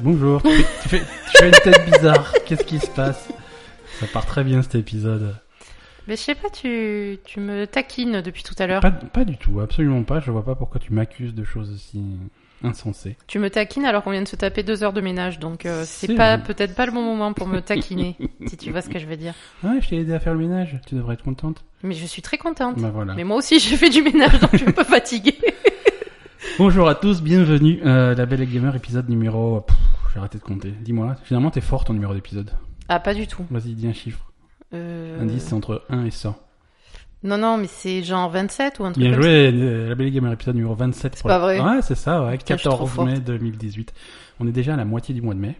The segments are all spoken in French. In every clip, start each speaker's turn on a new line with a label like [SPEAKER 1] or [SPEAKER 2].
[SPEAKER 1] Bonjour. tu, fais, tu fais une tête bizarre. Qu'est-ce qui se passe Ça part très bien cet épisode.
[SPEAKER 2] Mais je sais pas, tu, tu me taquines depuis tout à l'heure.
[SPEAKER 1] Pas, pas du tout, absolument pas. Je vois pas pourquoi tu m'accuses de choses aussi insensées.
[SPEAKER 2] Tu me taquines alors qu'on vient de se taper deux heures de ménage, donc euh,
[SPEAKER 1] C'est
[SPEAKER 2] c'est pas
[SPEAKER 1] vrai.
[SPEAKER 2] peut-être pas le bon moment pour me taquiner, si tu vois ce que je veux dire.
[SPEAKER 1] Ouais, Ah, je t'ai aidé à faire le ménage. Tu devrais être contente.
[SPEAKER 2] Mais je suis très contente.
[SPEAKER 1] Bah voilà.
[SPEAKER 2] Mais moi aussi, j'ai fait du ménage, donc je suis un peu fatiguée.
[SPEAKER 1] Bonjour à tous, bienvenue euh, la Belle et Gamer épisode numéro. Pff, J'ai arrêté de compter. Dis-moi, finalement t'es fort ton numéro d'épisode.
[SPEAKER 2] Ah, pas du tout.
[SPEAKER 1] Vas-y, dis un chiffre.
[SPEAKER 2] Euh...
[SPEAKER 1] Un 10, c'est entre 1 et 100.
[SPEAKER 2] Non, non, mais c'est genre 27 ou un truc
[SPEAKER 1] Bien
[SPEAKER 2] comme
[SPEAKER 1] joué, euh, la Belle et Gamer épisode numéro 27.
[SPEAKER 2] C'est
[SPEAKER 1] pour
[SPEAKER 2] pas
[SPEAKER 1] la-
[SPEAKER 2] vrai.
[SPEAKER 1] Ouais, c'est ça, ouais,
[SPEAKER 2] Putain, je suis trop
[SPEAKER 1] 14
[SPEAKER 2] forte.
[SPEAKER 1] mai 2018. On est déjà à la moitié du mois de mai.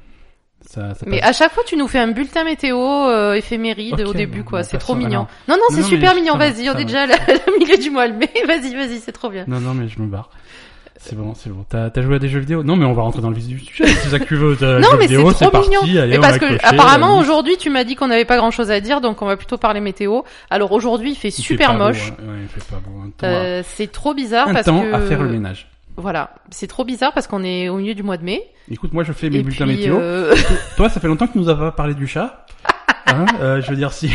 [SPEAKER 1] Ça, ça
[SPEAKER 2] ça. Mais
[SPEAKER 1] passe-
[SPEAKER 2] à chaque fois, tu nous fais un bulletin météo euh, éphéméride
[SPEAKER 1] Ok,
[SPEAKER 2] au début,
[SPEAKER 1] bon,
[SPEAKER 2] quoi.
[SPEAKER 1] bon,
[SPEAKER 2] C'est trop
[SPEAKER 1] personne-
[SPEAKER 2] mignon.
[SPEAKER 1] alors-
[SPEAKER 2] Non, non,
[SPEAKER 1] Non,
[SPEAKER 2] c'est
[SPEAKER 1] non,
[SPEAKER 2] super
[SPEAKER 1] mais
[SPEAKER 2] mignon.
[SPEAKER 1] ça va,
[SPEAKER 2] Vas-y, on
[SPEAKER 1] ça va.
[SPEAKER 2] est déjà à la, au milieu du mois le mai. Vas-y, vas-y, c'est trop bien.
[SPEAKER 1] Non, non, mais je me barre. C'est bon, c'est bon. T'as t'as joué à des jeux vidéo Non, mais on va rentrer dans le vif du sujet. C'est ça que tu veux. t'as-
[SPEAKER 2] Non,
[SPEAKER 1] jeux
[SPEAKER 2] mais c'est
[SPEAKER 1] euh, vidéo,
[SPEAKER 2] trop
[SPEAKER 1] parti,
[SPEAKER 2] mignon.
[SPEAKER 1] allez,
[SPEAKER 2] Mais
[SPEAKER 1] on
[SPEAKER 2] parce
[SPEAKER 1] va
[SPEAKER 2] que
[SPEAKER 1] cocher,
[SPEAKER 2] apparemment
[SPEAKER 1] euh,
[SPEAKER 2] aujourd'hui tu m'as dit qu'on n'avait pas grand chose à dire, donc on va plutôt parler météo. Alors aujourd'hui il fait
[SPEAKER 1] il fait
[SPEAKER 2] super
[SPEAKER 1] pas beau,
[SPEAKER 2] moche.
[SPEAKER 1] hein. Ouais, il fait pas beau. Un temps, à-
[SPEAKER 2] Euh, c'est trop bizarre
[SPEAKER 1] un
[SPEAKER 2] parce
[SPEAKER 1] temps
[SPEAKER 2] que
[SPEAKER 1] à faire le ménage.
[SPEAKER 2] voilà, c'est trop bizarre parce qu'on est au milieu du mois de mai.
[SPEAKER 1] Écoute, moi je fais mes
[SPEAKER 2] Et
[SPEAKER 1] bulletins
[SPEAKER 2] puis,
[SPEAKER 1] météo.
[SPEAKER 2] euh,
[SPEAKER 1] Toi, ça fait longtemps que tu nous as pas parlé du chat. Hein euh, je veux dire, si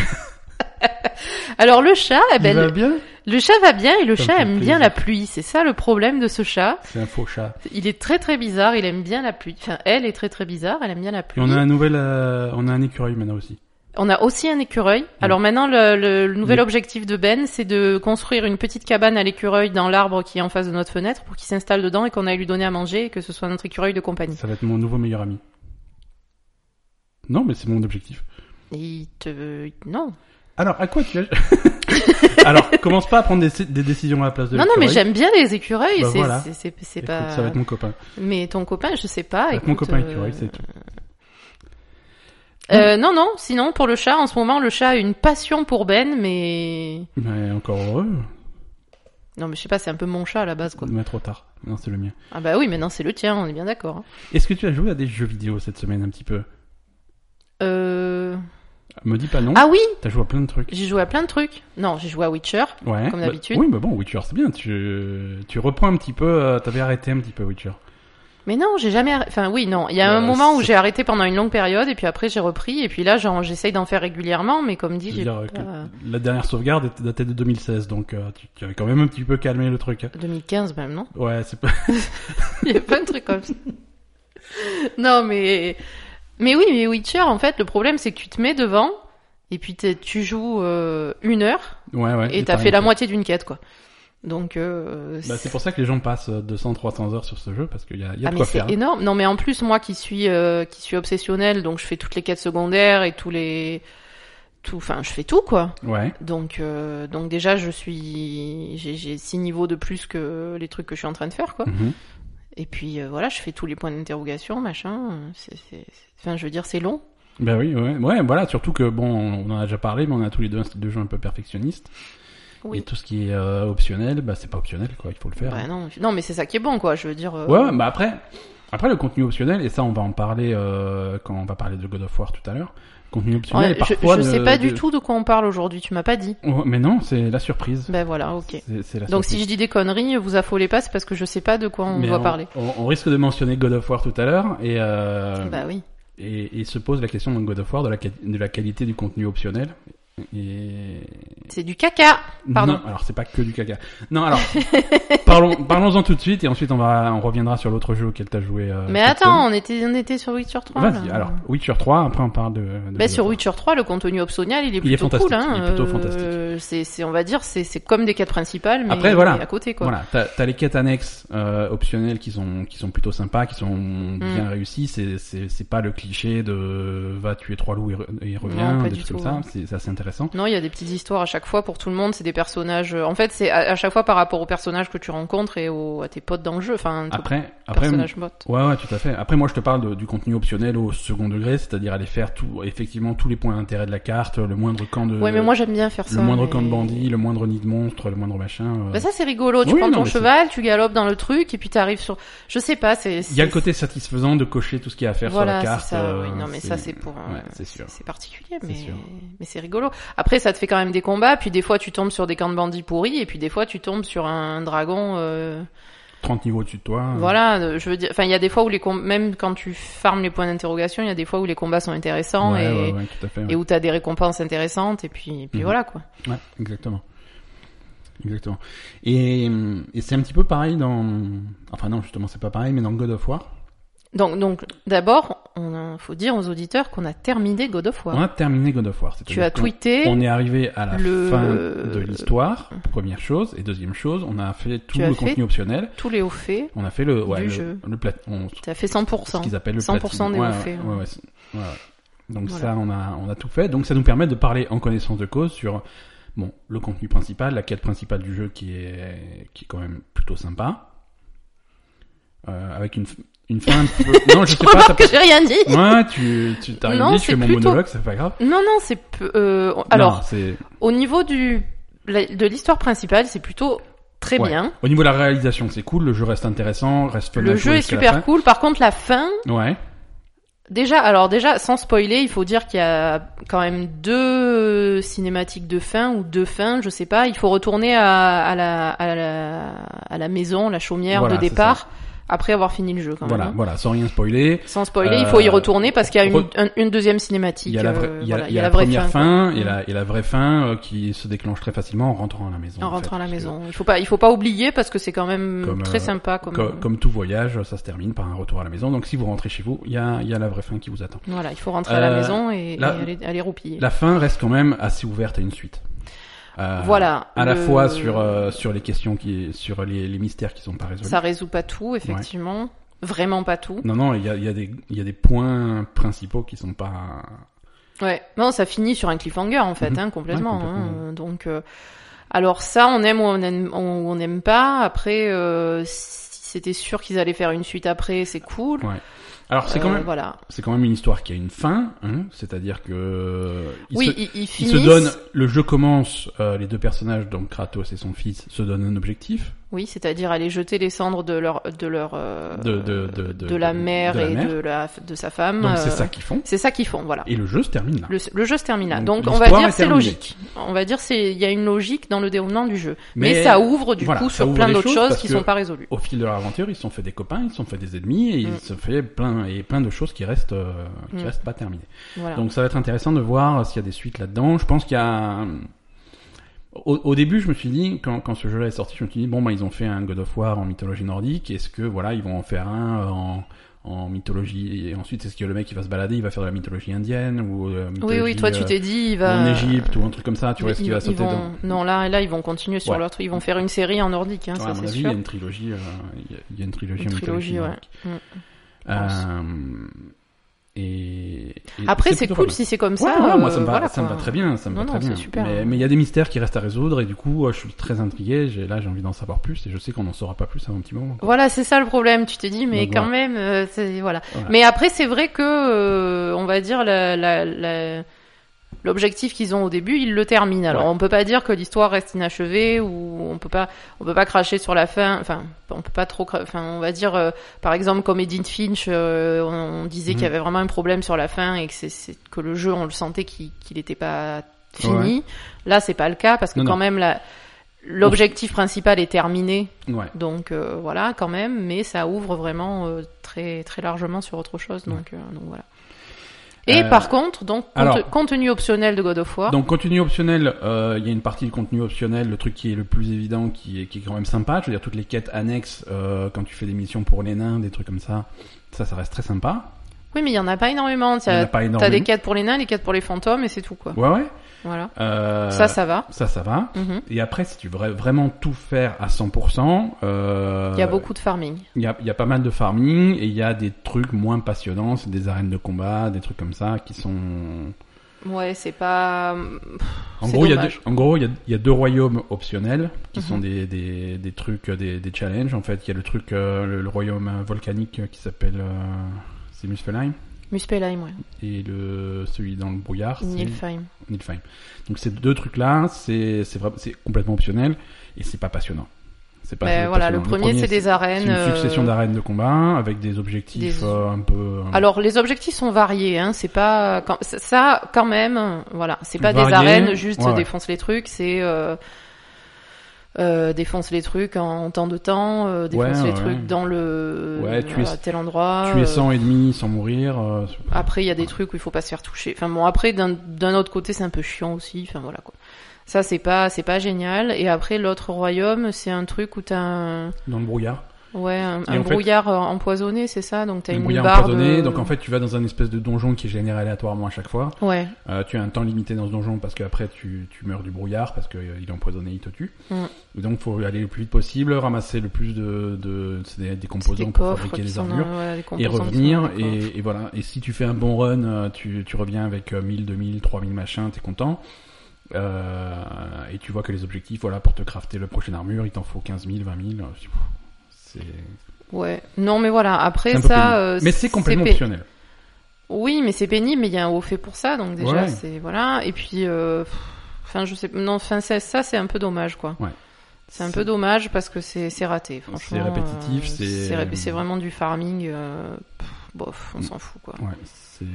[SPEAKER 2] alors le chat, eh
[SPEAKER 1] il
[SPEAKER 2] ben,
[SPEAKER 1] va
[SPEAKER 2] le,
[SPEAKER 1] bien,
[SPEAKER 2] le chat va bien et le
[SPEAKER 1] Ça me
[SPEAKER 2] chat
[SPEAKER 1] fait
[SPEAKER 2] aime
[SPEAKER 1] plaisir.
[SPEAKER 2] bien la pluie. C'est ça le problème de ce chat.
[SPEAKER 1] c'est un faux chat.
[SPEAKER 2] Il est très très bizarre. Il aime bien la pluie. Enfin, elle est très très bizarre. Elle aime bien la
[SPEAKER 1] Et
[SPEAKER 2] pluie.
[SPEAKER 1] on a un nouvel, euh, on a un écureuil maintenant aussi.
[SPEAKER 2] On a aussi un écureuil. Alors maintenant, le, le- le nouvel
[SPEAKER 1] Oui.
[SPEAKER 2] objectif de Ben, c'est de construire une petite cabane à l'écureuil dans l'arbre qui est en face de notre fenêtre pour qu'il s'installe dedans et qu'on aille lui donner à manger et que ce soit notre écureuil de compagnie.
[SPEAKER 1] Ça va être mon nouveau meilleur ami. Non, mais c'est mon objectif.
[SPEAKER 2] Il te... Non.
[SPEAKER 1] Alors, à quoi tu as Alors, commence pas à prendre des, des décisions à la place de
[SPEAKER 2] Non, non, mais
[SPEAKER 1] l'écureuil.
[SPEAKER 2] j'aime bien les écureuils.
[SPEAKER 1] Bah
[SPEAKER 2] c'est
[SPEAKER 1] voilà.
[SPEAKER 2] c'est- c'est- c'est
[SPEAKER 1] Écoute,
[SPEAKER 2] pas...
[SPEAKER 1] Ça va être mon copain.
[SPEAKER 2] Mais ton copain, je sais pas.
[SPEAKER 1] ça va être mon
[SPEAKER 2] écoute,
[SPEAKER 1] copain
[SPEAKER 2] euh,
[SPEAKER 1] écureuil, c'est tout.
[SPEAKER 2] euh, non, non, sinon pour le chat, en ce moment, le chat a une passion pour Ben, mais...
[SPEAKER 1] Mais encore heureux.
[SPEAKER 2] Non, mais je sais pas, c'est un peu mon chat à la base, quoi.
[SPEAKER 1] Mais trop tard. Non, c'est le mien.
[SPEAKER 2] Ah bah oui, maintenant c'est le tien, on est bien d'accord. hein.
[SPEAKER 1] Est-ce que tu as joué à des jeux vidéo cette semaine un petit peu
[SPEAKER 2] Euh...
[SPEAKER 1] Hein Me dis pas non.
[SPEAKER 2] Ah oui,
[SPEAKER 1] T'as joué à plein de trucs.
[SPEAKER 2] J'ai joué à plein de trucs. Non, j'ai joué à Witcher.
[SPEAKER 1] Ouais.
[SPEAKER 2] Comme
[SPEAKER 1] Bah,
[SPEAKER 2] d'habitude.
[SPEAKER 1] oui, mais bon, Witcher, c'est bien. Tu, tu reprends un petit peu. euh, T'avais arrêté un petit peu Witcher.
[SPEAKER 2] Mais non, j'ai jamais. arr- Enfin, oui, non. Il y a
[SPEAKER 1] Bah,
[SPEAKER 2] un moment où
[SPEAKER 1] c'est-
[SPEAKER 2] j'ai arrêté pendant une longue période, et puis après j'ai repris, et puis là, genre, j'essaye d'en faire régulièrement, mais comme dit,
[SPEAKER 1] Je
[SPEAKER 2] j'ai
[SPEAKER 1] veux dire, euh, que
[SPEAKER 2] pas-
[SPEAKER 1] la dernière sauvegarde était- datait de 2016, donc euh, tu, tu avais quand même un petit peu calmé le truc.
[SPEAKER 2] 2015 même, non
[SPEAKER 1] Ouais, c'est pas.
[SPEAKER 2] Il y a plein de trucs comme ça. non, mais. Mais oui, mais Witcher, en fait, le problème, c'est que tu te mets devant, et puis t'es- tu joues euh, une heure,
[SPEAKER 1] Ouais, ouais.
[SPEAKER 2] et t'as fait la
[SPEAKER 1] moitié.
[SPEAKER 2] moitié d'une quête, quoi. Donc, euh,
[SPEAKER 1] Bah, c'est pour ça que les gens passent 200-300 heures sur ce jeu parce qu'il y a, il y a
[SPEAKER 2] Ah
[SPEAKER 1] de
[SPEAKER 2] mais
[SPEAKER 1] quoi
[SPEAKER 2] c'est
[SPEAKER 1] faire. hein.
[SPEAKER 2] énorme. Non mais en plus moi qui suis euh, qui suis obsessionnelle donc je fais toutes les quêtes secondaires et tous les tout enfin je fais tout quoi.
[SPEAKER 1] Ouais.
[SPEAKER 2] Donc euh, donc déjà je suis j'ai j'ai six niveaux de plus que les trucs que je suis en train de faire quoi.
[SPEAKER 1] Mhm.
[SPEAKER 2] Et puis euh, voilà, je fais tous les points d'interrogation, machin, c'est c'est- c'est- enfin je veux dire c'est long.
[SPEAKER 1] Ben oui, ouais. Ouais, voilà. Surtout que bon, on en a déjà parlé, mais on a tous les deux un style de jeu un peu perfectionniste.
[SPEAKER 2] Oui.
[SPEAKER 1] Et tout ce qui est euh, optionnel, bah c'est pas optionnel quoi. Il faut le faire.
[SPEAKER 2] Bah, non, non mais c'est ça qui est bon quoi, je veux dire euh,
[SPEAKER 1] Ouais, ouais, bah après, après le contenu optionnel, et ça on va en parler euh, quand on va parler de God of War tout à l'heure. Contenu optionnel,
[SPEAKER 2] ouais,
[SPEAKER 1] et
[SPEAKER 2] je,
[SPEAKER 1] parfois.
[SPEAKER 2] je sais
[SPEAKER 1] de-
[SPEAKER 2] pas
[SPEAKER 1] de-
[SPEAKER 2] du tout de quoi on parle aujourd'hui, tu m'as pas dit.
[SPEAKER 1] Ouais, mais non, c'est la surprise.
[SPEAKER 2] Ben voilà, OK.
[SPEAKER 1] C'est- c'est la
[SPEAKER 2] Donc si
[SPEAKER 1] surprise.
[SPEAKER 2] je dis des conneries, vous affolez pas, c'est parce que je sais pas de quoi on
[SPEAKER 1] Mais
[SPEAKER 2] doit parler.
[SPEAKER 1] On, on risque de mentionner God of War tout à l'heure, et, euh,
[SPEAKER 2] Bah oui.
[SPEAKER 1] et, et se pose la question dans God of War de la, quali- de la qualité du contenu optionnel. Et...
[SPEAKER 2] C'est du caca. Pardon.
[SPEAKER 1] Non, alors c'est pas que du caca. Non, alors parlons, parlons-en tout de suite, et ensuite on va, on reviendra sur l'autre jeu auquel t'as joué. euh,
[SPEAKER 2] Mais
[SPEAKER 1] cette
[SPEAKER 2] attends, on était, on était sur Witcher 3.
[SPEAKER 1] semaine. Vas-y.
[SPEAKER 2] là.
[SPEAKER 1] Alors Witcher 3, après on parle de. de God
[SPEAKER 2] Ben,
[SPEAKER 1] of
[SPEAKER 2] sur
[SPEAKER 1] War.
[SPEAKER 2] Witcher 3, le contenu optionnel, il est
[SPEAKER 1] Il est
[SPEAKER 2] plutôt cool.
[SPEAKER 1] fantastique,
[SPEAKER 2] Hein.
[SPEAKER 1] il est plutôt
[SPEAKER 2] Euh,
[SPEAKER 1] fantastique.
[SPEAKER 2] c'est, c'est, on va dire, c'est, c'est comme des quêtes principales, mais
[SPEAKER 1] Après, voilà.
[SPEAKER 2] à côté, quoi.
[SPEAKER 1] Voilà, t'as t'as les quêtes annexes euh, optionnelles qui sont qui sont plutôt sympas, qui sont
[SPEAKER 2] Hmm.
[SPEAKER 1] bien réussies. C'est c'est c'est pas le cliché de va tuer trois loups et, re- et revient,
[SPEAKER 2] Non, pas
[SPEAKER 1] des
[SPEAKER 2] du
[SPEAKER 1] trucs comme
[SPEAKER 2] tout,
[SPEAKER 1] ça.
[SPEAKER 2] ouais.
[SPEAKER 1] C'est c'est assez intéressant.
[SPEAKER 2] Non, il y a des petites histoires à chaque fois pour tout le monde. C'est des personnages. euh, En fait, c'est à, à chaque fois par rapport aux personnages que tu rencontres et aux, à tes potes dans le jeu. Enfin, tes
[SPEAKER 1] Après après
[SPEAKER 2] personnages potes.
[SPEAKER 1] ouais ouais tout à fait. Après moi je te parle de- du contenu optionnel au second degré, c'est-à-dire aller faire tout effectivement tous les points d'intérêt de la carte, le moindre camp de
[SPEAKER 2] ouais, mais moi j'aime bien faire ça.
[SPEAKER 1] le moindre
[SPEAKER 2] mais-
[SPEAKER 1] camp de bandits, le moindre nid de monstres, le moindre machin. euh.
[SPEAKER 2] Ben ça c'est rigolo. Tu
[SPEAKER 1] Oui,
[SPEAKER 2] prends
[SPEAKER 1] non,
[SPEAKER 2] ton
[SPEAKER 1] mais c'est-
[SPEAKER 2] cheval, tu galopes dans le truc et puis t'arrives sur. Je sais pas. C'est.
[SPEAKER 1] Il y a le
[SPEAKER 2] c'est-
[SPEAKER 1] côté satisfaisant de cocher tout ce qu'il y a à faire
[SPEAKER 2] voilà,
[SPEAKER 1] sur la carte.
[SPEAKER 2] c'est ça.
[SPEAKER 1] euh,
[SPEAKER 2] oui. Non, mais ça, c'est pour. un-
[SPEAKER 1] ouais, c'est sûr.
[SPEAKER 2] C'est particulier,
[SPEAKER 1] C'est
[SPEAKER 2] mais
[SPEAKER 1] sûr.
[SPEAKER 2] mais c'est rigolo. Après, ça te fait quand même des combats. Puis des fois, tu tombes sur des camps de bandits pourris, et puis des fois, tu tombes sur un dragon. euh,
[SPEAKER 1] 30 niveaux au-dessus de toi. euh,
[SPEAKER 2] Voilà, euh, je veux dire, enfin, il y a des fois où les com- même quand tu farmes les points d'interrogation, il y a des fois où les combats sont intéressants
[SPEAKER 1] ouais,
[SPEAKER 2] et,
[SPEAKER 1] ouais, ouais, tout à fait. ouais.
[SPEAKER 2] et où t'as des récompenses intéressantes et puis, et puis
[SPEAKER 1] Mhm.
[SPEAKER 2] voilà quoi.
[SPEAKER 1] Ouais, exactement. Exactement. Et, et c'est un petit peu pareil dans. Enfin, non, justement, c'est pas pareil, mais dans God of War.
[SPEAKER 2] Donc, donc d'abord, on faut dire aux auditeurs qu'on a terminé God of War.
[SPEAKER 1] On a terminé God of War.
[SPEAKER 2] tu
[SPEAKER 1] c'est-à-dire
[SPEAKER 2] as
[SPEAKER 1] qu'on-
[SPEAKER 2] tweeté,
[SPEAKER 1] On est arrivé à la
[SPEAKER 2] le-
[SPEAKER 1] fin de l'histoire, première chose. Et deuxième chose, on a fait tout
[SPEAKER 2] Tu as
[SPEAKER 1] le
[SPEAKER 2] fait
[SPEAKER 1] contenu optionnel.
[SPEAKER 2] tous les hauts faits,
[SPEAKER 1] On a fait le. Ouais,
[SPEAKER 2] Du
[SPEAKER 1] le,
[SPEAKER 2] jeu.
[SPEAKER 1] le plat- on-
[SPEAKER 2] t'as fait
[SPEAKER 1] ce
[SPEAKER 2] 100%.
[SPEAKER 1] qu'ils appellent le
[SPEAKER 2] 100%
[SPEAKER 1] platine.
[SPEAKER 2] des
[SPEAKER 1] Ouais,
[SPEAKER 2] hauts faits, hein.
[SPEAKER 1] ouais, ouais, ouais, c'est- ouais, ouais. Donc
[SPEAKER 2] Voilà.
[SPEAKER 1] ça, on a, on a tout fait. Donc ça nous permet de parler en connaissance de cause sur bon le contenu principal, la quête principale du jeu qui est qui est quand même plutôt sympa, Euh, avec une f- une fin un petit peu. Non, je sais pas.
[SPEAKER 2] Remarque que j'ai rien dit.
[SPEAKER 1] t'as- Ouais, tu tu t'as rien
[SPEAKER 2] Non,
[SPEAKER 1] dit, je
[SPEAKER 2] c'est
[SPEAKER 1] fais mon
[SPEAKER 2] plutôt-
[SPEAKER 1] monologue, c'est pas grave.
[SPEAKER 2] Non, non, c'est peu- euh, alors
[SPEAKER 1] Non, c'est
[SPEAKER 2] au niveau du la- de l'histoire principale, c'est plutôt très
[SPEAKER 1] Ouais.
[SPEAKER 2] bien.
[SPEAKER 1] au niveau de la réalisation, c'est cool. Le jeu reste intéressant, reste fun. à
[SPEAKER 2] Le
[SPEAKER 1] jouer
[SPEAKER 2] jeu est
[SPEAKER 1] jusqu'à la
[SPEAKER 2] super cool. Par contre, la fin,
[SPEAKER 1] fin. Ouais.
[SPEAKER 2] Déjà, alors déjà, sans spoiler, il faut dire qu'il y a quand même deux cinématiques de fin ou deux fins, je sais pas. Il faut retourner à, à la, à, la, à la maison, la chaumière
[SPEAKER 1] Voilà,
[SPEAKER 2] de
[SPEAKER 1] c'est
[SPEAKER 2] départ, après avoir fini le jeu quand
[SPEAKER 1] Voilà,
[SPEAKER 2] même. hein.
[SPEAKER 1] voilà, sans rien spoiler.
[SPEAKER 2] Sans spoiler, il
[SPEAKER 1] Euh,
[SPEAKER 2] faut y retourner parce qu'il y a une,
[SPEAKER 1] re-
[SPEAKER 2] un- une deuxième cinématique.
[SPEAKER 1] Il y a la, vraie-
[SPEAKER 2] euh,
[SPEAKER 1] il y a-
[SPEAKER 2] voilà,
[SPEAKER 1] il y a la
[SPEAKER 2] vraie
[SPEAKER 1] première
[SPEAKER 2] quoi.
[SPEAKER 1] fin,
[SPEAKER 2] quoi.
[SPEAKER 1] et, la, et la vraie fin euh, qui se déclenche très facilement en rentrant à la maison.
[SPEAKER 2] en
[SPEAKER 1] fait,
[SPEAKER 2] rentrant à la
[SPEAKER 1] parce que
[SPEAKER 2] maison. Il faut pas, il faut pas oublier parce que c'est quand même
[SPEAKER 1] Comme,
[SPEAKER 2] très
[SPEAKER 1] euh,
[SPEAKER 2] sympa comme,
[SPEAKER 1] co- Comme, tout voyage, ça se termine par un retour à la maison. Donc si vous rentrez chez vous, il y a, il y a la vraie fin qui vous attend.
[SPEAKER 2] Voilà, il faut rentrer à la
[SPEAKER 1] Euh,
[SPEAKER 2] maison et,
[SPEAKER 1] la-
[SPEAKER 2] et aller, aller roupiller.
[SPEAKER 1] La fin reste quand même assez ouverte à une suite. Euh,
[SPEAKER 2] voilà.
[SPEAKER 1] À la
[SPEAKER 2] le-
[SPEAKER 1] fois sur euh, sur les questions qui sur les, les mystères qui sont pas résolus.
[SPEAKER 2] Ça résout pas tout, effectivement. Vraiment pas tout.
[SPEAKER 1] Non non, il y a, il y a des il y a des points principaux qui sont pas.
[SPEAKER 2] Ouais. Non, ça finit sur un cliffhanger, en fait,
[SPEAKER 1] Mhm.
[SPEAKER 2] hein, complètement.
[SPEAKER 1] Ouais, complètement.
[SPEAKER 2] hein. Donc, euh, alors ça, on aime ou on aime, ou on n'aime pas. Après, euh, si c'était sûr qu'ils allaient faire une suite après, c'est cool.
[SPEAKER 1] Ouais. Alors c'est quand
[SPEAKER 2] Euh,
[SPEAKER 1] même
[SPEAKER 2] Voilà.
[SPEAKER 1] c'est quand même une histoire qui a une fin, hein, c'est-à-dire que il
[SPEAKER 2] oui,
[SPEAKER 1] se-
[SPEAKER 2] ils, ils
[SPEAKER 1] Il
[SPEAKER 2] finissent.
[SPEAKER 1] se donne, le jeu commence, euh, les deux personnages, donc Kratos et son fils, se donnent un objectif
[SPEAKER 2] Oui, c'est-à-dire aller jeter les cendres de leur, de leur, euh,
[SPEAKER 1] de, de, de, de,
[SPEAKER 2] de la mère
[SPEAKER 1] de la
[SPEAKER 2] et
[SPEAKER 1] mère.
[SPEAKER 2] de la, de sa femme.
[SPEAKER 1] Donc
[SPEAKER 2] euh,
[SPEAKER 1] c'est ça qu'ils font.
[SPEAKER 2] C'est ça qu'ils font, voilà.
[SPEAKER 1] Et le jeu se termine là.
[SPEAKER 2] Le, le jeu se termine là.
[SPEAKER 1] Donc,
[SPEAKER 2] Donc, on va
[SPEAKER 1] l'histoire est
[SPEAKER 2] dire c'est
[SPEAKER 1] terminée.
[SPEAKER 2] logique. On va dire c'est il y a une logique dans le déroulement du jeu. Mais,
[SPEAKER 1] Mais
[SPEAKER 2] ça ouvre du
[SPEAKER 1] voilà,
[SPEAKER 2] coup
[SPEAKER 1] ça
[SPEAKER 2] sur
[SPEAKER 1] ouvre
[SPEAKER 2] plein
[SPEAKER 1] des
[SPEAKER 2] d'autres
[SPEAKER 1] choses
[SPEAKER 2] choses
[SPEAKER 1] parce
[SPEAKER 2] qui
[SPEAKER 1] que-
[SPEAKER 2] sont pas résolues.
[SPEAKER 1] Au fil de leur aventure, ils se sont fait des copains, ils se sont fait des ennemis et
[SPEAKER 2] Mm.
[SPEAKER 1] ils se fait plein et plein de choses qui restent euh, qui
[SPEAKER 2] Mm.
[SPEAKER 1] restent pas terminées.
[SPEAKER 2] Voilà.
[SPEAKER 1] Donc ça va être intéressant de voir euh, s'il y a des suites là-dedans. Je pense qu'il y a euh, au, au début, je me suis dit quand, quand ce jeu-là est sorti, je me suis dit bon bah ils ont fait un God of War en mythologie nordique. Est-ce que voilà ils vont en faire un euh, en en mythologie et ensuite est-ce que le mec il va se balader, il va faire de la mythologie indienne ou euh,
[SPEAKER 2] Oui,
[SPEAKER 1] mythologie,
[SPEAKER 2] oui, toi tu
[SPEAKER 1] euh,
[SPEAKER 2] t'es dit, il
[SPEAKER 1] ou
[SPEAKER 2] va.
[SPEAKER 1] en Égypte ou un truc comme ça. Tu vois
[SPEAKER 2] ils-
[SPEAKER 1] ce qu'il va
[SPEAKER 2] ils
[SPEAKER 1] sauter
[SPEAKER 2] vont-
[SPEAKER 1] dans
[SPEAKER 2] Non, là, là, ils vont continuer sur
[SPEAKER 1] Ouais.
[SPEAKER 2] leur truc. Ils vont faire une série en nordique, hein,
[SPEAKER 1] Ouais,
[SPEAKER 2] ça
[SPEAKER 1] à mon
[SPEAKER 2] c'est
[SPEAKER 1] avis,
[SPEAKER 2] sûr.
[SPEAKER 1] il y a une trilogie, euh, il y a- il y a une trilogie,
[SPEAKER 2] Une
[SPEAKER 1] en
[SPEAKER 2] trilogie,
[SPEAKER 1] mythologie
[SPEAKER 2] ouais.
[SPEAKER 1] nordique.
[SPEAKER 2] Mm.
[SPEAKER 1] Euh, et, et-
[SPEAKER 2] Après,
[SPEAKER 1] et
[SPEAKER 2] c'est
[SPEAKER 1] plutôt
[SPEAKER 2] cool
[SPEAKER 1] pas mal.
[SPEAKER 2] si c'est comme
[SPEAKER 1] Ouais,
[SPEAKER 2] ça.
[SPEAKER 1] ouais, moi,
[SPEAKER 2] euh,
[SPEAKER 1] ça me va,
[SPEAKER 2] voilà,
[SPEAKER 1] ça me
[SPEAKER 2] quoi.
[SPEAKER 1] va très bien, ça me
[SPEAKER 2] Non,
[SPEAKER 1] va
[SPEAKER 2] non,
[SPEAKER 1] très
[SPEAKER 2] c'est
[SPEAKER 1] bien.
[SPEAKER 2] super,
[SPEAKER 1] mais
[SPEAKER 2] hein.
[SPEAKER 1] mais il y a des mystères qui restent à résoudre et du coup, euh, je suis très intrigué. J'ai là, j'ai envie d'en savoir plus et je sais qu'on n'en saura pas plus avant un petit moment. quoi.
[SPEAKER 2] Voilà, c'est ça le problème. Tu t'es dit, mais
[SPEAKER 1] Donc,
[SPEAKER 2] quand même, euh, c'est- voilà.
[SPEAKER 1] Voilà.
[SPEAKER 2] Mais après, c'est vrai que, euh, on va dire, la- la- la- l'objectif qu'ils ont au début, ils le terminent. Alors,
[SPEAKER 1] Ouais.
[SPEAKER 2] on peut pas dire que l'histoire reste inachevée ou on peut pas, on peut pas cracher sur la fin. Enfin, on peut pas trop. cra- Enfin, on va dire, euh, par exemple, comme Edith Finch, euh, on, on disait
[SPEAKER 1] Mhm.
[SPEAKER 2] qu'il y avait vraiment un problème sur la fin et que c'est- c'est que le jeu, on le sentait qu'il n'était pas fini. Là, c'est pas le cas parce que
[SPEAKER 1] Non,
[SPEAKER 2] quand
[SPEAKER 1] non.
[SPEAKER 2] même la- L'objectif principal est terminé,
[SPEAKER 1] Ouais.
[SPEAKER 2] donc euh, voilà, quand même, mais ça ouvre vraiment euh, très très largement sur autre chose. Donc, euh, donc voilà. Et
[SPEAKER 1] Euh,
[SPEAKER 2] par contre, donc conte-
[SPEAKER 1] alors-
[SPEAKER 2] contenu optionnel de God of War.
[SPEAKER 1] Donc contenu optionnel, euh, il y a une partie de contenu optionnel, le truc qui est le plus évident, qui est, qui est quand même sympa. Je veux dire toutes les quêtes annexes euh, quand tu fais des missions pour les nains, des trucs comme ça, ça, ça reste très sympa.
[SPEAKER 2] Oui, mais il y en a pas
[SPEAKER 1] Il y
[SPEAKER 2] énormément.
[SPEAKER 1] en
[SPEAKER 2] T'as
[SPEAKER 1] a pas
[SPEAKER 2] t'as des
[SPEAKER 1] énormément.
[SPEAKER 2] quêtes pour les nains, des quêtes pour les fantômes, et c'est tout quoi.
[SPEAKER 1] Ouais ouais.
[SPEAKER 2] Voilà.
[SPEAKER 1] Euh,
[SPEAKER 2] ça, ça va.
[SPEAKER 1] ça, ça va.
[SPEAKER 2] Mhm.
[SPEAKER 1] Et après, si tu veux vra- vraiment tout faire à 100%, euh,
[SPEAKER 2] Il y a beaucoup de farming.
[SPEAKER 1] il y a, il y a pas mal de farming et il y a des trucs moins passionnants, c'est des arènes de combat, des trucs comme ça qui sont.
[SPEAKER 2] Ouais, c'est pas. euh,
[SPEAKER 1] En
[SPEAKER 2] C'est
[SPEAKER 1] gros, il y a deux,
[SPEAKER 2] dommage.
[SPEAKER 1] en gros, il y a, il y a deux royaumes optionnels qui
[SPEAKER 2] Mhm.
[SPEAKER 1] sont des, des, des trucs, euh, des, des challenges. En fait, il y a le truc, euh, le, le royaume euh, volcanique euh, qui s'appelle euh, c'est Muspelheim
[SPEAKER 2] Muspelheim, ouais.
[SPEAKER 1] et le celui dans le brouillard. c'est-
[SPEAKER 2] Nilfheim.
[SPEAKER 1] Nilfheim. Donc ces deux trucs-là, c'est c'est vra- c'est complètement optionnel et c'est pas passionnant. C'est pas
[SPEAKER 2] Ben,
[SPEAKER 1] c'est
[SPEAKER 2] voilà,
[SPEAKER 1] passionnant.
[SPEAKER 2] le premier, c'est des
[SPEAKER 1] c'est
[SPEAKER 2] arènes.
[SPEAKER 1] une succession
[SPEAKER 2] euh,
[SPEAKER 1] d'arènes de combat avec des objectifs
[SPEAKER 2] des-
[SPEAKER 1] euh, un peu. euh,
[SPEAKER 2] Alors les objectifs sont variés, hein. C'est pas quand- ça quand même, voilà. C'est pas des
[SPEAKER 1] Variés,
[SPEAKER 2] arènes juste
[SPEAKER 1] ouais, ouais.
[SPEAKER 2] défonce les trucs, c'est euh, euh, défonce les trucs en, en temps de temps, euh, défonce
[SPEAKER 1] Ouais,
[SPEAKER 2] les
[SPEAKER 1] ouais.
[SPEAKER 2] trucs dans le
[SPEAKER 1] Ouais,
[SPEAKER 2] dans-
[SPEAKER 1] tu es-
[SPEAKER 2] à tel endroit.
[SPEAKER 1] Tuer
[SPEAKER 2] euh,
[SPEAKER 1] 100 et demi sans mourir. euh, c'est-
[SPEAKER 2] Après, il y a des trucs où il faut pas se faire toucher. Enfin bon, après d'un d'un autre côté, c'est un peu chiant aussi. Enfin voilà quoi. Ça c'est pas c'est pas génial. Et après l'autre royaume, c'est un truc où t'as un
[SPEAKER 1] Dans le brouillard.
[SPEAKER 2] ouais un,
[SPEAKER 1] Et
[SPEAKER 2] un
[SPEAKER 1] en fait-
[SPEAKER 2] brouillard euh, empoisonné, c'est ça. Donc t'as
[SPEAKER 1] Le
[SPEAKER 2] une euh.
[SPEAKER 1] brouillard
[SPEAKER 2] barre
[SPEAKER 1] empoisonné.
[SPEAKER 2] de-
[SPEAKER 1] Donc en fait, tu vas dans un espèce de donjon qui est généré aléatoirement à chaque fois.
[SPEAKER 2] ouais
[SPEAKER 1] Euh, tu as un temps limité dans ce donjon parce qu'après tu, tu meurs du brouillard parce qu'il est empoisonné, il te tue.
[SPEAKER 2] Mm.
[SPEAKER 1] Et Donc faut aller le plus vite possible, ramasser le plus de, de c'est des, des
[SPEAKER 2] c'est
[SPEAKER 1] composants
[SPEAKER 2] des
[SPEAKER 1] pour
[SPEAKER 2] coffres
[SPEAKER 1] fabriquer
[SPEAKER 2] qui
[SPEAKER 1] des
[SPEAKER 2] sont dans-
[SPEAKER 1] armures
[SPEAKER 2] voilà, des
[SPEAKER 1] et
[SPEAKER 2] composants qui sont dans
[SPEAKER 1] revenir
[SPEAKER 2] les coffres.
[SPEAKER 1] et, et voilà. Et si tu fais un bon run, euh, tu, tu reviens avec euh, 1000, 2000, 3000 machin, t'es content. Euh, et tu vois que les objectifs, voilà, pour te crafter le prochain armure, il t'en faut 15 000, 20 000. euh, C'est
[SPEAKER 2] ouais non mais voilà
[SPEAKER 1] c'est
[SPEAKER 2] après
[SPEAKER 1] un peu pénible.
[SPEAKER 2] ça euh,
[SPEAKER 1] mais c'est complètement
[SPEAKER 2] pé-
[SPEAKER 1] optionnel.
[SPEAKER 2] Oui, mais c'est pénible, mais il y a un haut fait pour ça, donc déjà
[SPEAKER 1] Ouais.
[SPEAKER 2] c'est voilà. Et puis, euh, pff, enfin, je sais, non, enfin, c'est- ça c'est un peu dommage, quoi.
[SPEAKER 1] Ouais.
[SPEAKER 2] C'est un peu dommage parce que c'est c'est raté, franchement.
[SPEAKER 1] C'est répétitif,
[SPEAKER 2] euh,
[SPEAKER 1] c'est-
[SPEAKER 2] c'est ré- c'est vraiment du farming. euh, pff, bof,
[SPEAKER 1] Mm.
[SPEAKER 2] on s'en fout, quoi.
[SPEAKER 1] Ouais, c'est.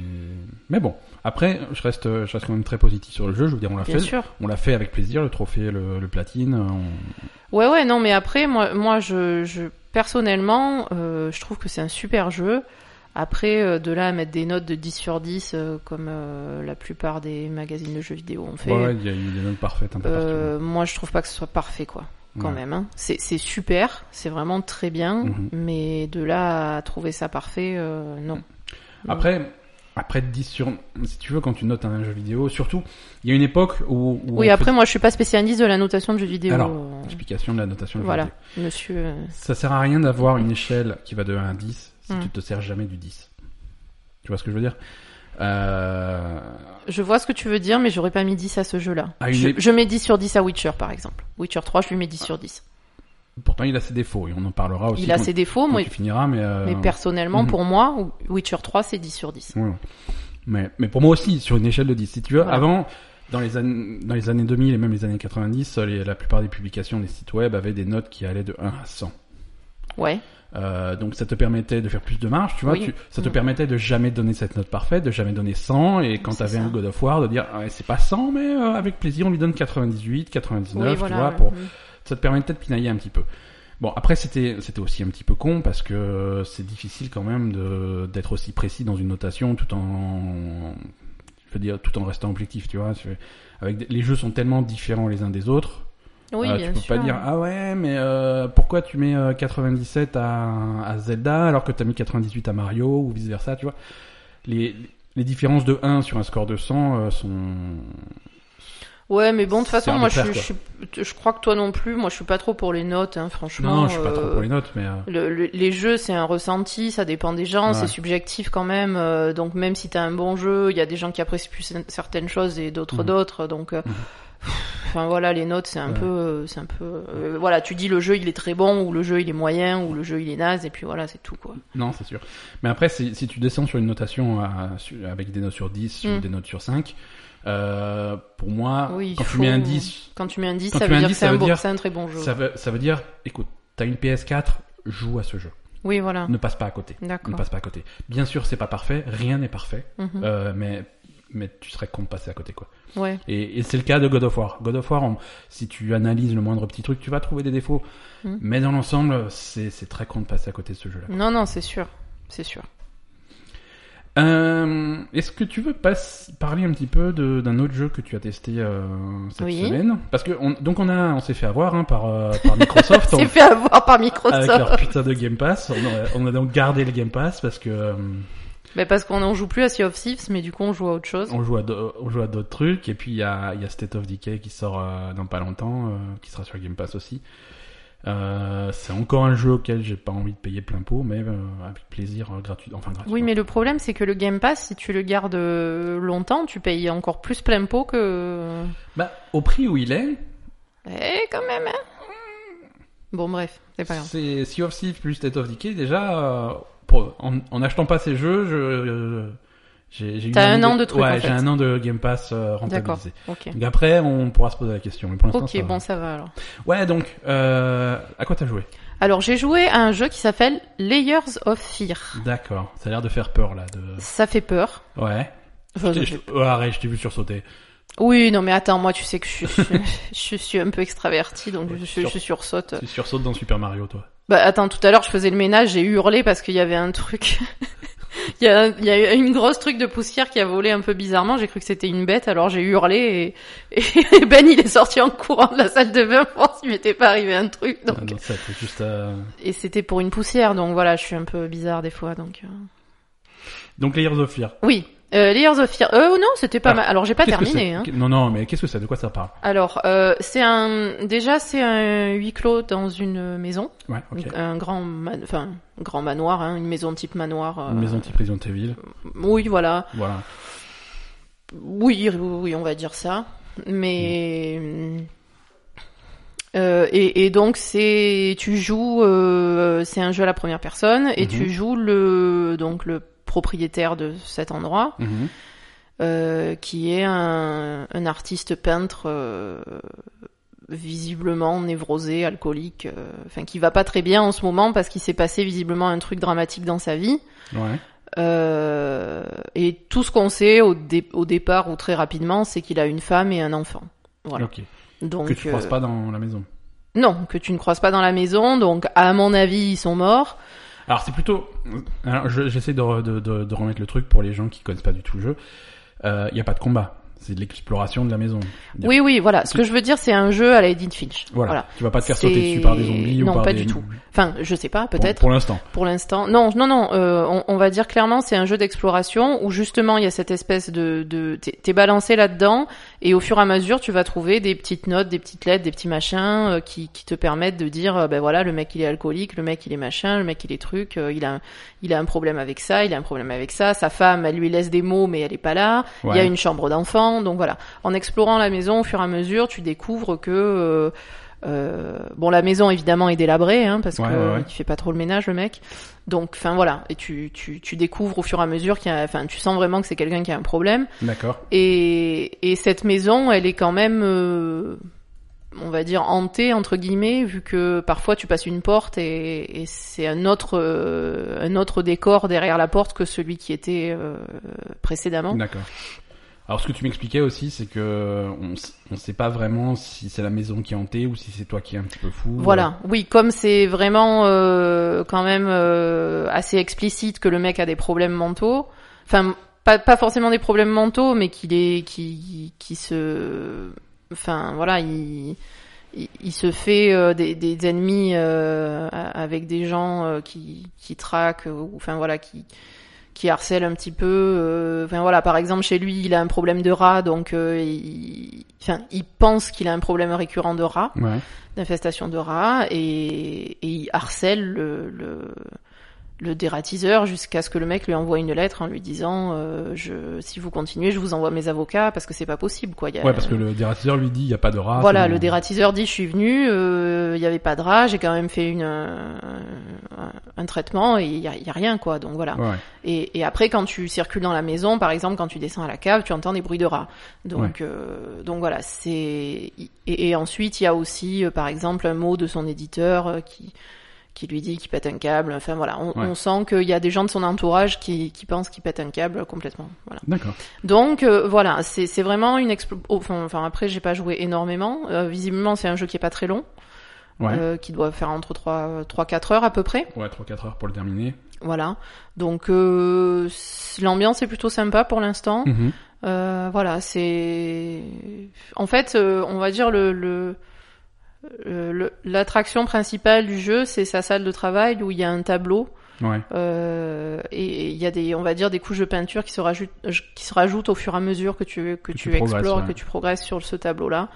[SPEAKER 1] Mais bon, après, je reste, je reste quand même très positif sur le jeu. Je veux dire, on l'a
[SPEAKER 2] Bien
[SPEAKER 1] fait,
[SPEAKER 2] sûr.
[SPEAKER 1] on l'a fait avec plaisir, le trophée, le, le platine. on-
[SPEAKER 2] Ouais, ouais, non, mais après, moi, moi, je, je personnellement, euh, je trouve que c'est un super jeu. Après, euh, de là à mettre des notes de 10 sur 10, euh, comme euh, la plupart des magazines de jeux vidéo ont fait.
[SPEAKER 1] Ouais, il y a eu des notes parfaites un peu
[SPEAKER 2] Euh, moi, je trouve pas que ce soit parfait, quoi.
[SPEAKER 1] partout.
[SPEAKER 2] Quand
[SPEAKER 1] Ouais.
[SPEAKER 2] même, hein. c'est c'est super, c'est vraiment très bien,
[SPEAKER 1] Mhm.
[SPEAKER 2] mais de là à trouver ça parfait, euh, non.
[SPEAKER 1] Après, après 10 sur, si tu veux, quand tu notes un jeu vidéo, surtout, il y a une époque où. où
[SPEAKER 2] Oui,
[SPEAKER 1] on
[SPEAKER 2] après,
[SPEAKER 1] faisait-
[SPEAKER 2] moi, je suis pas spécialiste de la notation de jeux vidéo,
[SPEAKER 1] Alors,
[SPEAKER 2] euh,
[SPEAKER 1] Explication de la notation. de jeu
[SPEAKER 2] Voilà.
[SPEAKER 1] vidéo.
[SPEAKER 2] monsieur. euh,
[SPEAKER 1] Ça sert à rien d'avoir une échelle qui va de 1 à 10 si
[SPEAKER 2] Mm.
[SPEAKER 1] tu te sers jamais du 10. Tu vois ce que je veux dire euh...
[SPEAKER 2] Je vois ce que tu veux dire, mais j'aurais pas mis 10 à ce jeu-là.
[SPEAKER 1] À une
[SPEAKER 2] Je,
[SPEAKER 1] ép-
[SPEAKER 2] je mets 10 sur 10 à Witcher, par exemple. Witcher 3, je lui mets 10 sur 10.
[SPEAKER 1] Pourtant, il a ses défauts et on en parlera Ah, aussi.
[SPEAKER 2] Il a
[SPEAKER 1] quand,
[SPEAKER 2] ses défauts,
[SPEAKER 1] quand
[SPEAKER 2] moi,
[SPEAKER 1] tu finiras, mais. euh,
[SPEAKER 2] mais personnellement,
[SPEAKER 1] Mhm.
[SPEAKER 2] pour moi, Witcher 3, c'est 10 sur 10.
[SPEAKER 1] Ouais, ouais. Mais, mais pour moi aussi, sur une échelle de 10. Si tu veux,
[SPEAKER 2] Voilà.
[SPEAKER 1] avant, dans les, années, dans les années 2000 et même les années 90, les- la plupart des publications des sites web avaient des notes qui allaient de 1 à 100.
[SPEAKER 2] Ouais,
[SPEAKER 1] Euh, donc ça te permettait de faire plus de marge, tu vois.
[SPEAKER 2] Oui.
[SPEAKER 1] tu- ça te
[SPEAKER 2] Mm.
[SPEAKER 1] permettait de jamais donner cette note parfaite, de jamais donner 100. Et quand
[SPEAKER 2] C'est
[SPEAKER 1] t'avais
[SPEAKER 2] ça.
[SPEAKER 1] un God of War, de dire Ah, c'est pas 100, mais euh, avec plaisir, on lui donne 98, 99,
[SPEAKER 2] oui,
[SPEAKER 1] tu vois,
[SPEAKER 2] voilà.
[SPEAKER 1] pour,
[SPEAKER 2] Mhm.
[SPEAKER 1] ça te permettait de pinailler un petit peu. Bon, après c'était c'était aussi un petit peu con parce que euh, c'est difficile quand même de d'être aussi précis dans une notation tout en je veux dire tout en restant objectif, tu vois. C'est- Avec des- les jeux sont tellement différents les uns des autres,
[SPEAKER 2] Oui,
[SPEAKER 1] euh,
[SPEAKER 2] bien
[SPEAKER 1] tu peux
[SPEAKER 2] sûr.
[SPEAKER 1] pas dire ah ouais mais euh, pourquoi tu mets euh, 97 à, à Zelda alors que t'as mis 98 à Mario ou vice versa, tu vois. Les les différences de 1 sur un score de 100 euh, sont
[SPEAKER 2] Ouais, mais bon, de toute
[SPEAKER 1] C'est
[SPEAKER 2] façon, moi, je,
[SPEAKER 1] arbitraire,
[SPEAKER 2] suis- je, suis- je crois que toi non plus, moi, je suis pas trop pour les notes, hein, franchement.
[SPEAKER 1] non, je suis pas trop
[SPEAKER 2] euh,
[SPEAKER 1] pour les notes mais euh,
[SPEAKER 2] le- le- les jeux, c'est un ressenti, ça dépend des gens,
[SPEAKER 1] Ouais.
[SPEAKER 2] c'est subjectif quand même. euh, donc même si t'as un bon jeu, il y a des gens qui apprécient plus certaines choses et d'autres
[SPEAKER 1] Mhm.
[SPEAKER 2] d'autres. Donc, euh, enfin voilà, les notes, c'est un
[SPEAKER 1] Ouais.
[SPEAKER 2] peu, euh, c'est un peu, euh, voilà, tu dis le jeu il est très bon ou le jeu il est moyen ou le jeu il est naze et puis voilà, c'est tout quoi.
[SPEAKER 1] Non, c'est sûr. Mais après, si, si tu descends sur une notation à- su- avec des notes sur 10
[SPEAKER 2] Mm.
[SPEAKER 1] ou des notes sur 5, euh, pour moi,
[SPEAKER 2] Oui, il
[SPEAKER 1] quand tu
[SPEAKER 2] faut-
[SPEAKER 1] mets un 10,
[SPEAKER 2] Quand tu mets un 10,
[SPEAKER 1] Quand
[SPEAKER 2] ça
[SPEAKER 1] tu mets
[SPEAKER 2] veut
[SPEAKER 1] un
[SPEAKER 2] dire que
[SPEAKER 1] 10,
[SPEAKER 2] c'est
[SPEAKER 1] ça
[SPEAKER 2] un,
[SPEAKER 1] veut
[SPEAKER 2] bon,
[SPEAKER 1] dire-
[SPEAKER 2] c'est un très bon jeu.
[SPEAKER 1] ça veut, ça veut dire, écoute, t'as une PS4, joue à ce jeu.
[SPEAKER 2] Oui, voilà,
[SPEAKER 1] Ne passe pas à côté. Ne
[SPEAKER 2] Ah. d'accord.
[SPEAKER 1] passe pas à côté. Bien sûr, c'est pas parfait, rien n'est parfait,
[SPEAKER 2] Mhm.
[SPEAKER 1] euh, mais, mais tu serais con de passer à côté, quoi.
[SPEAKER 2] Ouais.
[SPEAKER 1] Et, et c'est le cas de God of War. God of War, on- si tu analyses le moindre petit truc, tu vas trouver des défauts.
[SPEAKER 2] Mm.
[SPEAKER 1] Mais dans l'ensemble, c'est c'est très con de passer à côté de ce jeu-là.
[SPEAKER 2] Non, non, c'est sûr, c'est sûr.
[SPEAKER 1] Euh, Est-ce que tu veux pas parler un petit peu de- d'un autre jeu que tu as testé euh, cette
[SPEAKER 2] Oui.
[SPEAKER 1] semaine Parce que on, donc on a, on s'est fait avoir hein, par, euh, par Microsoft
[SPEAKER 2] C'est
[SPEAKER 1] on-
[SPEAKER 2] fait avoir par
[SPEAKER 1] avec
[SPEAKER 2] Microsoft.
[SPEAKER 1] leur putain de Game Pass. On a, on a donc gardé le Game Pass parce que euh,
[SPEAKER 2] Mais parce qu'on n'en joue plus à Sea of Thieves, mais du coup on joue à autre chose.
[SPEAKER 1] on joue à do- on joue à d'autres trucs et puis il y a, il y a State of Decay qui sort euh, dans pas longtemps, euh, qui sera sur Game Pass aussi. Euh, C'est encore un jeu auquel j'ai pas envie de payer plein pot, mais euh, avec plaisir euh, gratuit, enfin gratuit.
[SPEAKER 2] Oui, mais le problème c'est que le Game Pass, si tu le gardes euh, longtemps, tu payes encore plus plein pot que. euh,
[SPEAKER 1] Bah, au prix où il est,
[SPEAKER 2] Eh, quand même. Hein bon, bref, c'est pas grave.
[SPEAKER 1] C'est Sea of Thieves plus State of Decay. Déjà, euh, pour- en, en achetant pas ces jeux, je, euh, j'ai j'ai eu
[SPEAKER 2] T'as un an de
[SPEAKER 1] trucs
[SPEAKER 2] trucs,
[SPEAKER 1] Ouais,
[SPEAKER 2] en fait.
[SPEAKER 1] j'ai un an de Game Pass euh,
[SPEAKER 2] D'accord.
[SPEAKER 1] rentabilisé.
[SPEAKER 2] Ok.
[SPEAKER 1] Donc après, on pourra se poser la question. Mais pour l'instant,
[SPEAKER 2] Ok,
[SPEAKER 1] ça va.
[SPEAKER 2] bon, ça va alors.
[SPEAKER 1] Ouais, donc, euh, à quoi t'as joué
[SPEAKER 2] Alors j'ai joué à un jeu qui s'appelle Layers of Fear.
[SPEAKER 1] D'accord. Ça a l'air de faire peur là. De...
[SPEAKER 2] Ça fait peur.
[SPEAKER 1] Ouais.
[SPEAKER 2] Enfin,
[SPEAKER 1] Je t'ai-
[SPEAKER 2] Ah, ça
[SPEAKER 1] je- oh, arrête, je t'ai vu sursauter.
[SPEAKER 2] Oui, non, mais attends, moi, tu sais que je suis, je suis un peu extraverti, donc
[SPEAKER 1] Ouais,
[SPEAKER 2] je,
[SPEAKER 1] sur-
[SPEAKER 2] je sursaute.
[SPEAKER 1] Tu sursautes dans Super Mario, toi.
[SPEAKER 2] Bah, attends, tout à l'heure, je faisais le ménage, j'ai hurlé parce qu'il y avait un truc. Il y, a, il y a eu une grosse truc de poussière qui a volé un peu bizarrement. J'ai cru que c'était une bête, alors j'ai hurlé et, et Ben il est sorti en courant de la salle de bain pour voir s'il m'était pas arrivé un truc.
[SPEAKER 1] Ah,
[SPEAKER 2] Donc
[SPEAKER 1] non, ça, t'es juste euh, à-
[SPEAKER 2] et c'était pour une poussière, donc voilà, je suis un peu bizarre des fois. Donc euh.
[SPEAKER 1] Donc Layers of Fear.
[SPEAKER 2] oui, euh, Layers of Fear. Euh, non, c'était pas
[SPEAKER 1] Ah.
[SPEAKER 2] mal. Alors j'ai pas
[SPEAKER 1] Qu'est-ce que
[SPEAKER 2] terminé.
[SPEAKER 1] c'est
[SPEAKER 2] Hein.
[SPEAKER 1] Qu- Non, non, mais qu'est-ce que c'est De quoi ça parle
[SPEAKER 2] Alors euh, c'est un déjà c'est un huis clos dans une maison,
[SPEAKER 1] Ouais, ok.
[SPEAKER 2] Donc, un grand man- enfin grand manoir, hein, une maison type manoir. euh,
[SPEAKER 1] Une maison type Resident Evil.
[SPEAKER 2] Oui, voilà.
[SPEAKER 1] Voilà.
[SPEAKER 2] Oui, oui, oui, on va dire ça. Mais euh, et, et donc c'est tu joues, euh, c'est un jeu à la première personne et
[SPEAKER 1] Mhm.
[SPEAKER 2] tu joues le donc le propriétaire de cet endroit
[SPEAKER 1] Mhm.
[SPEAKER 2] euh, qui est un, un artiste peintre euh, visiblement névrosé, alcoolique, euh, enfin qui va pas très bien en ce moment parce qu'il s'est passé visiblement un truc dramatique dans sa vie.
[SPEAKER 1] Ouais.
[SPEAKER 2] Euh, et tout ce qu'on sait au, dé- au départ ou très rapidement, c'est qu'il a une femme et un enfant. Voilà.
[SPEAKER 1] Ok.
[SPEAKER 2] Donc,
[SPEAKER 1] que tu
[SPEAKER 2] euh,
[SPEAKER 1] croises pas dans la maison.
[SPEAKER 2] Non, que tu ne croises pas dans la maison. Donc, à mon avis, ils sont morts.
[SPEAKER 1] Alors c'est plutôt. Alors je- j'essaie de, re- de, de, de remettre le truc pour les gens qui connaissent pas du tout le jeu. Il euh, y a pas de combat. C'est de l'exploration de la maison. Bien.
[SPEAKER 2] Oui, oui, voilà. Ce
[SPEAKER 1] Tu-
[SPEAKER 2] que je veux dire, c'est un jeu à la Edith Finch.
[SPEAKER 1] Voilà.
[SPEAKER 2] Voilà.
[SPEAKER 1] Tu vas pas te faire
[SPEAKER 2] C'est-
[SPEAKER 1] sauter dessus par des zombies
[SPEAKER 2] Non,
[SPEAKER 1] ou par
[SPEAKER 2] pas
[SPEAKER 1] des-
[SPEAKER 2] du tout. Enfin, je sais pas,
[SPEAKER 1] Pour,
[SPEAKER 2] peut-être.
[SPEAKER 1] pour l'instant.
[SPEAKER 2] Pour l'instant, non, non, non. euh, on, on va dire clairement, c'est un jeu d'exploration où justement il y a cette espèce de, de t'es t'es balancé là-dedans et au fur et à mesure tu vas trouver des petites notes, des petites lettres, des petits machins euh, qui, qui te permettent de dire, euh, ben voilà, le mec il est alcoolique, le mec il est machin, le mec il est truc, euh, il a un- il a un problème avec ça, il a un problème avec ça. Sa femme, elle lui laisse des mots mais elle est pas là. Il y a
[SPEAKER 1] Ouais.
[SPEAKER 2] une chambre d'enfant, donc voilà. En explorant la maison, au fur et à mesure, tu découvres que euh, euh, bon, la maison évidemment est délabrée hein, parce
[SPEAKER 1] Ouais,
[SPEAKER 2] que
[SPEAKER 1] ouais, ouais.
[SPEAKER 2] il fait pas trop le ménage le mec. Donc, enfin voilà, et tu, tu tu découvres au fur et à mesure qu'il y a, enfin tu sens vraiment que c'est quelqu'un qui a un problème.
[SPEAKER 1] D'accord.
[SPEAKER 2] Et et cette maison, elle est quand même euh, on va dire hantée entre guillemets vu que parfois tu passes une porte et, et c'est un autre euh, un autre décor derrière la porte que celui qui était euh, précédemment.
[SPEAKER 1] D'accord. Alors ce que tu m'expliquais aussi, c'est que on, s- on sait pas vraiment si c'est la maison qui est hantée ou si c'est toi qui es un petit peu fou.
[SPEAKER 2] Voilà, oui, comme c'est vraiment euh, quand même euh, assez explicite que le mec a des problèmes mentaux, enfin pas, pas forcément des problèmes mentaux, mais qu'il est qui qui se, enfin voilà, il il, il se fait euh, des, des ennemis euh, a- avec des gens euh, qui qui traquent, ou enfin voilà qui qui harcèlent un petit peu. euh, Enfin voilà, par exemple chez lui, il a un problème de rat, donc euh, il, enfin il pense qu'il a un problème récurrent de rat
[SPEAKER 1] Ouais.
[SPEAKER 2] d'infestation de rats et, et il harcèle le, le, le dératiseur jusqu'à ce que le mec lui envoie une lettre en lui disant euh, je, si vous continuez je vous envoie mes avocats parce que c'est pas possible quoi. Il y a-
[SPEAKER 1] Ouais, parce que le dératiseur lui dit il y a pas de rat.
[SPEAKER 2] Euh, voilà,
[SPEAKER 1] c'est bon.
[SPEAKER 2] le dératiseur dit je suis venu, euh, il y avait pas de rat, j'ai quand même fait une, euh, un, un traitement et il y a, il y a rien quoi. Donc voilà.
[SPEAKER 1] Ouais.
[SPEAKER 2] Et, et après, quand tu circules dans la maison, par exemple, quand tu descends à la cave, tu entends des bruits de rats. Donc, euh, donc voilà, c'est. Et, et ensuite, il y a aussi, euh, par exemple, un mot de son éditeur euh, qui qui lui dit qu'il pète un câble. Enfin voilà, on,
[SPEAKER 1] Ouais.
[SPEAKER 2] on sent qu'il y a des gens de son entourage qui, qui pensent qu'il pète un câble complètement. Voilà.
[SPEAKER 1] D'accord.
[SPEAKER 2] Donc euh, voilà, c'est c'est vraiment une expl- oh, Enfin, enfin, après, j'ai pas joué énormément. Euh, visiblement, c'est un jeu qui est pas très long,
[SPEAKER 1] Ouais.
[SPEAKER 2] euh, qui doit faire entre 3 trois quatre heures à peu près.
[SPEAKER 1] Ouais, 3-4 heures pour le terminer.
[SPEAKER 2] Voilà. Donc euh, c- l'ambiance est plutôt sympa pour l'instant.
[SPEAKER 1] Mhm.
[SPEAKER 2] Euh, voilà, c'est en fait, euh, on va dire le le euh, le- l'attraction principale du jeu, c'est sa salle de travail où il y a un tableau
[SPEAKER 1] Ouais.
[SPEAKER 2] euh, et et il y a des on va dire des couches de peinture qui se rajoutent qui se rajoutent au fur et à mesure que tu
[SPEAKER 1] Que
[SPEAKER 2] que,
[SPEAKER 1] tu
[SPEAKER 2] tu,
[SPEAKER 1] progresses,
[SPEAKER 2] explores,
[SPEAKER 1] ouais.
[SPEAKER 2] que tu progresses sur ce tableau là.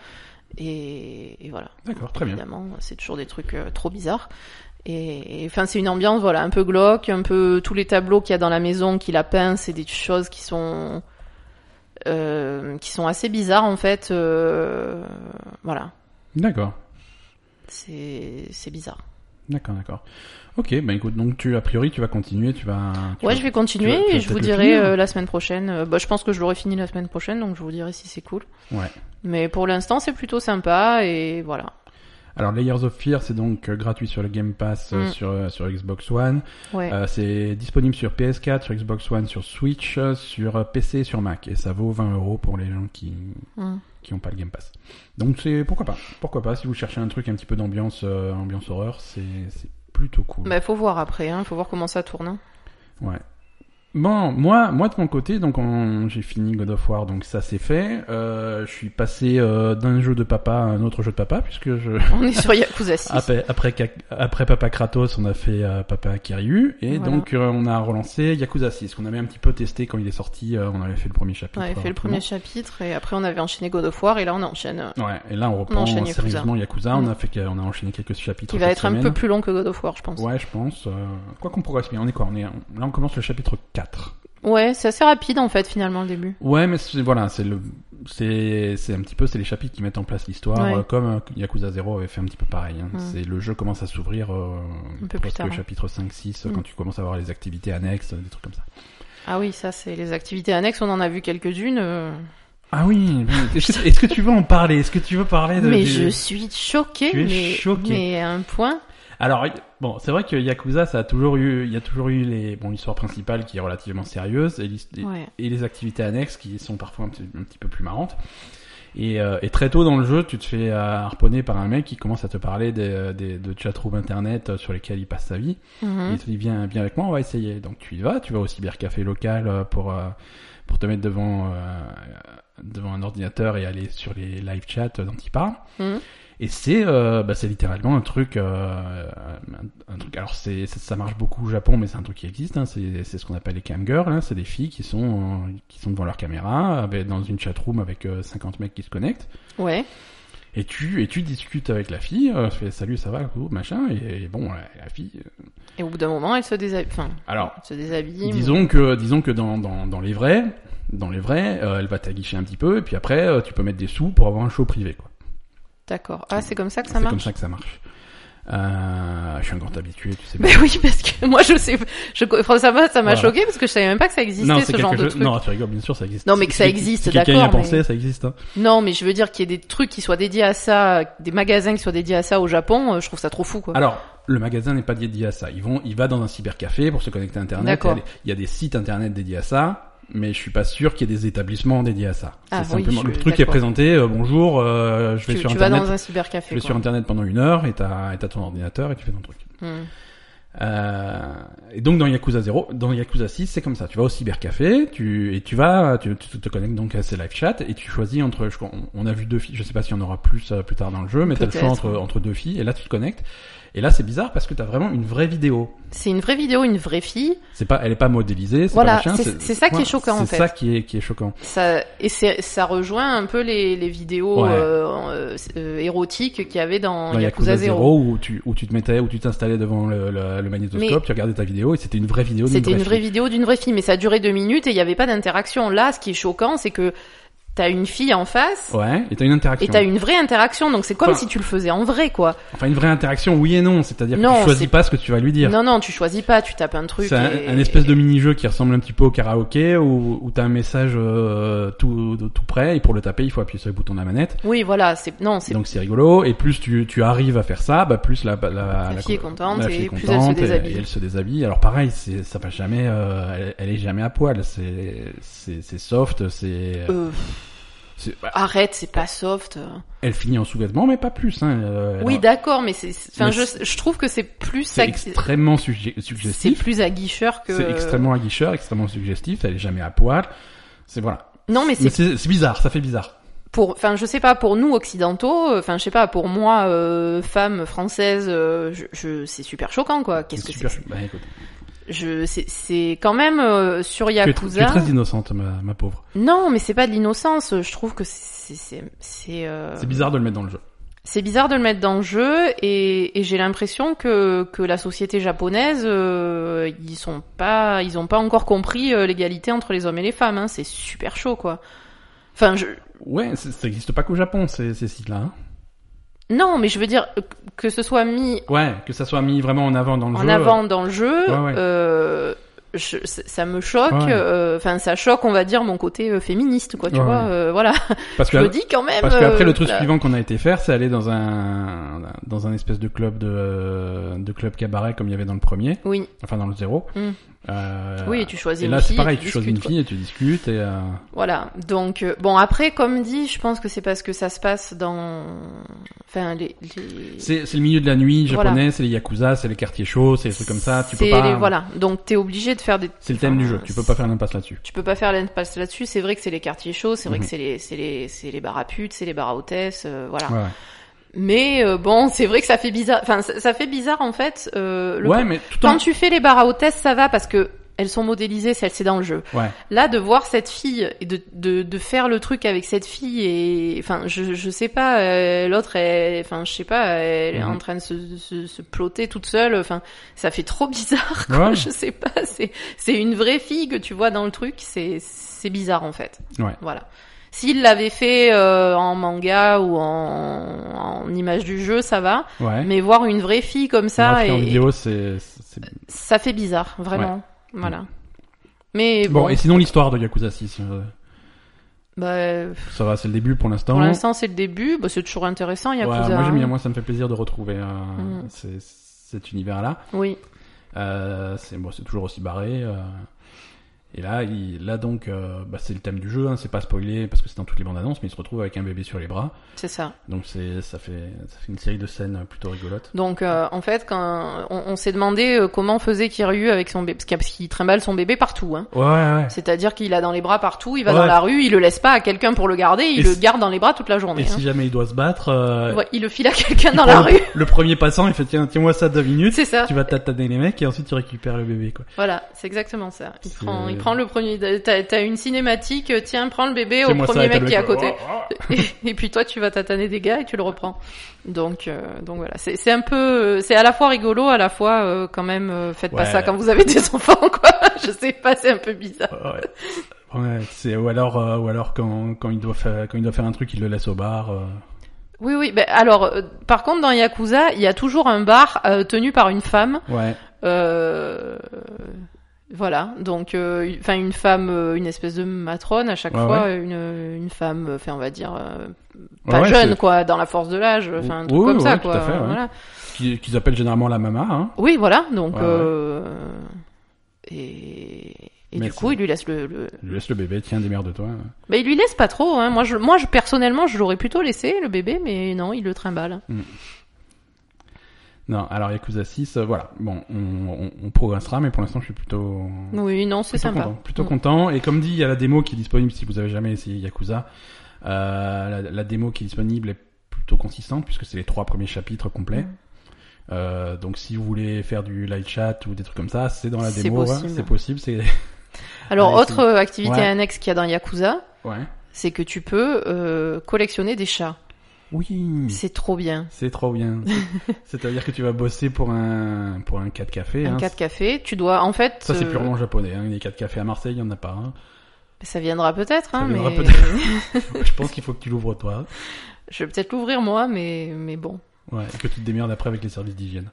[SPEAKER 2] Et, et voilà.
[SPEAKER 1] D'accord, Ah, très bien.
[SPEAKER 2] Évidemment, c'est toujours des trucs euh, trop bizarres. Et et, enfin, c'est une ambiance, voilà, un peu glauque, un peu tous les tableaux qu'il y a dans la maison qu'il a peints, c'est des choses qui sont euh, qui sont assez bizarres en fait. euh, voilà,
[SPEAKER 1] D'accord.
[SPEAKER 2] c'est c'est bizarre.
[SPEAKER 1] D'accord, d'accord. Ok, bah écoute, donc tu, a priori, tu vas continuer, tu vas. tu
[SPEAKER 2] ouais,
[SPEAKER 1] vas-
[SPEAKER 2] je vais continuer
[SPEAKER 1] tu vas
[SPEAKER 2] et je
[SPEAKER 1] peut-être
[SPEAKER 2] vous
[SPEAKER 1] le
[SPEAKER 2] dirai
[SPEAKER 1] finir.
[SPEAKER 2] euh, la semaine prochaine. Euh, bah, je pense que je l'aurai fini la semaine prochaine, donc je vous dirai si c'est cool.
[SPEAKER 1] Ouais.
[SPEAKER 2] Mais pour l'instant, c'est plutôt sympa et voilà.
[SPEAKER 1] Alors Layers of Fear, c'est donc euh, gratuit sur le Game Pass, euh,
[SPEAKER 2] Mm.
[SPEAKER 1] sur, euh, sur Xbox One.
[SPEAKER 2] Ouais.
[SPEAKER 1] Euh, c'est disponible sur PS4, sur Xbox One, sur Switch, euh, sur euh, PC, sur Mac. Et ça vaut 20 euros pour les gens qui
[SPEAKER 2] Mm.
[SPEAKER 1] qui n'ont pas le Game Pass. Donc c'est pourquoi pas, pourquoi pas. Si vous cherchez un truc un petit peu d'ambiance, euh, ambiance horreur, c'est c'est plutôt cool.
[SPEAKER 2] Bah, faut voir après, hein, faut voir comment ça tourne. hein.
[SPEAKER 1] Ouais. Bon, moi, moi de mon côté, donc en- j'ai fini God of War, donc ça c'est fait. Euh, je suis passé euh, d'un jeu de papa à un autre jeu de papa, puisque je
[SPEAKER 2] On est sur Yakuza 6.
[SPEAKER 1] après après, Ka- après Papa Kratos, on a fait euh, Papa Kiryu, et
[SPEAKER 2] Voilà.
[SPEAKER 1] donc euh, on a relancé Yakuza 6, qu'on avait un petit peu testé quand il est sorti. euh, on avait fait le premier chapitre.
[SPEAKER 2] on avait fait le
[SPEAKER 1] rapidement.
[SPEAKER 2] premier chapitre et après on avait enchaîné God of War et là on enchaîne. euh,
[SPEAKER 1] Ouais, et là on
[SPEAKER 2] On
[SPEAKER 1] reprend
[SPEAKER 2] enchaîne Yakuza.
[SPEAKER 1] sérieusement Yakuza. On
[SPEAKER 2] Mm.
[SPEAKER 1] a fait, que- on a enchaîné quelques chapitres.
[SPEAKER 2] Qui va
[SPEAKER 1] cette
[SPEAKER 2] être un
[SPEAKER 1] semaine.
[SPEAKER 2] peu plus long que God of War, je pense. Ouais,
[SPEAKER 1] Ouais, je pense. euh, quoi qu'on progresse bien, on est quoi on est, on- Là, on commence le chapitre 4.
[SPEAKER 2] c'est assez rapide en fait, finalement, le début.
[SPEAKER 1] Ouais, mais c'est- voilà, c'est le, c'est, c'est un petit peu, c'est les chapitres qui mettent en place l'histoire,
[SPEAKER 2] Ouais.
[SPEAKER 1] euh, comme euh, Yakuza 0 avait fait un petit peu pareil. hein.
[SPEAKER 2] Mm.
[SPEAKER 1] C'est le jeu commence à s'ouvrir euh,
[SPEAKER 2] Un peu plus
[SPEAKER 1] presque
[SPEAKER 2] tard,
[SPEAKER 1] au
[SPEAKER 2] hein.
[SPEAKER 1] chapitre 5, 6,
[SPEAKER 2] Mm.
[SPEAKER 1] quand tu commences à voir les activités annexes, euh, des trucs comme ça.
[SPEAKER 2] Ah oui, ça, c'est les activités annexes, on en a vu quelques-unes. euh,
[SPEAKER 1] Ah oui. mais Est-ce que- est-ce que tu veux en parler Est-ce que tu veux parler de
[SPEAKER 2] Mais
[SPEAKER 1] du-
[SPEAKER 2] je suis choquée,
[SPEAKER 1] Tu es
[SPEAKER 2] mais,
[SPEAKER 1] choquée.
[SPEAKER 2] mais à un point.
[SPEAKER 1] Alors bon, c'est vrai que Yakuza, ça a toujours eu, il y a toujours eu les, bon, l'histoire principale qui est relativement sérieuse et l'his- et-
[SPEAKER 2] Ouais.
[SPEAKER 1] et les activités annexes qui sont parfois un petit, un petit peu plus marrantes. Et, euh, et très tôt dans le jeu, tu te fais euh, harponner par un mec qui commence à te parler des, des, de chatrooms internet euh, sur lesquels il passe sa vie. Et
[SPEAKER 2] Mhm.
[SPEAKER 1] il te dit viens, viens avec moi, on va essayer. Donc tu y vas, tu vas au cybercafé local euh, pour, euh, pour te mettre devant, euh, devant un ordinateur et aller sur les live chats dont il parle.
[SPEAKER 2] Mhm.
[SPEAKER 1] Et c'est euh, bah, c'est littéralement un truc euh, un, un truc alors c'est ça, ça marche beaucoup au Japon mais c'est un truc qui existe hein, c'est c'est ce qu'on appelle les camgirls hein, c'est des filles qui sont euh, qui sont devant leur caméra avec, dans une chatroom avec euh, 50 mecs qui se connectent
[SPEAKER 2] Ouais.
[SPEAKER 1] et tu et tu discutes avec la fille euh, tu fais salut ça va coucou, machin et, et bon la, la fille euh,
[SPEAKER 2] Et au bout d'un moment, elle se déshabille. Enfin,
[SPEAKER 1] alors
[SPEAKER 2] elle se déshabille. mais-
[SPEAKER 1] Disons que, disons que dans, dans, dans les vrais, dans les vrais, euh, elle va t'aguicher un petit peu, et puis après, euh, tu peux mettre des sous pour avoir un show privé. Quoi.
[SPEAKER 2] D'accord. Ah, c'est comme ça que ça
[SPEAKER 1] C'est comme
[SPEAKER 2] marche.
[SPEAKER 1] ça que ça marche. Euh, je suis un grand habitué, tu sais.
[SPEAKER 2] Ben oui, parce que moi, je sais. Je... enfin, ça va, ça m'a
[SPEAKER 1] Voilà.
[SPEAKER 2] choqué parce que je savais même pas que ça existait
[SPEAKER 1] non, c'est
[SPEAKER 2] ce
[SPEAKER 1] quelque
[SPEAKER 2] genre de
[SPEAKER 1] chose-
[SPEAKER 2] truc.
[SPEAKER 1] Non, tu rigoles, bien sûr, ça existe.
[SPEAKER 2] Non, mais que
[SPEAKER 1] Si-
[SPEAKER 2] ça
[SPEAKER 1] si-
[SPEAKER 2] existe,
[SPEAKER 1] Si quelqu'un y a
[SPEAKER 2] d'accord,
[SPEAKER 1] pensé,
[SPEAKER 2] mais-
[SPEAKER 1] ça existe. hein.
[SPEAKER 2] Non, mais je veux dire qu'il y ait des trucs qui soient dédiés à ça, des magasins qui soient dédiés à ça au Japon, euh, je trouve ça trop fou, quoi.
[SPEAKER 1] Alors, le magasin n'est pas dédié à ça. Ils vont, il va dans un cybercafé pour se connecter à Internet. Il y, a
[SPEAKER 2] D'accord.
[SPEAKER 1] des, il y a des sites Internet dédiés à ça. Mais je suis pas sûr qu'il y ait des établissements dédiés à ça.
[SPEAKER 2] Ah
[SPEAKER 1] c'est
[SPEAKER 2] oui,
[SPEAKER 1] simplement
[SPEAKER 2] je-
[SPEAKER 1] le truc qui est
[SPEAKER 2] d'accord.
[SPEAKER 1] présenté. euh, bonjour, euh, je vais
[SPEAKER 2] tu
[SPEAKER 1] sur
[SPEAKER 2] tu vas
[SPEAKER 1] internet.
[SPEAKER 2] dans un
[SPEAKER 1] Je
[SPEAKER 2] cybercafé,
[SPEAKER 1] vais
[SPEAKER 2] quoi.
[SPEAKER 1] sur internet pendant une heure et t'as et t'as ton ordinateur et tu fais ton truc.
[SPEAKER 2] Hmm.
[SPEAKER 1] Euh, et donc dans Yakuza 0, dans Yakuza 6, c'est comme ça. Tu vas au cybercafé, tu et tu vas, tu, tu te connectes donc à ces live chats et tu choisis entre. je crois- on, on a vu deux filles. Je sais pas si on aura plus euh, plus tard dans le jeu, mais t'as le choix
[SPEAKER 2] Peut-être.
[SPEAKER 1] entre entre deux filles. Et là, tu te connectes. Et là, c'est bizarre parce que t'as vraiment une vraie vidéo.
[SPEAKER 2] C'est une vraie vidéo, une vraie fille.
[SPEAKER 1] C'est pas, elle est pas modélisée. c'est
[SPEAKER 2] Voilà,
[SPEAKER 1] pas machin,
[SPEAKER 2] c'est- c'est ça qui est choquant, en
[SPEAKER 1] C'est
[SPEAKER 2] fait.
[SPEAKER 1] ça qui est qui est choquant.
[SPEAKER 2] Ça, et c'est- ça rejoint un peu les, les vidéos
[SPEAKER 1] Ouais.
[SPEAKER 2] euh, euh, érotiques qu'il y avait dans,
[SPEAKER 1] Dans
[SPEAKER 2] Yakuza,
[SPEAKER 1] Yakuza
[SPEAKER 2] 0.
[SPEAKER 1] 0 où tu où tu te mettais où tu t'installais devant le, le, le magnétoscope,
[SPEAKER 2] Mais-
[SPEAKER 1] tu regardais ta vidéo et c'était une vraie vidéo. d'une
[SPEAKER 2] C'était une vraie
[SPEAKER 1] fille.
[SPEAKER 2] vidéo d'une vraie fille, mais ça durait deux minutes et il n'y avait pas d'interaction. Là, ce qui est choquant, c'est que t'as une fille en face
[SPEAKER 1] Ouais, et t'as une interaction.
[SPEAKER 2] et t'as une vraie interaction, donc c'est comme
[SPEAKER 1] Enfin-
[SPEAKER 2] si tu le faisais en vrai, quoi.
[SPEAKER 1] Enfin, une vraie interaction, oui et non. C'est-à-dire que
[SPEAKER 2] Non,
[SPEAKER 1] tu
[SPEAKER 2] c'est-
[SPEAKER 1] choisis pas ce que tu vas lui dire.
[SPEAKER 2] Non, non, tu choisis pas, tu tapes un truc.
[SPEAKER 1] C'est un,
[SPEAKER 2] et-
[SPEAKER 1] un espèce de mini-jeu qui ressemble un petit peu au karaoké où, où t'as un message euh, tout, tout prêt et pour le taper il faut appuyer sur le bouton de la manette.
[SPEAKER 2] Oui, voilà, c'est non, c'est
[SPEAKER 1] Donc c'est rigolo et plus tu, tu arrives à faire ça, bah plus la la, la,
[SPEAKER 2] La fille est contente
[SPEAKER 1] la fille
[SPEAKER 2] et
[SPEAKER 1] est
[SPEAKER 2] plus elle se
[SPEAKER 1] contente et-
[SPEAKER 2] déshabille.
[SPEAKER 1] et elle se déshabille. Alors pareil, c'est ça passe jamais, euh, elle, elle est jamais à poil. C'est c'est c'est soft, c'est
[SPEAKER 2] euh,
[SPEAKER 1] c'est- bah,
[SPEAKER 2] arrête, c'est pas soft. Euh,
[SPEAKER 1] elle finit en sous-vêtements mais pas plus. Hein. Euh,
[SPEAKER 2] oui,
[SPEAKER 1] alors,
[SPEAKER 2] d'accord, mais c'est c'est- enfin
[SPEAKER 1] Mais
[SPEAKER 2] je, je trouve que c'est plus
[SPEAKER 1] c'est
[SPEAKER 2] agui-
[SPEAKER 1] extrêmement sugge-
[SPEAKER 2] c'est
[SPEAKER 1] suggestif.
[SPEAKER 2] plus aguicheur que
[SPEAKER 1] C'est extrêmement aguicheur, extrêmement suggestif. Elle est jamais à poil. C'est voilà.
[SPEAKER 2] Non, mais
[SPEAKER 1] Mais
[SPEAKER 2] c'est
[SPEAKER 1] c'est c'est bizarre, ça fait bizarre.
[SPEAKER 2] pour enfin je sais pas pour nous occidentaux, euh, enfin je sais pas pour moi euh, femme française, euh, je, je- c'est super choquant quoi. Qu'est-ce que c'est
[SPEAKER 1] Super chou- bah, écoute.
[SPEAKER 2] Je c'est c'est quand même euh, sur
[SPEAKER 1] Tu es, tr- tu es
[SPEAKER 2] Yakuza.
[SPEAKER 1] très innocente, ma, ma pauvre.
[SPEAKER 2] Non, mais c'est pas de l'innocence, je trouve que c'est c'est c'est euh,
[SPEAKER 1] C'est bizarre de le mettre dans le jeu.
[SPEAKER 2] C'est bizarre de le mettre dans le jeu et, et j'ai l'impression que, que la société japonaise euh, ils sont pas ils ont pas encore compris euh, l'égalité entre les hommes et les femmes hein. c'est super chaud quoi. Enfin je
[SPEAKER 1] Ouais, c'est- ça n'existe pas qu'au Japon, ces, ces sites-là. hein.
[SPEAKER 2] non mais je veux dire euh, que ce soit mis
[SPEAKER 1] Ouais, que ça soit mis vraiment en avant dans le
[SPEAKER 2] en
[SPEAKER 1] jeu. euh,
[SPEAKER 2] avant dans le jeu
[SPEAKER 1] Ouais, ouais.
[SPEAKER 2] euh, je- ça me choque,
[SPEAKER 1] Ouais.
[SPEAKER 2] euh, enfin ça choque on va dire mon côté euh, féministe quoi, tu
[SPEAKER 1] Ouais,
[SPEAKER 2] vois,
[SPEAKER 1] ouais.
[SPEAKER 2] euh, voilà.
[SPEAKER 1] Parce
[SPEAKER 2] Je
[SPEAKER 1] que
[SPEAKER 2] le dis quand même.
[SPEAKER 1] Parce qu'après,
[SPEAKER 2] euh,
[SPEAKER 1] le truc
[SPEAKER 2] là.
[SPEAKER 1] suivant qu'on a été faire, c'est aller dans un, dans un espèce de club de, de club cabaret comme il y avait dans le premier,
[SPEAKER 2] Oui,
[SPEAKER 1] enfin dans le zéro.
[SPEAKER 2] Mm.
[SPEAKER 1] Euh,
[SPEAKER 2] oui, tu choisis
[SPEAKER 1] et
[SPEAKER 2] une
[SPEAKER 1] là, c'est
[SPEAKER 2] fille.
[SPEAKER 1] pareil,
[SPEAKER 2] et
[SPEAKER 1] tu choisis une
[SPEAKER 2] discutes, quoi.
[SPEAKER 1] fille et tu discutes et euh,
[SPEAKER 2] Voilà. Donc euh, bon après, comme dit, je pense que c'est parce que ça se passe dans, enfin les. les-
[SPEAKER 1] c'est, c'est le milieu de la nuit japonais,
[SPEAKER 2] Voilà.
[SPEAKER 1] c'est les yakuza, c'est les quartiers chauds, c'est les trucs comme ça. Tu peux
[SPEAKER 2] c'est
[SPEAKER 1] pas.
[SPEAKER 2] les- voilà. Donc t'es obligé de faire des.
[SPEAKER 1] C'est le thème du
[SPEAKER 2] enfin,
[SPEAKER 1] jeu. Tu peux pas faire l'impasse là-dessus.
[SPEAKER 2] Tu peux pas faire l'impasse là-dessus. C'est vrai que c'est les quartiers chauds. C'est vrai
[SPEAKER 1] Mhm.
[SPEAKER 2] que c'est les, c'est les, c'est les bars à putes, c'est les bars à hôtesses. euh, voilà.
[SPEAKER 1] Ouais, ouais.
[SPEAKER 2] Mais euh, bon, c'est vrai que ça fait bizarre. Enfin, ça, ça fait bizarre en fait. euh, le
[SPEAKER 1] Ouais, mais tout en.
[SPEAKER 2] Quand tu fais les barres à hôtesses, ça va parce que elles sont modélisées, celles c'est dans le jeu.
[SPEAKER 1] Ouais.
[SPEAKER 2] Là, de voir cette fille et de, de, de faire le truc avec cette fille et enfin, je, je sais pas, euh, l'autre, elle- enfin, je sais pas, elle est
[SPEAKER 1] Mhm.
[SPEAKER 2] en train de se, se, se ploter toute seule. Enfin, ça fait trop bizarre. Quoi.
[SPEAKER 1] Ouais.
[SPEAKER 2] Je sais pas, c'est c'est une vraie fille que tu vois dans le truc. C'est c'est bizarre en fait.
[SPEAKER 1] Ouais.
[SPEAKER 2] Voilà. S'il l'avait fait euh, en manga ou en, en image du jeu, ça va.
[SPEAKER 1] Ouais.
[SPEAKER 2] Mais voir une vraie fille comme
[SPEAKER 1] Moi,
[SPEAKER 2] ça
[SPEAKER 1] je fais en
[SPEAKER 2] et,
[SPEAKER 1] vidéo, c'est. c'est-
[SPEAKER 2] ça fait bizarre, vraiment. Voilà. Mais
[SPEAKER 1] Bon,
[SPEAKER 2] bon,
[SPEAKER 1] et sinon l'histoire de Yakuza 6, euh,
[SPEAKER 2] bah, pff,
[SPEAKER 1] ça va, c'est le début pour l'instant.
[SPEAKER 2] pour l'instant c'est le début, bah, c'est toujours intéressant,
[SPEAKER 1] Ouais,
[SPEAKER 2] Yakuza.
[SPEAKER 1] moi, j'aime bien,
[SPEAKER 2] hein.
[SPEAKER 1] moi, ça me fait plaisir de retrouver euh,
[SPEAKER 2] Mm.
[SPEAKER 1] ces- cet univers-là.
[SPEAKER 2] Oui,
[SPEAKER 1] Euh, c'est bon, c'est toujours aussi barré. euh. et là, il, là donc, euh, bah, c'est le thème du jeu. Hein, c'est pas spoilé parce que c'est dans toutes les bandes annonces, mais il se retrouve avec un bébé sur les bras.
[SPEAKER 2] c'est ça.
[SPEAKER 1] Donc c'est, ça fait, ça fait une série de scènes plutôt rigolotes.
[SPEAKER 2] Donc euh, en fait, quand on, on s'est demandé euh, comment faisait Kiryu avec son bébé, parce qu'il- parce qu'il trimballe son bébé partout. Hein.
[SPEAKER 1] Ouais, ouais.
[SPEAKER 2] C'est-à-dire qu'il a dans les bras partout, il va
[SPEAKER 1] Ouais.
[SPEAKER 2] dans la rue, il le laisse pas à quelqu'un pour le garder, il
[SPEAKER 1] Et
[SPEAKER 2] le
[SPEAKER 1] si-
[SPEAKER 2] garde dans les bras toute la
[SPEAKER 1] Et
[SPEAKER 2] journée. hein.
[SPEAKER 1] si jamais il doit se battre, euh,
[SPEAKER 2] Ouais, il le file à quelqu'un
[SPEAKER 1] il
[SPEAKER 2] dans
[SPEAKER 1] prend
[SPEAKER 2] la
[SPEAKER 1] le,
[SPEAKER 2] rue,
[SPEAKER 1] le premier passant, il fait tiens, tiens-moi ça deux minutes.
[SPEAKER 2] c'est ça.
[SPEAKER 1] Tu vas tataner les mecs et ensuite tu récupères le bébé quoi.
[SPEAKER 2] Voilà, c'est exactement ça. Il
[SPEAKER 1] C'est-
[SPEAKER 2] prend, il prend le premier. T'as t'as une cinématique, euh, tiens, prends le bébé au
[SPEAKER 1] Tiens-moi ça,
[SPEAKER 2] premier
[SPEAKER 1] et t'as
[SPEAKER 2] mec
[SPEAKER 1] le
[SPEAKER 2] qui est à
[SPEAKER 1] mec-
[SPEAKER 2] côté.
[SPEAKER 1] Oh, oh.
[SPEAKER 2] et, et puis toi tu vas tataner des gars et tu le reprends. Donc euh, donc voilà, c'est c'est un peu euh, c'est à la fois rigolo à la fois euh, quand même euh, faites pas
[SPEAKER 1] Ouais.
[SPEAKER 2] ça quand vous avez des enfants quoi. Je sais pas, c'est un peu bizarre.
[SPEAKER 1] Ouais. Oh, Ouais, c'est ou alors euh, ou alors quand quand il doit faire quand il doit faire un truc, il le laisse au bar. euh.
[SPEAKER 2] Oui oui, ben alors euh, par contre dans Yakuza, il y a toujours un bar euh, tenu par une femme
[SPEAKER 1] Ouais.
[SPEAKER 2] euh, voilà, donc euh, une- enfin une femme euh, une espèce de matrone à chaque
[SPEAKER 1] Ouais,
[SPEAKER 2] fois une une femme euh, enfin on va dire euh,
[SPEAKER 1] Ouais,
[SPEAKER 2] pas
[SPEAKER 1] ouais,
[SPEAKER 2] jeune
[SPEAKER 1] c'est-
[SPEAKER 2] quoi dans la force de l'âge, enfin un truc
[SPEAKER 1] Oui,
[SPEAKER 2] comme
[SPEAKER 1] oui,
[SPEAKER 2] ça
[SPEAKER 1] ouais, tout à
[SPEAKER 2] quoi.
[SPEAKER 1] fait, ouais.
[SPEAKER 2] Voilà.
[SPEAKER 1] qui- qu'ils appellent généralement la mama. Hein.
[SPEAKER 2] Oui, voilà. Donc,
[SPEAKER 1] Ouais, ouais.
[SPEAKER 2] euh, et, et
[SPEAKER 1] Mais
[SPEAKER 2] du coup,
[SPEAKER 1] c'est-
[SPEAKER 2] il lui laisse le. le...
[SPEAKER 1] Je lui laisse le bébé, tiens, démerde-toi.
[SPEAKER 2] Mais il lui laisse pas trop. Hein. Moi, je, moi, je personnellement, je l'aurais plutôt laissé le bébé, mais non, il le trimballe.
[SPEAKER 1] Non, alors Yakuza 6, euh, voilà. Bon, on, on, on progressera, mais pour l'instant, je suis plutôt.
[SPEAKER 2] Oui, non, c'est
[SPEAKER 1] Mm. plutôt
[SPEAKER 2] sympa.
[SPEAKER 1] Content, plutôt
[SPEAKER 2] Mm.
[SPEAKER 1] content. Et comme dit, il y a la démo qui est disponible si vous avez jamais essayé Yakuza. Euh, la, la démo qui est disponible est plutôt consistante puisque c'est les trois premiers chapitres complets.
[SPEAKER 2] Mm.
[SPEAKER 1] Euh, donc si vous voulez faire du live chat ou des trucs comme ça, c'est dans la
[SPEAKER 2] C'est
[SPEAKER 1] démo. ouais,
[SPEAKER 2] possible.
[SPEAKER 1] C'est possible. C'est
[SPEAKER 2] Alors,
[SPEAKER 1] Allez,
[SPEAKER 2] autre euh, activité
[SPEAKER 1] Ouais.
[SPEAKER 2] annexe qu'il y a dans Yakuza,
[SPEAKER 1] ouais.
[SPEAKER 2] c'est que tu peux euh, collectionner des chats.
[SPEAKER 1] Oui.
[SPEAKER 2] C'est trop bien.
[SPEAKER 1] C'est trop bien. C'est- C'est-à-dire que tu vas bosser pour un pour un 4 café.
[SPEAKER 2] Un
[SPEAKER 1] hein.
[SPEAKER 2] 4 café, tu dois en fait.
[SPEAKER 1] Ça c'est
[SPEAKER 2] euh,
[SPEAKER 1] purement japonais. Hein. Les 4 cafés à Marseille, il y en a pas. Hein.
[SPEAKER 2] Ça viendra peut-être, hein,
[SPEAKER 1] viendra
[SPEAKER 2] mais
[SPEAKER 1] peut-être. Je pense qu'il faut que tu l'ouvres toi.
[SPEAKER 2] je vais peut-être l'ouvrir moi, mais mais bon.
[SPEAKER 1] Ouais. Et que tu te démerdes après avec les services d'hygiène.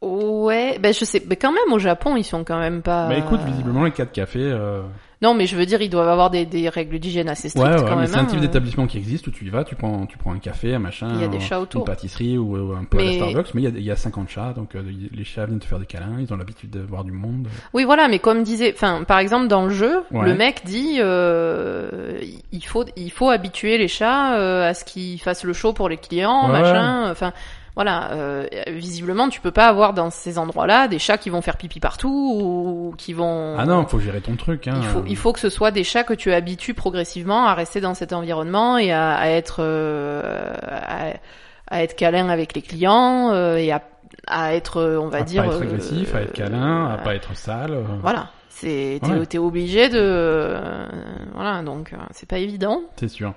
[SPEAKER 2] Ouais, ben je sais, mais quand même au Japon ils sont quand même pas.
[SPEAKER 1] Mais Bah, écoute, visiblement les 4 cafés. euh,
[SPEAKER 2] Non, mais je veux dire, ils doivent avoir des, des règles d'hygiène assez
[SPEAKER 1] Ouais,
[SPEAKER 2] strictes
[SPEAKER 1] ouais,
[SPEAKER 2] quand
[SPEAKER 1] mais
[SPEAKER 2] même.
[SPEAKER 1] c'est un
[SPEAKER 2] hein.
[SPEAKER 1] type d'établissement qui existe où tu y vas, tu prends tu prends un café, un machin.
[SPEAKER 2] Il y a des
[SPEAKER 1] un-
[SPEAKER 2] chats autour.
[SPEAKER 1] Une pâtisserie ou, ou un peu à la
[SPEAKER 2] Mais-
[SPEAKER 1] Starbucks, mais il y a, il y a 50 chats, donc euh, les chats viennent te faire des câlins, ils ont l'habitude de voir du monde.
[SPEAKER 2] Oui, voilà, mais comme disait, enfin, par exemple dans le jeu,
[SPEAKER 1] Ouais.
[SPEAKER 2] le mec dit, euh, il faut, il faut habituer les chats euh, à ce qu'ils fassent le show pour les clients,
[SPEAKER 1] Ouais.
[SPEAKER 2] machin. Enfin, voilà. euh, visiblement, tu peux pas avoir dans ces endroits-là des chats qui vont faire pipi partout ou qui vont.
[SPEAKER 1] Ah non, faut gérer ton truc. Hein.
[SPEAKER 2] Il faut, il faut que ce soit des chats que tu habitues progressivement à rester dans cet environnement et à, à être euh, à, à être câlin avec les clients euh, et à, à être, euh, on va
[SPEAKER 1] à
[SPEAKER 2] dire,
[SPEAKER 1] pas être
[SPEAKER 2] euh,
[SPEAKER 1] agressif, à être câlin, à pas être sale. euh.
[SPEAKER 2] Voilà, c'est t'es
[SPEAKER 1] Ouais.
[SPEAKER 2] t'es obligé de euh, voilà donc euh, c'est pas évident,
[SPEAKER 1] C'est sûr.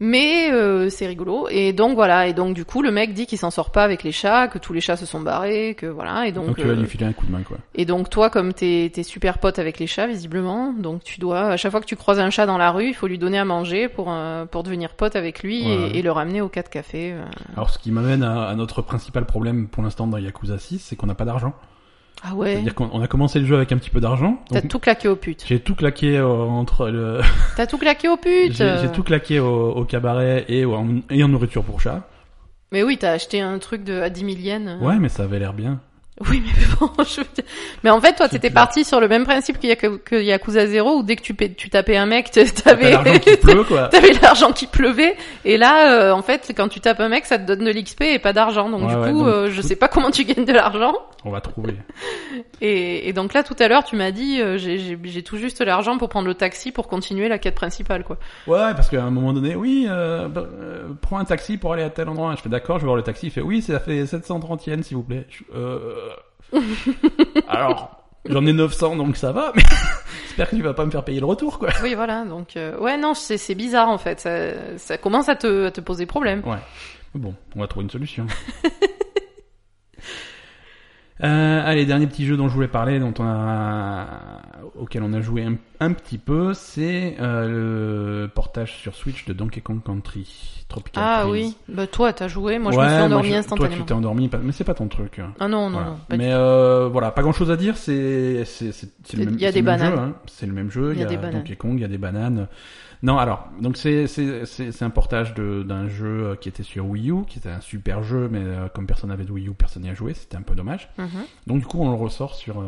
[SPEAKER 2] mais euh, c'est rigolo et donc voilà et donc du coup le mec dit qu'il s'en sort pas avec les chats, que tous les chats se sont barrés, que voilà et donc,
[SPEAKER 1] Donc, tu vas
[SPEAKER 2] euh,
[SPEAKER 1] lui filer un coup de main, quoi.
[SPEAKER 2] Et donc toi, comme t'es t'es super pote avec les chats, visiblement, donc tu dois à chaque fois que tu croises un chat dans la rue, il faut lui donner à manger pour euh, pour devenir pote avec lui
[SPEAKER 1] Ouais.
[SPEAKER 2] et, et le ramener au 4 café. euh.
[SPEAKER 1] Alors, ce qui m'amène à, à notre principal problème pour l'instant dans Yakuza 6, c'est qu'on n'a pas d'argent.
[SPEAKER 2] Ah ouais.
[SPEAKER 1] C'est-à-dire qu'on on a commencé le jeu avec un petit peu d'argent.
[SPEAKER 2] T'as
[SPEAKER 1] donc
[SPEAKER 2] tout claqué aux putes.
[SPEAKER 1] J'ai tout claqué euh, entre le,
[SPEAKER 2] T'as tout claqué aux putes.
[SPEAKER 1] j'ai j'ai tout claqué au, au cabaret et, au- en, et en nourriture pour chat.
[SPEAKER 2] Mais oui, t'as acheté un truc de à 10 000 yens.
[SPEAKER 1] Ouais, mais ça avait l'air bien.
[SPEAKER 2] Oui, mais bon, je veux dire- Mais en fait, toi,
[SPEAKER 1] C'est
[SPEAKER 2] t'étais
[SPEAKER 1] clair.
[SPEAKER 2] parti sur le même principe qu'il y a que, que Yakuza 0 où dès que tu, pa- tu tapais un mec, t-
[SPEAKER 1] T'as
[SPEAKER 2] t'avais...
[SPEAKER 1] l'argent qui pleut, quoi.
[SPEAKER 2] T'avais l'argent qui pleuvait, et là, euh, en fait, quand tu tapes un mec, ça te donne de l'XP et pas d'argent. Donc,
[SPEAKER 1] Ouais,
[SPEAKER 2] du
[SPEAKER 1] ouais,
[SPEAKER 2] coup,
[SPEAKER 1] donc-
[SPEAKER 2] euh, je sais pas comment tu gagnes de l'argent.
[SPEAKER 1] On va trouver.
[SPEAKER 2] Et, et donc là, tout à l'heure, tu m'as dit, euh, j'ai- j'ai j'ai tout juste l'argent pour prendre le taxi pour continuer la quête principale, quoi.
[SPEAKER 1] Ouais, parce qu'à un moment donné, oui, euh, bah, euh, prends un taxi pour aller à tel endroit. Je fais d'accord, je vais voir le taxi. Il fait oui, ça fait 730 yens, s'il vous plaît. Je- euh, Alors, j'en ai 900, donc ça va, mais j'espère que tu vas pas me faire payer le retour, quoi.
[SPEAKER 2] Oui, voilà. Donc, euh, ouais, non, c'est c'est bizarre, en fait. Ça, ça commence à te, à te poser problème.
[SPEAKER 1] Mais Bon, on va trouver une solution. Euh, allez, dernier petit jeu dont je voulais parler, dont on a, auquel on a joué un, un petit peu, c'est euh, le portage sur Switch de Donkey Kong Country Tropical
[SPEAKER 2] Ah
[SPEAKER 1] Freeze.
[SPEAKER 2] oui. Bah, toi, t'as joué. Moi, je
[SPEAKER 1] Ouais,
[SPEAKER 2] me suis
[SPEAKER 1] moi,
[SPEAKER 2] endormi
[SPEAKER 1] je- Toi,
[SPEAKER 2] instantanément.
[SPEAKER 1] tu t'es endormi, pas- mais c'est pas ton truc. hein.
[SPEAKER 2] ah non, non,
[SPEAKER 1] Voilà.
[SPEAKER 2] non. pas du
[SPEAKER 1] mais euh, voilà, pas grand chose à dire. C'est c'est c'est c'est le
[SPEAKER 2] Il y
[SPEAKER 1] même.
[SPEAKER 2] a
[SPEAKER 1] c'est
[SPEAKER 2] des
[SPEAKER 1] le même jeu,
[SPEAKER 2] bananes.
[SPEAKER 1] hein. C'est le même jeu. Il y a,
[SPEAKER 2] des bananes.
[SPEAKER 1] Donkey Kong, il y a des bananes. Non, alors donc c'est c'est c'est c'est un portage de d'un jeu euh, qui était sur Wii U, qui était un super jeu, mais euh, comme personne n'avait de Wii U, personne n'y a joué. C'était un peu dommage.
[SPEAKER 2] tout. Mhm.
[SPEAKER 1] Donc du coup, on le ressort sur. euh,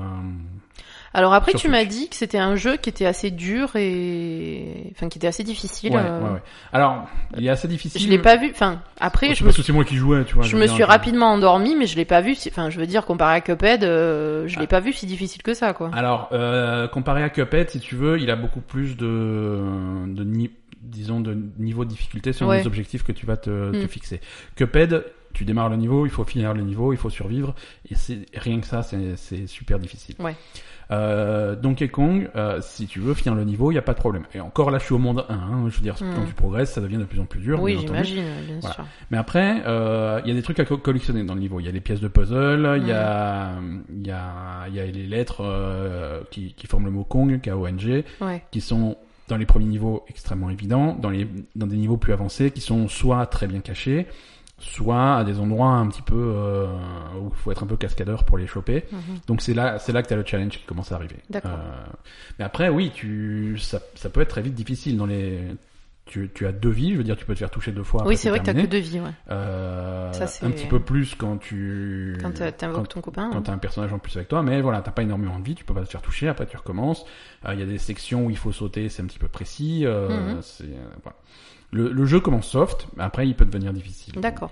[SPEAKER 2] Alors après,
[SPEAKER 1] Sur
[SPEAKER 2] tu m'as dit que c'était un jeu qui était assez dur et, enfin, qui était assez difficile.
[SPEAKER 1] Ouais, ouais,
[SPEAKER 2] euh,
[SPEAKER 1] ouais. Alors, il est assez difficile.
[SPEAKER 2] Je l'ai pas vu. Enfin, après,
[SPEAKER 1] Je
[SPEAKER 2] je
[SPEAKER 1] sais
[SPEAKER 2] me
[SPEAKER 1] pas
[SPEAKER 2] suis,
[SPEAKER 1] si c'est moi qui jouais, tu vois.
[SPEAKER 2] je
[SPEAKER 1] veux
[SPEAKER 2] me
[SPEAKER 1] dire,
[SPEAKER 2] suis rapidement endormie, mais je l'ai pas vu. si- Enfin, je veux dire, comparé à Cuphead, euh, je l'ai
[SPEAKER 1] Ah.
[SPEAKER 2] pas vu si difficile que ça, quoi.
[SPEAKER 1] Alors, euh, comparé à Cuphead, si tu veux, il a beaucoup plus de, de ni- disons, de niveau de difficulté selon
[SPEAKER 2] Ouais.
[SPEAKER 1] les objectifs que tu vas te, te
[SPEAKER 2] Hmm.
[SPEAKER 1] fixer. Cuphead, tu démarres le niveau, il faut finir le niveau, il faut survivre, et c'est rien que ça, c'est- c'est super difficile.
[SPEAKER 2] Ouais.
[SPEAKER 1] Euh, Donkey Kong, euh, si tu veux finir le niveau, il n'y a pas de problème. Et encore là, je suis au monde 1, hein, je veux dire,
[SPEAKER 2] Hmm.
[SPEAKER 1] quand tu progresses, ça devient de plus en plus dur.
[SPEAKER 2] oui,
[SPEAKER 1] bien entendu.
[SPEAKER 2] j'imagine, bien
[SPEAKER 1] Voilà.
[SPEAKER 2] sûr.
[SPEAKER 1] Mais après, euh, il y a des trucs à co- collectionner dans le niveau. Il y a les pièces de puzzle, il y,
[SPEAKER 2] Ouais.
[SPEAKER 1] a, il y, a, il y a les lettres euh, qui, qui forment le mot Kong, K-O-N-G,
[SPEAKER 2] Ouais.
[SPEAKER 1] qui sont dans les premiers niveaux extrêmement évidents, dans, les, dans des niveaux plus avancés, qui sont soit très bien cachés, soit à des endroits un petit peu euh, où il faut être un peu cascadeur pour les choper.
[SPEAKER 2] Mhm.
[SPEAKER 1] Donc c'est là, c'est là que t'as le challenge qui commence à arriver.
[SPEAKER 2] D'accord.
[SPEAKER 1] Euh, mais après, oui, tu, ça, ça peut être très vite difficile dans les. Tu, tu as deux vies, je veux dire, tu peux te faire toucher deux fois.
[SPEAKER 2] Oui,
[SPEAKER 1] après
[SPEAKER 2] c'est vrai que t'as
[SPEAKER 1] terminé.
[SPEAKER 2] que deux vies, ouais.
[SPEAKER 1] Euh,
[SPEAKER 2] Ça, c'est-
[SPEAKER 1] un petit peu plus quand tu
[SPEAKER 2] Quand t'as- t'invoques
[SPEAKER 1] Euh, quand-
[SPEAKER 2] ton copain.
[SPEAKER 1] quand
[SPEAKER 2] hein.
[SPEAKER 1] t'as un personnage en plus avec toi, mais voilà, t'as pas énormément de vie, tu peux pas te faire toucher, après tu recommences. Euh, Il y a des sections où il faut sauter, c'est un petit peu précis. euh,
[SPEAKER 2] Mhm.
[SPEAKER 1] c'est, euh, voilà. le, le jeu commence soft, mais après il peut devenir difficile.
[SPEAKER 2] D'accord.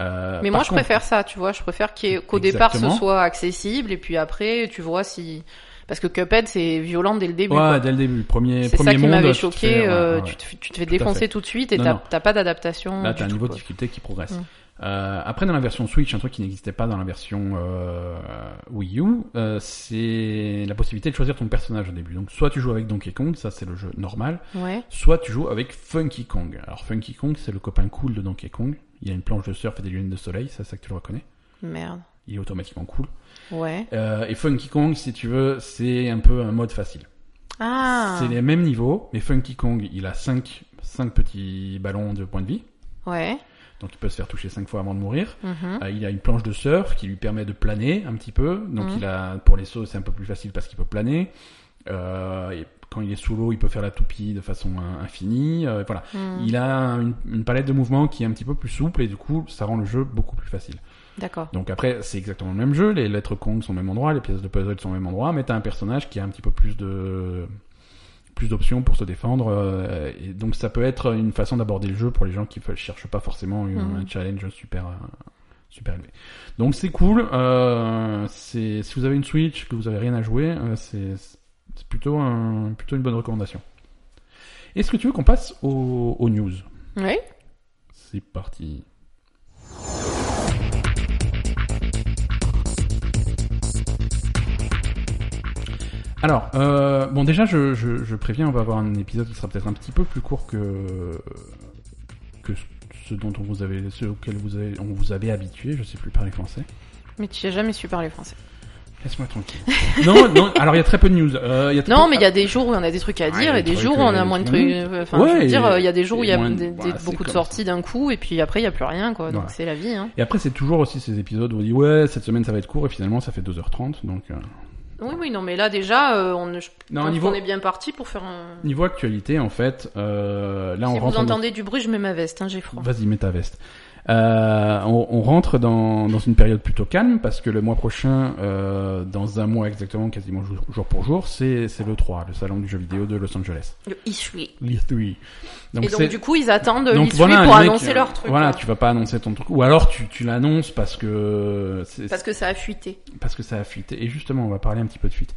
[SPEAKER 1] Euh,
[SPEAKER 2] Mais
[SPEAKER 1] par
[SPEAKER 2] moi, je
[SPEAKER 1] contre-
[SPEAKER 2] préfère ça, tu vois. Je préfère qu'il y ait- qu'au départ, ce
[SPEAKER 1] Exactement.
[SPEAKER 2] soit accessible, et puis après, tu vois si. Parce que Cuphead, c'est violent dès le début.
[SPEAKER 1] Ouais,
[SPEAKER 2] quoi.
[SPEAKER 1] dès le début, premier,
[SPEAKER 2] c'est
[SPEAKER 1] premier
[SPEAKER 2] ça qui
[SPEAKER 1] monde,
[SPEAKER 2] m'avait
[SPEAKER 1] tu te
[SPEAKER 2] choqué.
[SPEAKER 1] fais- ouais,
[SPEAKER 2] euh,
[SPEAKER 1] ouais, ouais.
[SPEAKER 2] Tu, te, tu te fais
[SPEAKER 1] Tout à
[SPEAKER 2] défoncer tout de suite et
[SPEAKER 1] Non,
[SPEAKER 2] t'as
[SPEAKER 1] non.
[SPEAKER 2] t'as pas d'adaptation.
[SPEAKER 1] Là,
[SPEAKER 2] du
[SPEAKER 1] t'as un
[SPEAKER 2] tout,
[SPEAKER 1] niveau de
[SPEAKER 2] quoi.
[SPEAKER 1] difficulté qui progresse.
[SPEAKER 2] Mm.
[SPEAKER 1] Euh, après, dans la version Switch, un truc qui n'existait pas dans la version euh, Wii U, euh, c'est la possibilité de choisir ton personnage au début. Donc, soit tu joues avec Donkey Kong, ça c'est le jeu normal,
[SPEAKER 2] Ouais.
[SPEAKER 1] soit tu joues avec Funky Kong. Alors, Funky Kong, c'est le copain cool de Donkey Kong. Il a une planche de surf et des lunettes de soleil, ça, c'est ça que tu le reconnais.
[SPEAKER 2] Merde.
[SPEAKER 1] Il est automatiquement cool.
[SPEAKER 2] Ouais.
[SPEAKER 1] Euh, et Funky Kong, si tu veux, c'est un peu un mode facile.
[SPEAKER 2] Ah.
[SPEAKER 1] C'est les mêmes niveaux, mais Funky Kong, il a 5 cinq petits ballons de points de vie.
[SPEAKER 2] Ouais.
[SPEAKER 1] Donc, il peut se faire toucher 5 fois avant de mourir.
[SPEAKER 2] Mhm.
[SPEAKER 1] Euh, il a une planche de surf qui lui permet de planer un petit peu. Donc
[SPEAKER 2] Mhm.
[SPEAKER 1] il a pour les sauts c'est un peu plus facile parce qu'il peut planer. Euh, et quand il est sous l'eau, il peut faire la toupie de façon euh, infinie. Euh, voilà.
[SPEAKER 2] Mhm.
[SPEAKER 1] Il a une, une palette de mouvements qui est un petit peu plus souple et du coup ça rend le jeu beaucoup plus facile.
[SPEAKER 2] D'accord.
[SPEAKER 1] Donc après c'est exactement le même jeu, les lettres Kong sont au même endroit, les pièces de puzzle sont au même endroit, mais t'as un personnage qui a un petit peu plus de plus d'options pour se défendre. euh, et donc ça peut être une façon d'aborder le jeu pour les gens qui ne cherchent pas forcément une-
[SPEAKER 2] Mhm.
[SPEAKER 1] un challenge super euh, super élevé. Donc c'est cool. euh, c'est si vous avez une Switch que vous avez rien à jouer, euh, c'est c'est plutôt un, plutôt une bonne recommandation. Est-ce que tu veux qu'on passe aux, aux news
[SPEAKER 2] Oui.
[SPEAKER 1] C'est parti. Alors, euh, bon déjà, je, je, je préviens, on va avoir un épisode qui sera peut-être un petit peu plus court que que ce dont on vous avait, ce auquel vous avez, on vous avait habitué, je sais plus parler français.
[SPEAKER 2] Mais tu n'as jamais su parler français.
[SPEAKER 1] Laisse-moi tranquille. non, non, alors il y a très peu de news. Euh, il y a très
[SPEAKER 2] Non,
[SPEAKER 1] peu-
[SPEAKER 2] mais il y a des jours où on a des trucs à
[SPEAKER 1] Ouais,
[SPEAKER 2] dire
[SPEAKER 1] des
[SPEAKER 2] et des
[SPEAKER 1] trucs,
[SPEAKER 2] jours où on
[SPEAKER 1] euh,
[SPEAKER 2] a moins de
[SPEAKER 1] tout
[SPEAKER 2] trucs.
[SPEAKER 1] le
[SPEAKER 2] Enfin, je
[SPEAKER 1] Ouais,
[SPEAKER 2] veux dire,
[SPEAKER 1] et-
[SPEAKER 2] euh, il y a des jours où il y a
[SPEAKER 1] et moins de-
[SPEAKER 2] des- des-
[SPEAKER 1] voilà, c'est
[SPEAKER 2] beaucoup de
[SPEAKER 1] comme
[SPEAKER 2] sorties d'un coup et puis après il y a plus rien quoi. Donc
[SPEAKER 1] Voilà.
[SPEAKER 2] c'est la vie. Hein.
[SPEAKER 1] Et après, c'est toujours aussi ces épisodes où on dit ouais, cette semaine ça va être court et finalement ça fait 2h30. Donc, euh,
[SPEAKER 2] Oui, oui, non, mais là déjà, euh, on, je
[SPEAKER 1] Non,
[SPEAKER 2] pense
[SPEAKER 1] niveau-
[SPEAKER 2] qu'on est bien parti pour faire un.
[SPEAKER 1] niveau actualité, en fait, euh, là on
[SPEAKER 2] si vous
[SPEAKER 1] rentre dans-
[SPEAKER 2] entendez du bruit, je mets ma veste, hein, j'ai froid.
[SPEAKER 1] Vas-y, mets ta veste. Euh, on, on rentre dans, dans une période plutôt calme parce que le mois prochain, euh, dans un mois exactement, quasiment jour, jour pour jour, c'est c'est le 3, le salon du jeu vidéo de Los Angeles.
[SPEAKER 2] Le issue.
[SPEAKER 1] L'E3.
[SPEAKER 2] Et
[SPEAKER 1] c'est-
[SPEAKER 2] donc du coup, ils attendent
[SPEAKER 1] donc
[SPEAKER 2] l'issue
[SPEAKER 1] voilà,
[SPEAKER 2] pour
[SPEAKER 1] les mecs,
[SPEAKER 2] annoncer
[SPEAKER 1] euh,
[SPEAKER 2] leur truc.
[SPEAKER 1] Voilà,
[SPEAKER 2] quoi.
[SPEAKER 1] tu vas pas annoncer ton truc. Ou alors tu, tu l'annonces parce que c'est-
[SPEAKER 2] Parce que ça a fuité.
[SPEAKER 1] parce que ça a fuité. Et justement, on va parler un petit peu de fuite.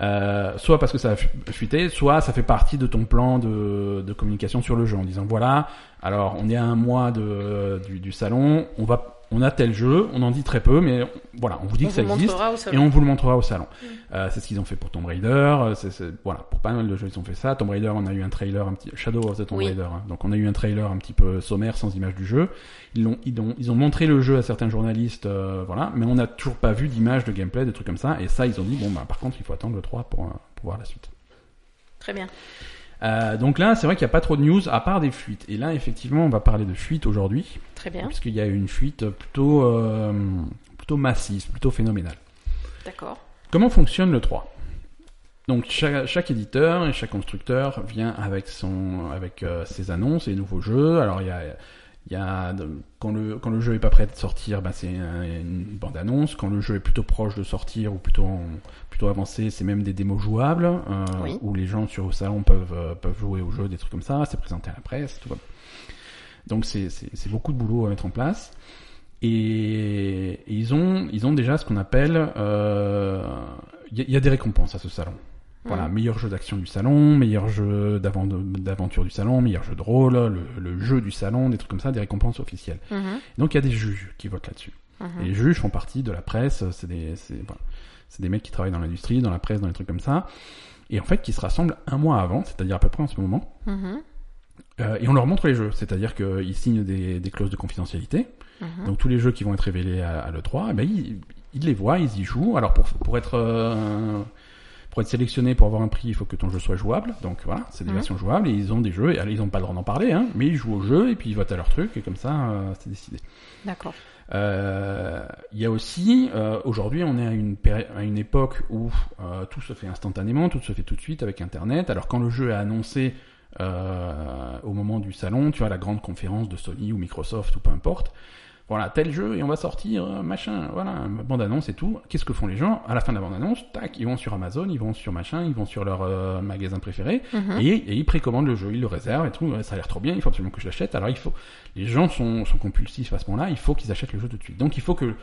[SPEAKER 1] Euh, soit parce que ça a fu- fuité, soit ça fait partie de ton plan de, de communication sur le jeu en disant voilà, alors on est à un mois de, euh, du, du salon, on va, on a tel jeu, on en dit très peu, mais voilà, on vous dit
[SPEAKER 2] On
[SPEAKER 1] que ça
[SPEAKER 2] vous
[SPEAKER 1] existe
[SPEAKER 2] montrera où ça
[SPEAKER 1] et
[SPEAKER 2] va.
[SPEAKER 1] on vous le montrera au salon. Euh, c'est ce qu'ils ont fait pour Tomb Raider, euh, c'est, c'est- voilà, pour pas mal de jeux ils ont fait ça. Tomb Raider, on a eu un trailer, un petit Shadow of the Tomb
[SPEAKER 2] Oui.
[SPEAKER 1] Raider, hein. donc on a eu un trailer un petit peu sommaire, sans image du jeu. Ils l'ont, ils ont, ils ont montré le jeu à certains journalistes, euh, voilà, mais on n'a toujours pas vu d'image, de gameplay, de trucs comme ça. Et ça, ils ont dit bon bah par contre, il faut attendre le 3 pour, euh, pour voir la suite.
[SPEAKER 2] Très bien.
[SPEAKER 1] Euh, donc là, c'est vrai qu'il n'y a pas trop de news à part des fuites. Et là, effectivement, on va parler de fuites aujourd'hui,
[SPEAKER 2] Très bien.
[SPEAKER 1] puisqu'il y a eu une fuite plutôt, euh, plutôt massive, plutôt phénoménale.
[SPEAKER 2] D'accord.
[SPEAKER 1] Comment fonctionne le 3 Donc chaque, chaque éditeur et chaque constructeur vient avec son avec euh, ses annonces et nouveaux jeux. Alors il y a il y a de- quand le quand le jeu est pas prêt de sortir, bah, c'est un- une bande annonce. Quand le jeu est plutôt proche de sortir ou plutôt en- plutôt avancé, c'est même des démos jouables euh,
[SPEAKER 2] Oui.
[SPEAKER 1] où les gens sur le salon peuvent euh, peuvent jouer au jeu, des trucs comme ça. C'est présenté à la presse, tout va. Donc c'est c'est c'est beaucoup de boulot à mettre en place. Et, et ils ont ils ont déjà ce qu'on appelle euh, il y, a- il y a des récompenses à ce salon. Voilà,
[SPEAKER 2] Mhm.
[SPEAKER 1] meilleur jeu d'action du salon, meilleur jeu d'avant- d'aventure du salon, meilleur jeu de rôle, le, le jeu du salon, des trucs comme ça, des récompenses officielles.
[SPEAKER 2] Mhm.
[SPEAKER 1] Donc il y a des juges qui votent là-dessus.
[SPEAKER 2] Mhm.
[SPEAKER 1] Et les juges font partie de la presse, c'est des, c'est voilà, c'est des mecs qui travaillent dans l'industrie, dans la presse, dans les trucs comme ça, et en fait qui se rassemblent un mois avant, c'est-à-dire à peu près en ce moment,
[SPEAKER 2] Mhm.
[SPEAKER 1] euh, et on leur montre les jeux, c'est-à-dire qu'ils signent des, des clauses de confidentialité,
[SPEAKER 2] Mhm.
[SPEAKER 1] donc tous les jeux qui vont être révélés à, à l'E3, eh ben, ils, ils les voient, ils y jouent. Alors pour, pour être euh, pour être sélectionné pour avoir un prix, il faut que ton jeu soit jouable. Donc voilà, c'est des
[SPEAKER 2] Mhm.
[SPEAKER 1] versions jouables et ils ont des jeux. Et alors, ils n'ont pas le droit d'en parler, hein, mais ils jouent au jeu et puis ils votent à leur truc et comme ça euh, c'est décidé.
[SPEAKER 2] D'accord.
[SPEAKER 1] Euh, Il y a aussi euh, aujourd'hui on est à une péri- à une époque où euh, tout se fait instantanément, tout se fait tout de suite avec Internet. Alors quand le jeu est annoncé euh, au moment du salon, tu vois, la grande conférence de Sony ou Microsoft ou peu importe. Voilà, tel jeu et on va sortir, euh, machin, voilà, bande-annonce et tout. Qu'est-ce que font les gens À la fin de la bande-annonce, tac, ils vont sur Amazon, ils vont sur machin, ils vont sur leur euh, magasin préféré
[SPEAKER 2] Mhm.
[SPEAKER 1] et, et ils précommandent le jeu, ils le réservent et tout. Ouais, ça a l'air trop bien, il faut absolument que je l'achète. Alors il faut, les gens sont, sont compulsifs à ce moment-là, il faut qu'ils achètent le jeu tout de suite. Donc il faut que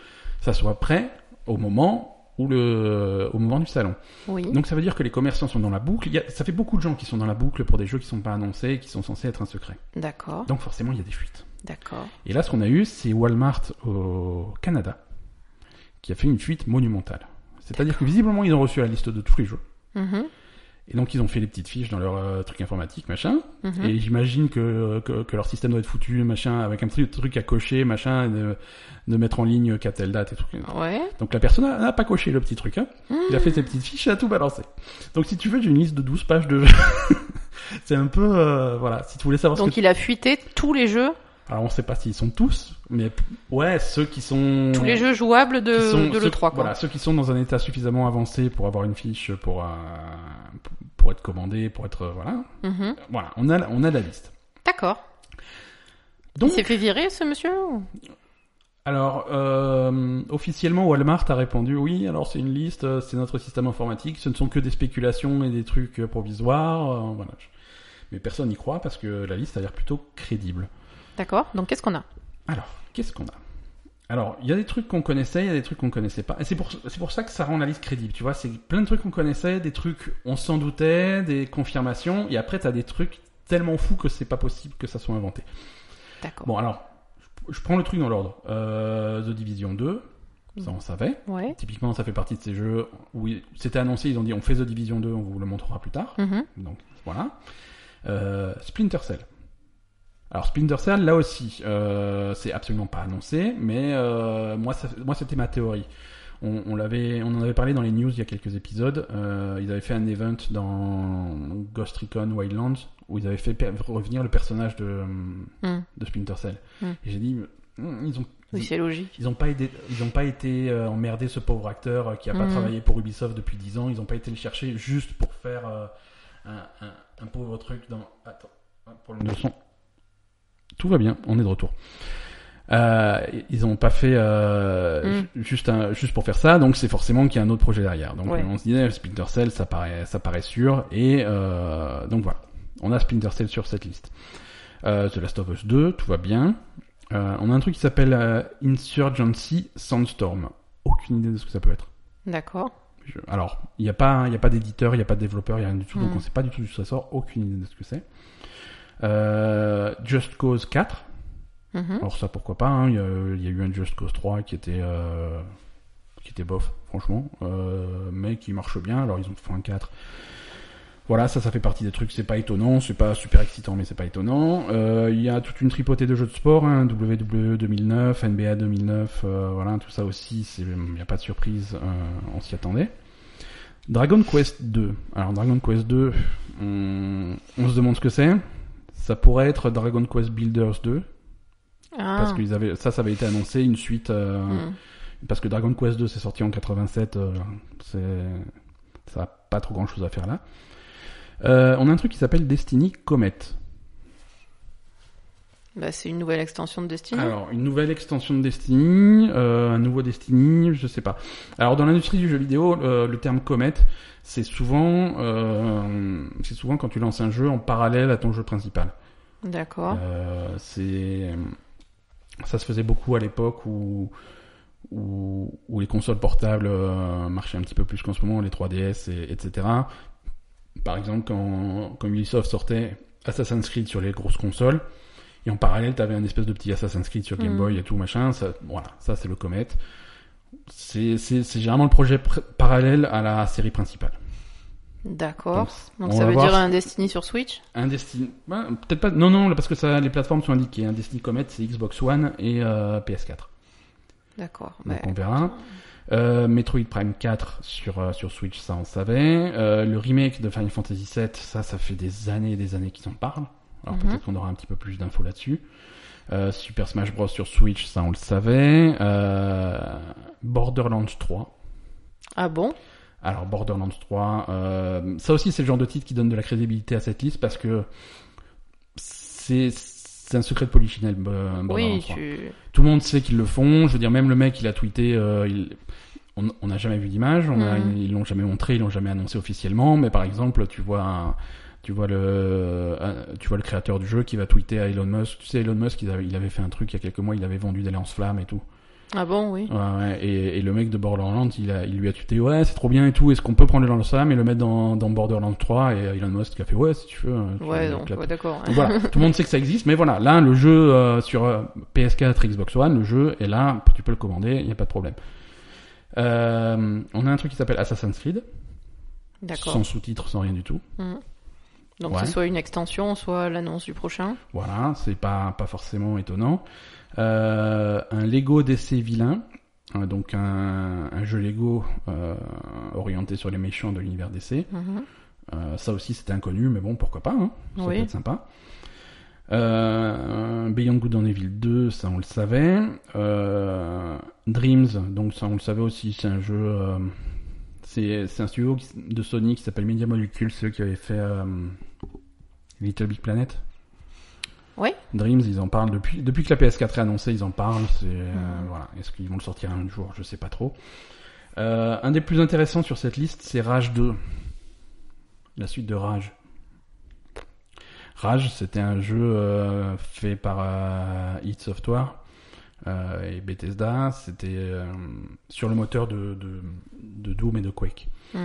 [SPEAKER 1] ça soit prêt au moment où le, au moment du salon.
[SPEAKER 2] Oui.
[SPEAKER 1] Donc ça veut dire que les commerçants sont dans la boucle. Il y a- ça fait beaucoup de gens qui sont dans la boucle pour des jeux qui sont pas annoncés, et qui sont censés être un secret.
[SPEAKER 2] D'accord.
[SPEAKER 1] Donc forcément, il y a des fuites.
[SPEAKER 2] D'accord.
[SPEAKER 1] Et là, ce qu'on a eu, c'est Walmart au Canada qui a fait une fuite monumentale. C'est-à-dire que visiblement, ils ont reçu la liste de tous les jeux.
[SPEAKER 2] Mhm.
[SPEAKER 1] Et donc, ils ont fait les petites fiches dans leur euh, truc informatique, machin.
[SPEAKER 2] Mhm.
[SPEAKER 1] Et j'imagine que, que, que leur système doit être foutu, machin, avec un petit truc à cocher, machin, de, de mettre en ligne qu'à telle date et tout.
[SPEAKER 2] Ouais.
[SPEAKER 1] Donc la personne n'a n'a pas coché le petit truc, hein.
[SPEAKER 2] Ah.
[SPEAKER 1] Il a fait ses petites fiches, il a tout balancé. Donc si tu veux, j'ai une liste de 12 pages de jeux. c'est un peu, euh, voilà, si tu voulais savoir ce
[SPEAKER 2] Donc
[SPEAKER 1] que...
[SPEAKER 2] il a fuité tous les jeux,
[SPEAKER 1] Alors on sait pas s'ils sont tous, mais p- ouais, ceux qui sont...
[SPEAKER 2] tous les jeux jouables
[SPEAKER 1] qui
[SPEAKER 2] de,
[SPEAKER 1] sont-
[SPEAKER 2] de
[SPEAKER 1] ceux-
[SPEAKER 2] l'E3 quoi.
[SPEAKER 1] Voilà, ceux qui sont dans un état suffisamment avancé pour avoir une fiche, pour, euh, pour- pour être commandé, pour être... euh, Voilà,
[SPEAKER 2] Mhm.
[SPEAKER 1] voilà on, a, la- on a la liste.
[SPEAKER 2] D'accord.
[SPEAKER 1] Donc,
[SPEAKER 2] Il s'est fait virer ce monsieur ou-
[SPEAKER 1] Alors, euh, officiellement, Walmart a répondu oui. Alors, c'est une liste, euh, c'est notre système informatique. Ce ne sont que des spéculations et des trucs euh, provisoires. euh, voilà. Je- Mais personne n'y croit parce que la liste a l'air plutôt crédible.
[SPEAKER 2] D'accord. Donc qu'est-ce qu'on a
[SPEAKER 1] Alors, qu'est-ce qu'on a Alors, il y a des trucs qu'on connaissait, il y a des trucs qu'on connaissait pas. Et c'est pour, c'est pour ça que ça rend la liste crédible. Tu vois, c'est plein de trucs qu'on connaissait, des trucs on s'en doutait, des confirmations. Et après, t'as des trucs tellement fous que c'est pas possible que ça soit inventé.
[SPEAKER 2] D'accord.
[SPEAKER 1] Bon, alors, je- je prends le truc dans l'ordre. Euh, The Division 2, ça on savait.
[SPEAKER 2] Ouais.
[SPEAKER 1] Typiquement, ça fait partie de ces jeux où il- c'était annoncé, ils ont dit on fait The Division 2, on vous le montrera plus tard.
[SPEAKER 2] Mhm.
[SPEAKER 1] Donc voilà. Euh, Splinter Cell. Alors Splinter Cell, là aussi, euh, c'est absolument pas annoncé, mais euh, moi, ça- moi c'était ma théorie. On, on l'avait, on en avait parlé dans les news il y a quelques épisodes. Euh, ils avaient fait un event dans Ghost Recon Wildlands où ils avaient fait per- revenir le personnage de,
[SPEAKER 2] Hmm.
[SPEAKER 1] de Splinter Cell.
[SPEAKER 2] Mm.
[SPEAKER 1] Et j'ai dit, Mm, ils ont,
[SPEAKER 2] Oui, c'est logique.
[SPEAKER 1] ils ont pas aidé, ils ont pas été euh, emmerdés ce pauvre acteur euh, qui a pas
[SPEAKER 2] Mm.
[SPEAKER 1] travaillé pour Ubisoft depuis 10 ans. Ils ont pas été le chercher juste pour faire euh, un, un, un pauvre truc dans. Attends, hop, pour le son. Tout va bien, on est de retour. Euh, ils ont pas fait euh,
[SPEAKER 2] Mm.
[SPEAKER 1] ju- juste un, juste pour faire ça, donc c'est forcément qu'il y a un autre projet derrière. Donc
[SPEAKER 2] Ouais.
[SPEAKER 1] on se disait Splinter Cell, ça paraît, ça paraît sûr, et euh, donc voilà, on a Splinter Cell sur cette liste. Euh, The Last of Us 2, tout va bien. Euh, on a un truc qui s'appelle euh, Insurgency Sandstorm. Aucune idée de ce que ça peut être.
[SPEAKER 2] D'accord.
[SPEAKER 1] Je- Alors, il n'y a pas, il y a pas d'éditeur, il n'y a pas de développeur, il n'y a rien du tout, donc
[SPEAKER 2] Mm.
[SPEAKER 1] on ne sait pas du tout du tout ça sort, aucune idée de ce que c'est. Euh, Just Cause 4,
[SPEAKER 2] Mhm.
[SPEAKER 1] alors ça pourquoi pas, hein, il y, a- il y a eu un Just Cause 3 qui était, euh, qui était bof, franchement, euh, mais qui marche bien, alors ils ont fait un 4. Voilà, ça, ça fait partie des trucs, c'est pas étonnant, c'est pas super excitant, mais c'est pas étonnant. Euh, Il y a toute une tripotée de jeux de sport, hein, WWE 2009, NBA 2009, euh, voilà, tout ça aussi, c'est- il n'y a pas de surprise, euh, on s'y attendait. Dragon Quest 2. Alors Dragon Quest 2, on, on se demande ce que c'est. Ça pourrait être Dragon Quest Builders 2,
[SPEAKER 2] Ah.
[SPEAKER 1] parce qu'ils avaient ça ça avait été annoncé une suite euh,
[SPEAKER 2] Hmm.
[SPEAKER 1] parce que Dragon Quest 2 c'est sorti en 87 euh, c'est ça a pas trop grand chose à faire là Euh, on a un truc qui s'appelle Destiny Comet
[SPEAKER 2] Bah, c'est une nouvelle extension de Destiny.
[SPEAKER 1] alors une nouvelle extension de Destiny euh, un nouveau Destiny je sais pas alors dans l'industrie du jeu vidéo euh, le terme Comet c'est souvent euh, c'est souvent quand tu lances un jeu en parallèle à ton jeu principal
[SPEAKER 2] D'accord.
[SPEAKER 1] Euh, c'est ça se faisait beaucoup à l'époque où, où où les consoles portables euh, marchaient un petit peu plus qu'en ce moment les 3DS et, etc. Par exemple quand quand Ubisoft sortait Assassin's Creed sur les grosses consoles et en parallèle t'avais un espèce de petit Assassin's Creed sur Game
[SPEAKER 2] Mhm.
[SPEAKER 1] Boy et tout machin ça voilà ça c'est le Comet c'est c'est c'est généralement le projet pr- parallèle à la série principale
[SPEAKER 2] D'accord. Donc,
[SPEAKER 1] on
[SPEAKER 2] ça
[SPEAKER 1] va
[SPEAKER 2] veut
[SPEAKER 1] voir
[SPEAKER 2] dire
[SPEAKER 1] si-
[SPEAKER 2] un Destiny sur Switch
[SPEAKER 1] un Destiny. bah, Peut-être pas. Non, non, parce que ça, les plateformes sont indiquées. Un Destiny Comet, c'est Xbox One et euh, PS4.
[SPEAKER 2] D'accord.
[SPEAKER 1] Donc
[SPEAKER 2] Bah,
[SPEAKER 1] on verra. Euh, Metroid Prime 4 sur euh, sur Switch, ça on savait. Euh, le remake de Final Fantasy 7, ça, ça fait des années et des années qu'ils en parlent. Alors
[SPEAKER 2] Mhm.
[SPEAKER 1] peut-être qu'on aura un petit peu plus d'infos là-dessus. Euh, Super Smash Bros sur Switch, ça on le savait. Euh, Borderlands 3.
[SPEAKER 2] Ah bon
[SPEAKER 1] Alors Borderlands 3, euh, ça aussi c'est le genre de titre qui donne de la crédibilité à cette liste parce que c'est c'est un secret de polichinelle euh, Borderlands
[SPEAKER 2] Oui,
[SPEAKER 1] 3.
[SPEAKER 2] tu.
[SPEAKER 1] Tout le monde sait qu'ils le font. Je veux dire même le mec il a tweeté, euh, il- on on n'a jamais vu d'image, on a-
[SPEAKER 2] Mhm.
[SPEAKER 1] ils l'ont jamais montré, ils l'ont jamais annoncé officiellement, mais par exemple tu vois un- tu vois le un- tu vois le créateur du jeu qui va tweeter à Elon Musk. Tu sais Elon Musk il avait, il avait fait un truc il y a quelques mois, il avait vendu des lance-flammes et tout.
[SPEAKER 2] Ah bon, oui.
[SPEAKER 1] Ouais, ouais, Et, et le mec de Borderlands, il, a, il lui a tweeté ouais c'est trop bien et tout. Est-ce qu'on peut prendre le lance-flamme et le mettre dans, dans Borderlands 3 Et Elon Musk a fait ouais si tu veux. euh, tu
[SPEAKER 2] Ouais,
[SPEAKER 1] le
[SPEAKER 2] donc,
[SPEAKER 1] éclates.
[SPEAKER 2] ouais, d'accord.
[SPEAKER 1] Donc voilà, tout le monde sait que ça existe, mais voilà, là le jeu euh, sur euh, PS4, Xbox One, le jeu est là, tu peux le commander, il n'y a pas de problème. Euh, on a un truc qui s'appelle Assassin's Creed,
[SPEAKER 2] D'accord.
[SPEAKER 1] sans sous-titres, sans rien du tout.
[SPEAKER 2] Hmm. Donc,
[SPEAKER 1] Ouais.
[SPEAKER 2] c'est soit une extension, soit l'annonce du prochain.
[SPEAKER 1] Voilà, c'est pas pas forcément étonnant. Euh, un Lego d'essai vilain, euh, donc un, un jeu Lego euh, orienté sur les méchants de l'univers d'essai.
[SPEAKER 2] Mhm.
[SPEAKER 1] Euh, ça aussi c'était inconnu, mais bon pourquoi pas, hein. ça
[SPEAKER 2] Oui.
[SPEAKER 1] peut être sympa. Euh, Beyond Good and Evil 2, ça on le savait. Euh, Dreams, donc ça on le savait aussi, c'est un jeu, euh, c'est c'est un studio qui s- de Sony qui s'appelle Media Molecule, ceux qui avaient fait euh, Little Big Planet.
[SPEAKER 2] Oui.
[SPEAKER 1] Dreams, ils en parlent depuis depuis que la PS4 est annoncée, ils en parlent. C'est euh,
[SPEAKER 2] Mm.
[SPEAKER 1] voilà, est-ce qu'ils vont le sortir un jour, je sais pas trop. Euh, un des plus intéressants sur cette liste, c'est Rage 2. La suite de Rage. Rage, c'était un jeu euh, fait par euh, id Software euh, et Bethesda. C'était euh, sur le moteur de, de, de Doom et de Quake.
[SPEAKER 2] Mm.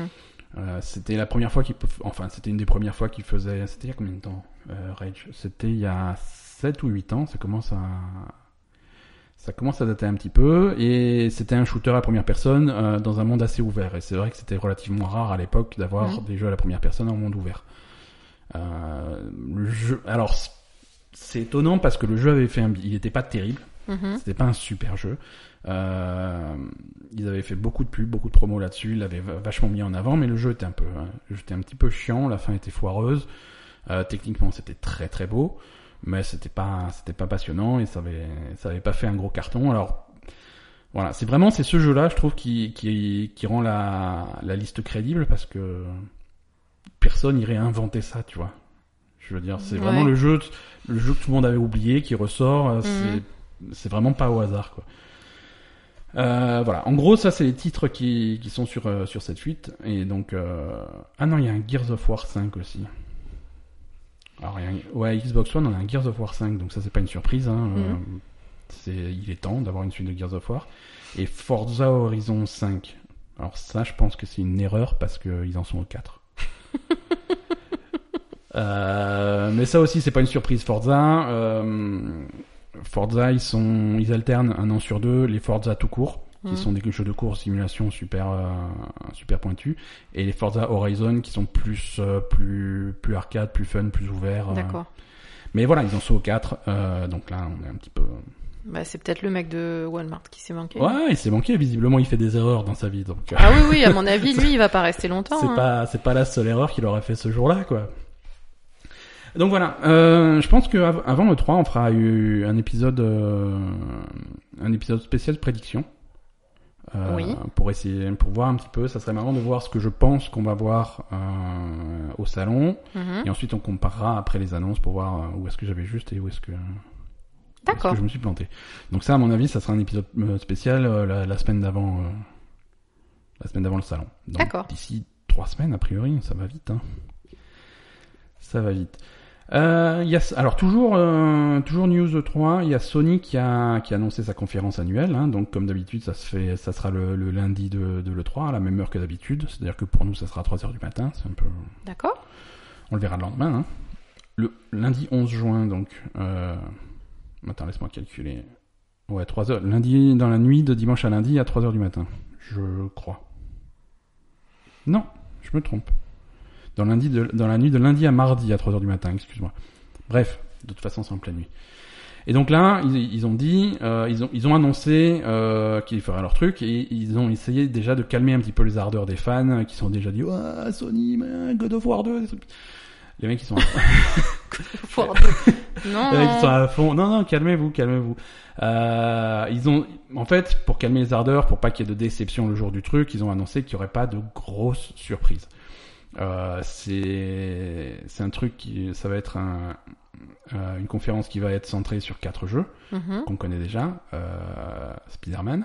[SPEAKER 1] Euh, c'était la première fois qu'ils, peuvent- enfin, c'était une des premières fois qu'ils faisaient. C'était il y a combien de temps euh, Rage C'était il y a 7 ou 8 ans. Ça commence à ça commence à dater un petit peu et c'était un shooter à première personne euh, dans un monde assez ouvert. Et c'est vrai que c'était relativement rare à l'époque d'avoir
[SPEAKER 2] Mhm.
[SPEAKER 1] des jeux à la première personne en monde ouvert. Euh, le jeu, alors c'est- c'est étonnant parce que le jeu avait fait un, bi- il n'était pas terrible.
[SPEAKER 2] Mhm.
[SPEAKER 1] C'était pas un super jeu. Euh, ils avaient fait beaucoup de pubs, beaucoup de promos là-dessus, ils l'avaient va- vachement mis en avant, mais le jeu était un peu, hein, le jeu était un petit peu chiant, la fin était foireuse. Euh, techniquement, c'était très très beau, mais c'était pas, c'était pas passionnant et ça avait, ça avait pas fait un gros carton. Alors voilà, c'est vraiment c'est ce jeu-là, je trouve, qui qui qui rend la la liste crédible parce que personne irait inventer ça, tu vois. Je veux dire, c'est vraiment
[SPEAKER 2] Ouais.
[SPEAKER 1] le jeu, le jeu que tout le monde avait oublié qui ressort. euh, c'est- C'est vraiment pas au hasard, quoi. Euh, voilà. En gros, ça, c'est les titres qui, qui sont sur, euh, sur cette fuite. Et donc, euh, ah non, il y a un Gears of War 5 aussi. Alors, il y a un- ouais, Xbox One, on a un Gears of War 5, donc ça, c'est pas une surprise. Hein, euh, c'est, il est temps d'avoir une suite de Gears of War. Et Forza Horizon 5. Alors ça, je pense que c'est une erreur parce qu'ils en sont au 4. Euh, mais ça aussi, c'est pas une surprise Forza. Euh, Forza, ils sont, ils alternent un an sur deux les Forza tout court, qui
[SPEAKER 2] Mhm.
[SPEAKER 1] sont des jeux de course, simulation super, euh, super pointus, et les Forza Horizon qui sont plus, euh, plus, plus arcade, plus fun, plus ouvert. euh.
[SPEAKER 2] D'accord.
[SPEAKER 1] Mais voilà, ils en sont au 4, euh, donc là, on est un petit peu.
[SPEAKER 2] Bah, c'est peut-être le mec de Walmart qui s'est manqué.
[SPEAKER 1] Ouais, il s'est manqué. Visiblement, il fait des erreurs dans sa vie, donc. euh,
[SPEAKER 2] Ah oui, oui, à mon avis, lui, il va pas rester longtemps.
[SPEAKER 1] C'est
[SPEAKER 2] hein.
[SPEAKER 1] pas, c'est pas la seule erreur qu'il aurait fait ce jour-là, quoi. Donc voilà, euh, je pense que av- avant le 3, on fera eu un épisode, euh, un épisode spécial prédiction. Euh,
[SPEAKER 2] Oui.
[SPEAKER 1] Pour essayer, pour voir un petit peu, ça serait marrant de voir ce que je pense qu'on va voir euh, au salon,
[SPEAKER 2] Mhm.
[SPEAKER 1] et ensuite on comparera après les annonces pour voir euh, où est-ce que j'avais juste et où est-ce que, où est-ce
[SPEAKER 2] D'accord.
[SPEAKER 1] que je me suis planté. Donc ça, à mon avis, ça sera un épisode euh, spécial euh, la, la semaine d'avant, euh, la semaine d'avant le salon. Donc,
[SPEAKER 2] D'accord.
[SPEAKER 1] D'ici trois semaines, a priori, ça va vite. Hein. Ça va vite. Euh, il y a- alors toujours, euh, toujours News 3, il y a Sony qui a, qui a annoncé sa conférence annuelle. hein. donc comme d'habitude, ça se fait, ça sera le, le lundi de, de l'E3 à la même heure que d'habitude. C'est-à-dire que pour nous, ça sera à 3 heures du matin. C'est un peu,
[SPEAKER 2] D'accord.
[SPEAKER 1] on le verra le lendemain. hein. Le lundi 11 juin, donc. Euh... Attends, laisse-moi calculer. Ouais, 3 heures. Lundi, dans la nuit, de dimanche à lundi, à 3 heures du matin. Je crois. Non, je me trompe. Dans, lundi de- dans la nuit de lundi à mardi, à 3 heures du matin, excuse-moi. Bref, de toute façon, c'est en pleine nuit. Et donc là, ils, ils ont dit, euh, ils, ont, ils ont annoncé euh, qu'ils feraient leur truc et ils ont essayé déjà de calmer un petit peu les ardeurs des fans euh, qui sont déjà dit Ouah, Sony, man, God of War 2, des trucs. Les mecs, ils sont à
[SPEAKER 2] Faut- non.
[SPEAKER 1] les mecs, ils sont
[SPEAKER 2] non.
[SPEAKER 1] à fond. Non, non, calmez-vous, calmez-vous. Euh, ils ont, en fait, pour calmer les ardeurs, pour pas qu'il y ait de déception le jour du truc, ils ont annoncé qu'il y aurait pas de grosses surprises. Euh, c'est, c'est un truc qui, ça va être un, euh, une conférence qui va être centrée sur quatre jeux
[SPEAKER 2] Mhm,
[SPEAKER 1] qu'on connaît déjà euh, Spider-Man,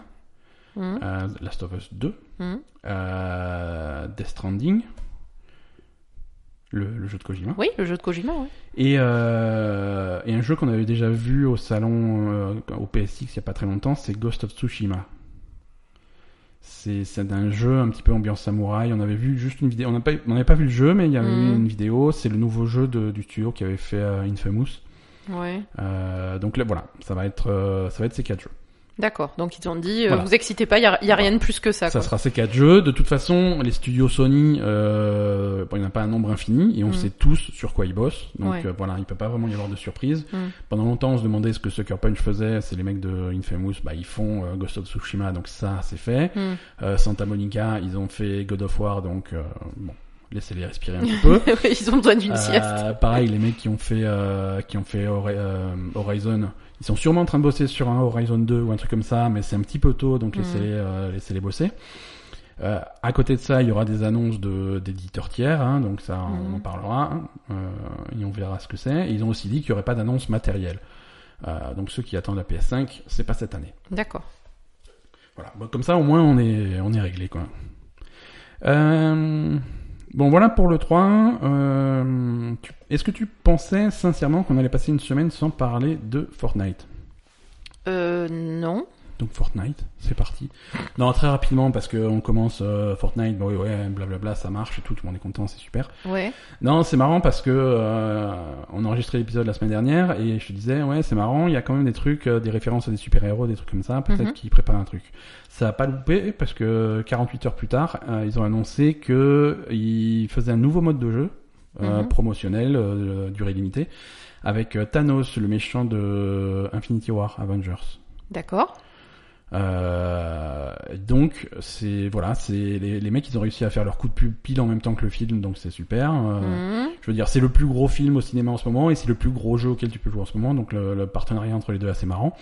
[SPEAKER 2] mhm,
[SPEAKER 1] euh, Last of Us 2,
[SPEAKER 2] mhm.
[SPEAKER 1] euh, Death Stranding, le, le jeu de Kojima,
[SPEAKER 2] Oui, le jeu de Kojima, oui.
[SPEAKER 1] et, euh, et un jeu qu'on avait déjà vu au salon euh, au PSX il y a pas très longtemps, c'est Ghost of Tsushima. C'est c'est un jeu un petit peu ambiance samouraï. On avait vu juste une vidéo. On n'a pas, on n'avait pas vu le jeu, mais il y avait eu
[SPEAKER 2] Mhm.
[SPEAKER 1] une vidéo. C'est le nouveau jeu de- du studio qui avait fait euh, Infamous.
[SPEAKER 2] Ouais.
[SPEAKER 1] Euh, donc là, voilà, ça va être, euh, ça va être ces quatre jeux.
[SPEAKER 2] D'accord. Donc ils ont dit, euh,
[SPEAKER 1] Voilà.
[SPEAKER 2] vous excitez pas, il y a, y a rien de plus que ça.
[SPEAKER 1] Ça
[SPEAKER 2] quoi.
[SPEAKER 1] sera ces quatre jeux. De toute façon, les studios Sony, euh, bon, il n'y en a pas un nombre infini et on
[SPEAKER 2] Mm.
[SPEAKER 1] sait tous sur quoi ils bossent. Donc
[SPEAKER 2] Ouais.
[SPEAKER 1] euh, voilà, il peut pas vraiment y avoir de surprise.
[SPEAKER 2] Mm.
[SPEAKER 1] Pendant longtemps, on se demandait ce que Sucker Punch faisait. C'est les mecs de Infamous, bah ils font euh, Ghost of Tsushima, donc ça c'est fait.
[SPEAKER 2] Mhm.
[SPEAKER 1] Euh, Santa Monica, ils ont fait God of War, donc euh, bon, laissez-les respirer un petit peu.
[SPEAKER 2] ils ont besoin d'une
[SPEAKER 1] Euh,
[SPEAKER 2] sieste.
[SPEAKER 1] pareil, les mecs qui ont fait euh, qui ont fait Hori- euh, Horizon, ils sont sûrement en train de bosser sur un Horizon 2 ou un truc comme ça, mais c'est un petit peu tôt, donc
[SPEAKER 2] Mhm.
[SPEAKER 1] laissez-les euh, laissez-les bosser. Euh, à côté de ça, il y aura des annonces de d'éditeurs tiers, hein, donc ça on
[SPEAKER 2] Mhm.
[SPEAKER 1] en parlera hein, euh, et on verra ce que c'est. Et Ils ont aussi dit qu'il y aurait pas d'annonce matérielle. Euh, donc ceux qui attendent la PS5, c'est pas cette année.
[SPEAKER 2] D'accord.
[SPEAKER 1] Voilà, Bon, comme ça au moins on est on est réglé quoi. Euh, bon voilà pour le 3. Euh, tu- Est-ce que tu pensais sincèrement qu'on allait passer une semaine sans parler de Fortnite
[SPEAKER 2] Euh, non.
[SPEAKER 1] Donc Fortnite, c'est parti. Non très rapidement parce que on commence euh, Fortnite, bon ouais, ouais blablabla, ça marche et tout, tout le monde est content, c'est super.
[SPEAKER 2] Ouais.
[SPEAKER 1] Non, c'est marrant parce que euh, on a enregistré l'épisode la semaine dernière et je te disais ouais c'est marrant, il y a quand même des trucs, euh, des références à des super héros, des trucs comme ça. Peut-être
[SPEAKER 2] Mhm.
[SPEAKER 1] qu'ils préparent un truc. Ça a pas loupé parce que 48 heures plus tard, euh, ils ont annoncé que ils faisaient un nouveau mode de jeu euh,
[SPEAKER 2] Mhm.
[SPEAKER 1] promotionnel, euh, durée limitée, avec euh, Thanos, le méchant de Infinity War Avengers.
[SPEAKER 2] D'accord.
[SPEAKER 1] Euh, donc c'est voilà, c'est les, les mecs ils ont réussi à faire leur coup de pub pile en même temps que le film, donc c'est super. Euh,
[SPEAKER 2] Mhm.
[SPEAKER 1] Je veux dire, c'est le plus gros film au cinéma en ce moment et c'est le plus gros jeu auquel tu peux jouer en ce moment, donc le, le partenariat entre les deux est assez marrant.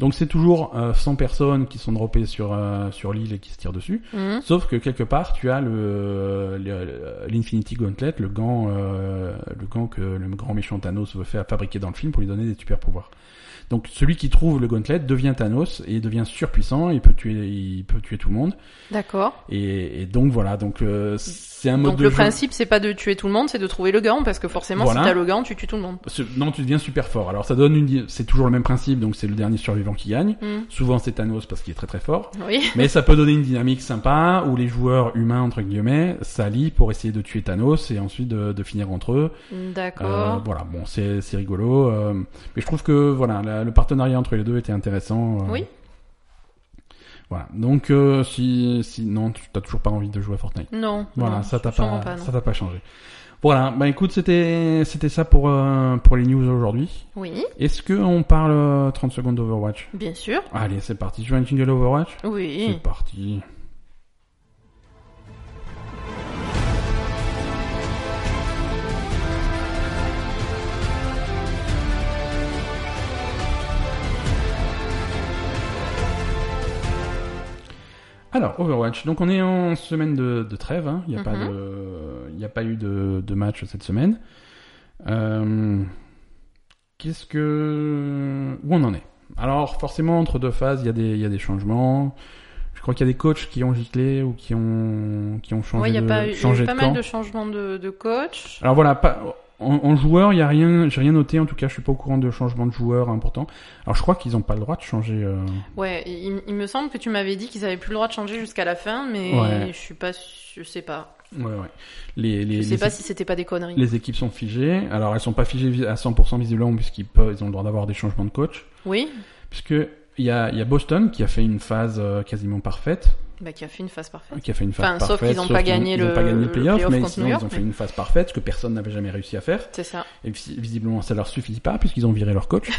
[SPEAKER 1] Donc c'est toujours euh, 100 personnes qui sont droppées sur euh, sur l'île et qui se tirent dessus.
[SPEAKER 2] Mhm.
[SPEAKER 1] Sauf que quelque part tu as le le- l'Infinity Gauntlet, le gant euh, le gant que le grand méchant Thanos veut faire fabriquer dans le film pour lui donner des super pouvoirs. Donc celui qui trouve le gauntlet devient Thanos et devient surpuissant, il peut tuer il peut tuer tout le monde
[SPEAKER 2] D'accord.
[SPEAKER 1] et, et donc voilà, donc euh, c'est un mode
[SPEAKER 2] Donc
[SPEAKER 1] de
[SPEAKER 2] le
[SPEAKER 1] jeu-
[SPEAKER 2] principe, c'est pas de tuer tout le monde, c'est de trouver le gant, parce que forcément,
[SPEAKER 1] Voilà.
[SPEAKER 2] si t'as le gant, tu tues tout le monde.
[SPEAKER 1] Ce- Non, tu deviens super fort. Alors ça donne une, c'est toujours le même principe, donc c'est le dernier survivant qui gagne.
[SPEAKER 2] Mhm.
[SPEAKER 1] Souvent c'est Thanos parce qu'il est très très fort.
[SPEAKER 2] Oui.
[SPEAKER 1] Mais ça peut donner une dynamique sympa où les joueurs humains entre guillemets s'allient pour essayer de tuer Thanos et ensuite de, de finir entre eux. Euh,
[SPEAKER 2] D'accord.
[SPEAKER 1] voilà, bon c'est c'est rigolo. euh, mais je trouve que voilà la- le partenariat entre les deux était intéressant. euh,
[SPEAKER 2] Oui.
[SPEAKER 1] Voilà. Donc euh, si si non tu- t'as toujours pas envie de jouer à Fortnite.
[SPEAKER 2] Non.
[SPEAKER 1] Voilà,
[SPEAKER 2] non,
[SPEAKER 1] ça t'a
[SPEAKER 2] sûrement
[SPEAKER 1] pas,
[SPEAKER 2] non.
[SPEAKER 1] ça t'a pas changé. Voilà, bah écoute, c'était c'était ça pour euh, pour les news aujourd'hui.
[SPEAKER 2] Oui,
[SPEAKER 1] Est-ce que on parle euh, 30 secondes d'Overwatch
[SPEAKER 2] bien sûr.
[SPEAKER 1] Allez, c'est parti. Tu veux un jingle Overwatch
[SPEAKER 2] Oui.
[SPEAKER 1] C'est parti. Alors, Overwatch. Donc, on est en semaine de, de trêve. hein. Il n'y a, pas
[SPEAKER 2] Mhm.
[SPEAKER 1] de- il n'y a pas eu de, de match cette semaine. Euh, Qu'est-ce que. Où on en est Alors, forcément, entre deux phases, il y, a des- il y a des changements. Je crois qu'il y a des coachs qui ont giclé ou qui ont, qui ont changé
[SPEAKER 2] Ouais, il y a
[SPEAKER 1] de,
[SPEAKER 2] pas eu, il y a eu
[SPEAKER 1] changé
[SPEAKER 2] pas
[SPEAKER 1] de
[SPEAKER 2] mal
[SPEAKER 1] camp.
[SPEAKER 2] de changements de, de coach.
[SPEAKER 1] Alors voilà, pas, en, en joueur, il y a rien, j'ai rien noté. En tout cas, je suis pas au courant de changement de joueur important. Alors, je crois qu'ils n'ont pas le droit de changer. euh,
[SPEAKER 2] Ouais, il, il me semble que tu m'avais dit qu'ils avaient plus le droit de changer jusqu'à la fin, mais
[SPEAKER 1] Ouais.
[SPEAKER 2] je suis pas, su- je sais pas.
[SPEAKER 1] Ouais, ouais. Les, les,
[SPEAKER 2] Je sais
[SPEAKER 1] les,
[SPEAKER 2] pas si c'était pas des conneries.
[SPEAKER 1] les équipes sont figées. Alors, elles sont pas figées vi- à 100% visiblement puisqu'ils peuvent, ils ont le droit d'avoir des changements de coach.
[SPEAKER 2] Oui,
[SPEAKER 1] Puisque il y a, il y a Boston qui a fait une phase euh, quasiment parfaite,
[SPEAKER 2] bah qui a fait une phase parfaite.
[SPEAKER 1] qui a fait une phase
[SPEAKER 2] Enfin, sauf
[SPEAKER 1] parfaite.
[SPEAKER 2] qu'ils ont pas
[SPEAKER 1] qu'ils
[SPEAKER 2] gagné
[SPEAKER 1] ils ont
[SPEAKER 2] le-
[SPEAKER 1] pas gagné
[SPEAKER 2] le
[SPEAKER 1] playoff,
[SPEAKER 2] playoff
[SPEAKER 1] mais
[SPEAKER 2] contre
[SPEAKER 1] sinon
[SPEAKER 2] New
[SPEAKER 1] ils ont
[SPEAKER 2] York,
[SPEAKER 1] fait
[SPEAKER 2] mais-
[SPEAKER 1] une phase parfaite, ce que personne n'avait jamais réussi à faire.
[SPEAKER 2] C'est ça.
[SPEAKER 1] Et vis- visiblement, ça leur suffit pas puisqu'ils ont viré leur coach.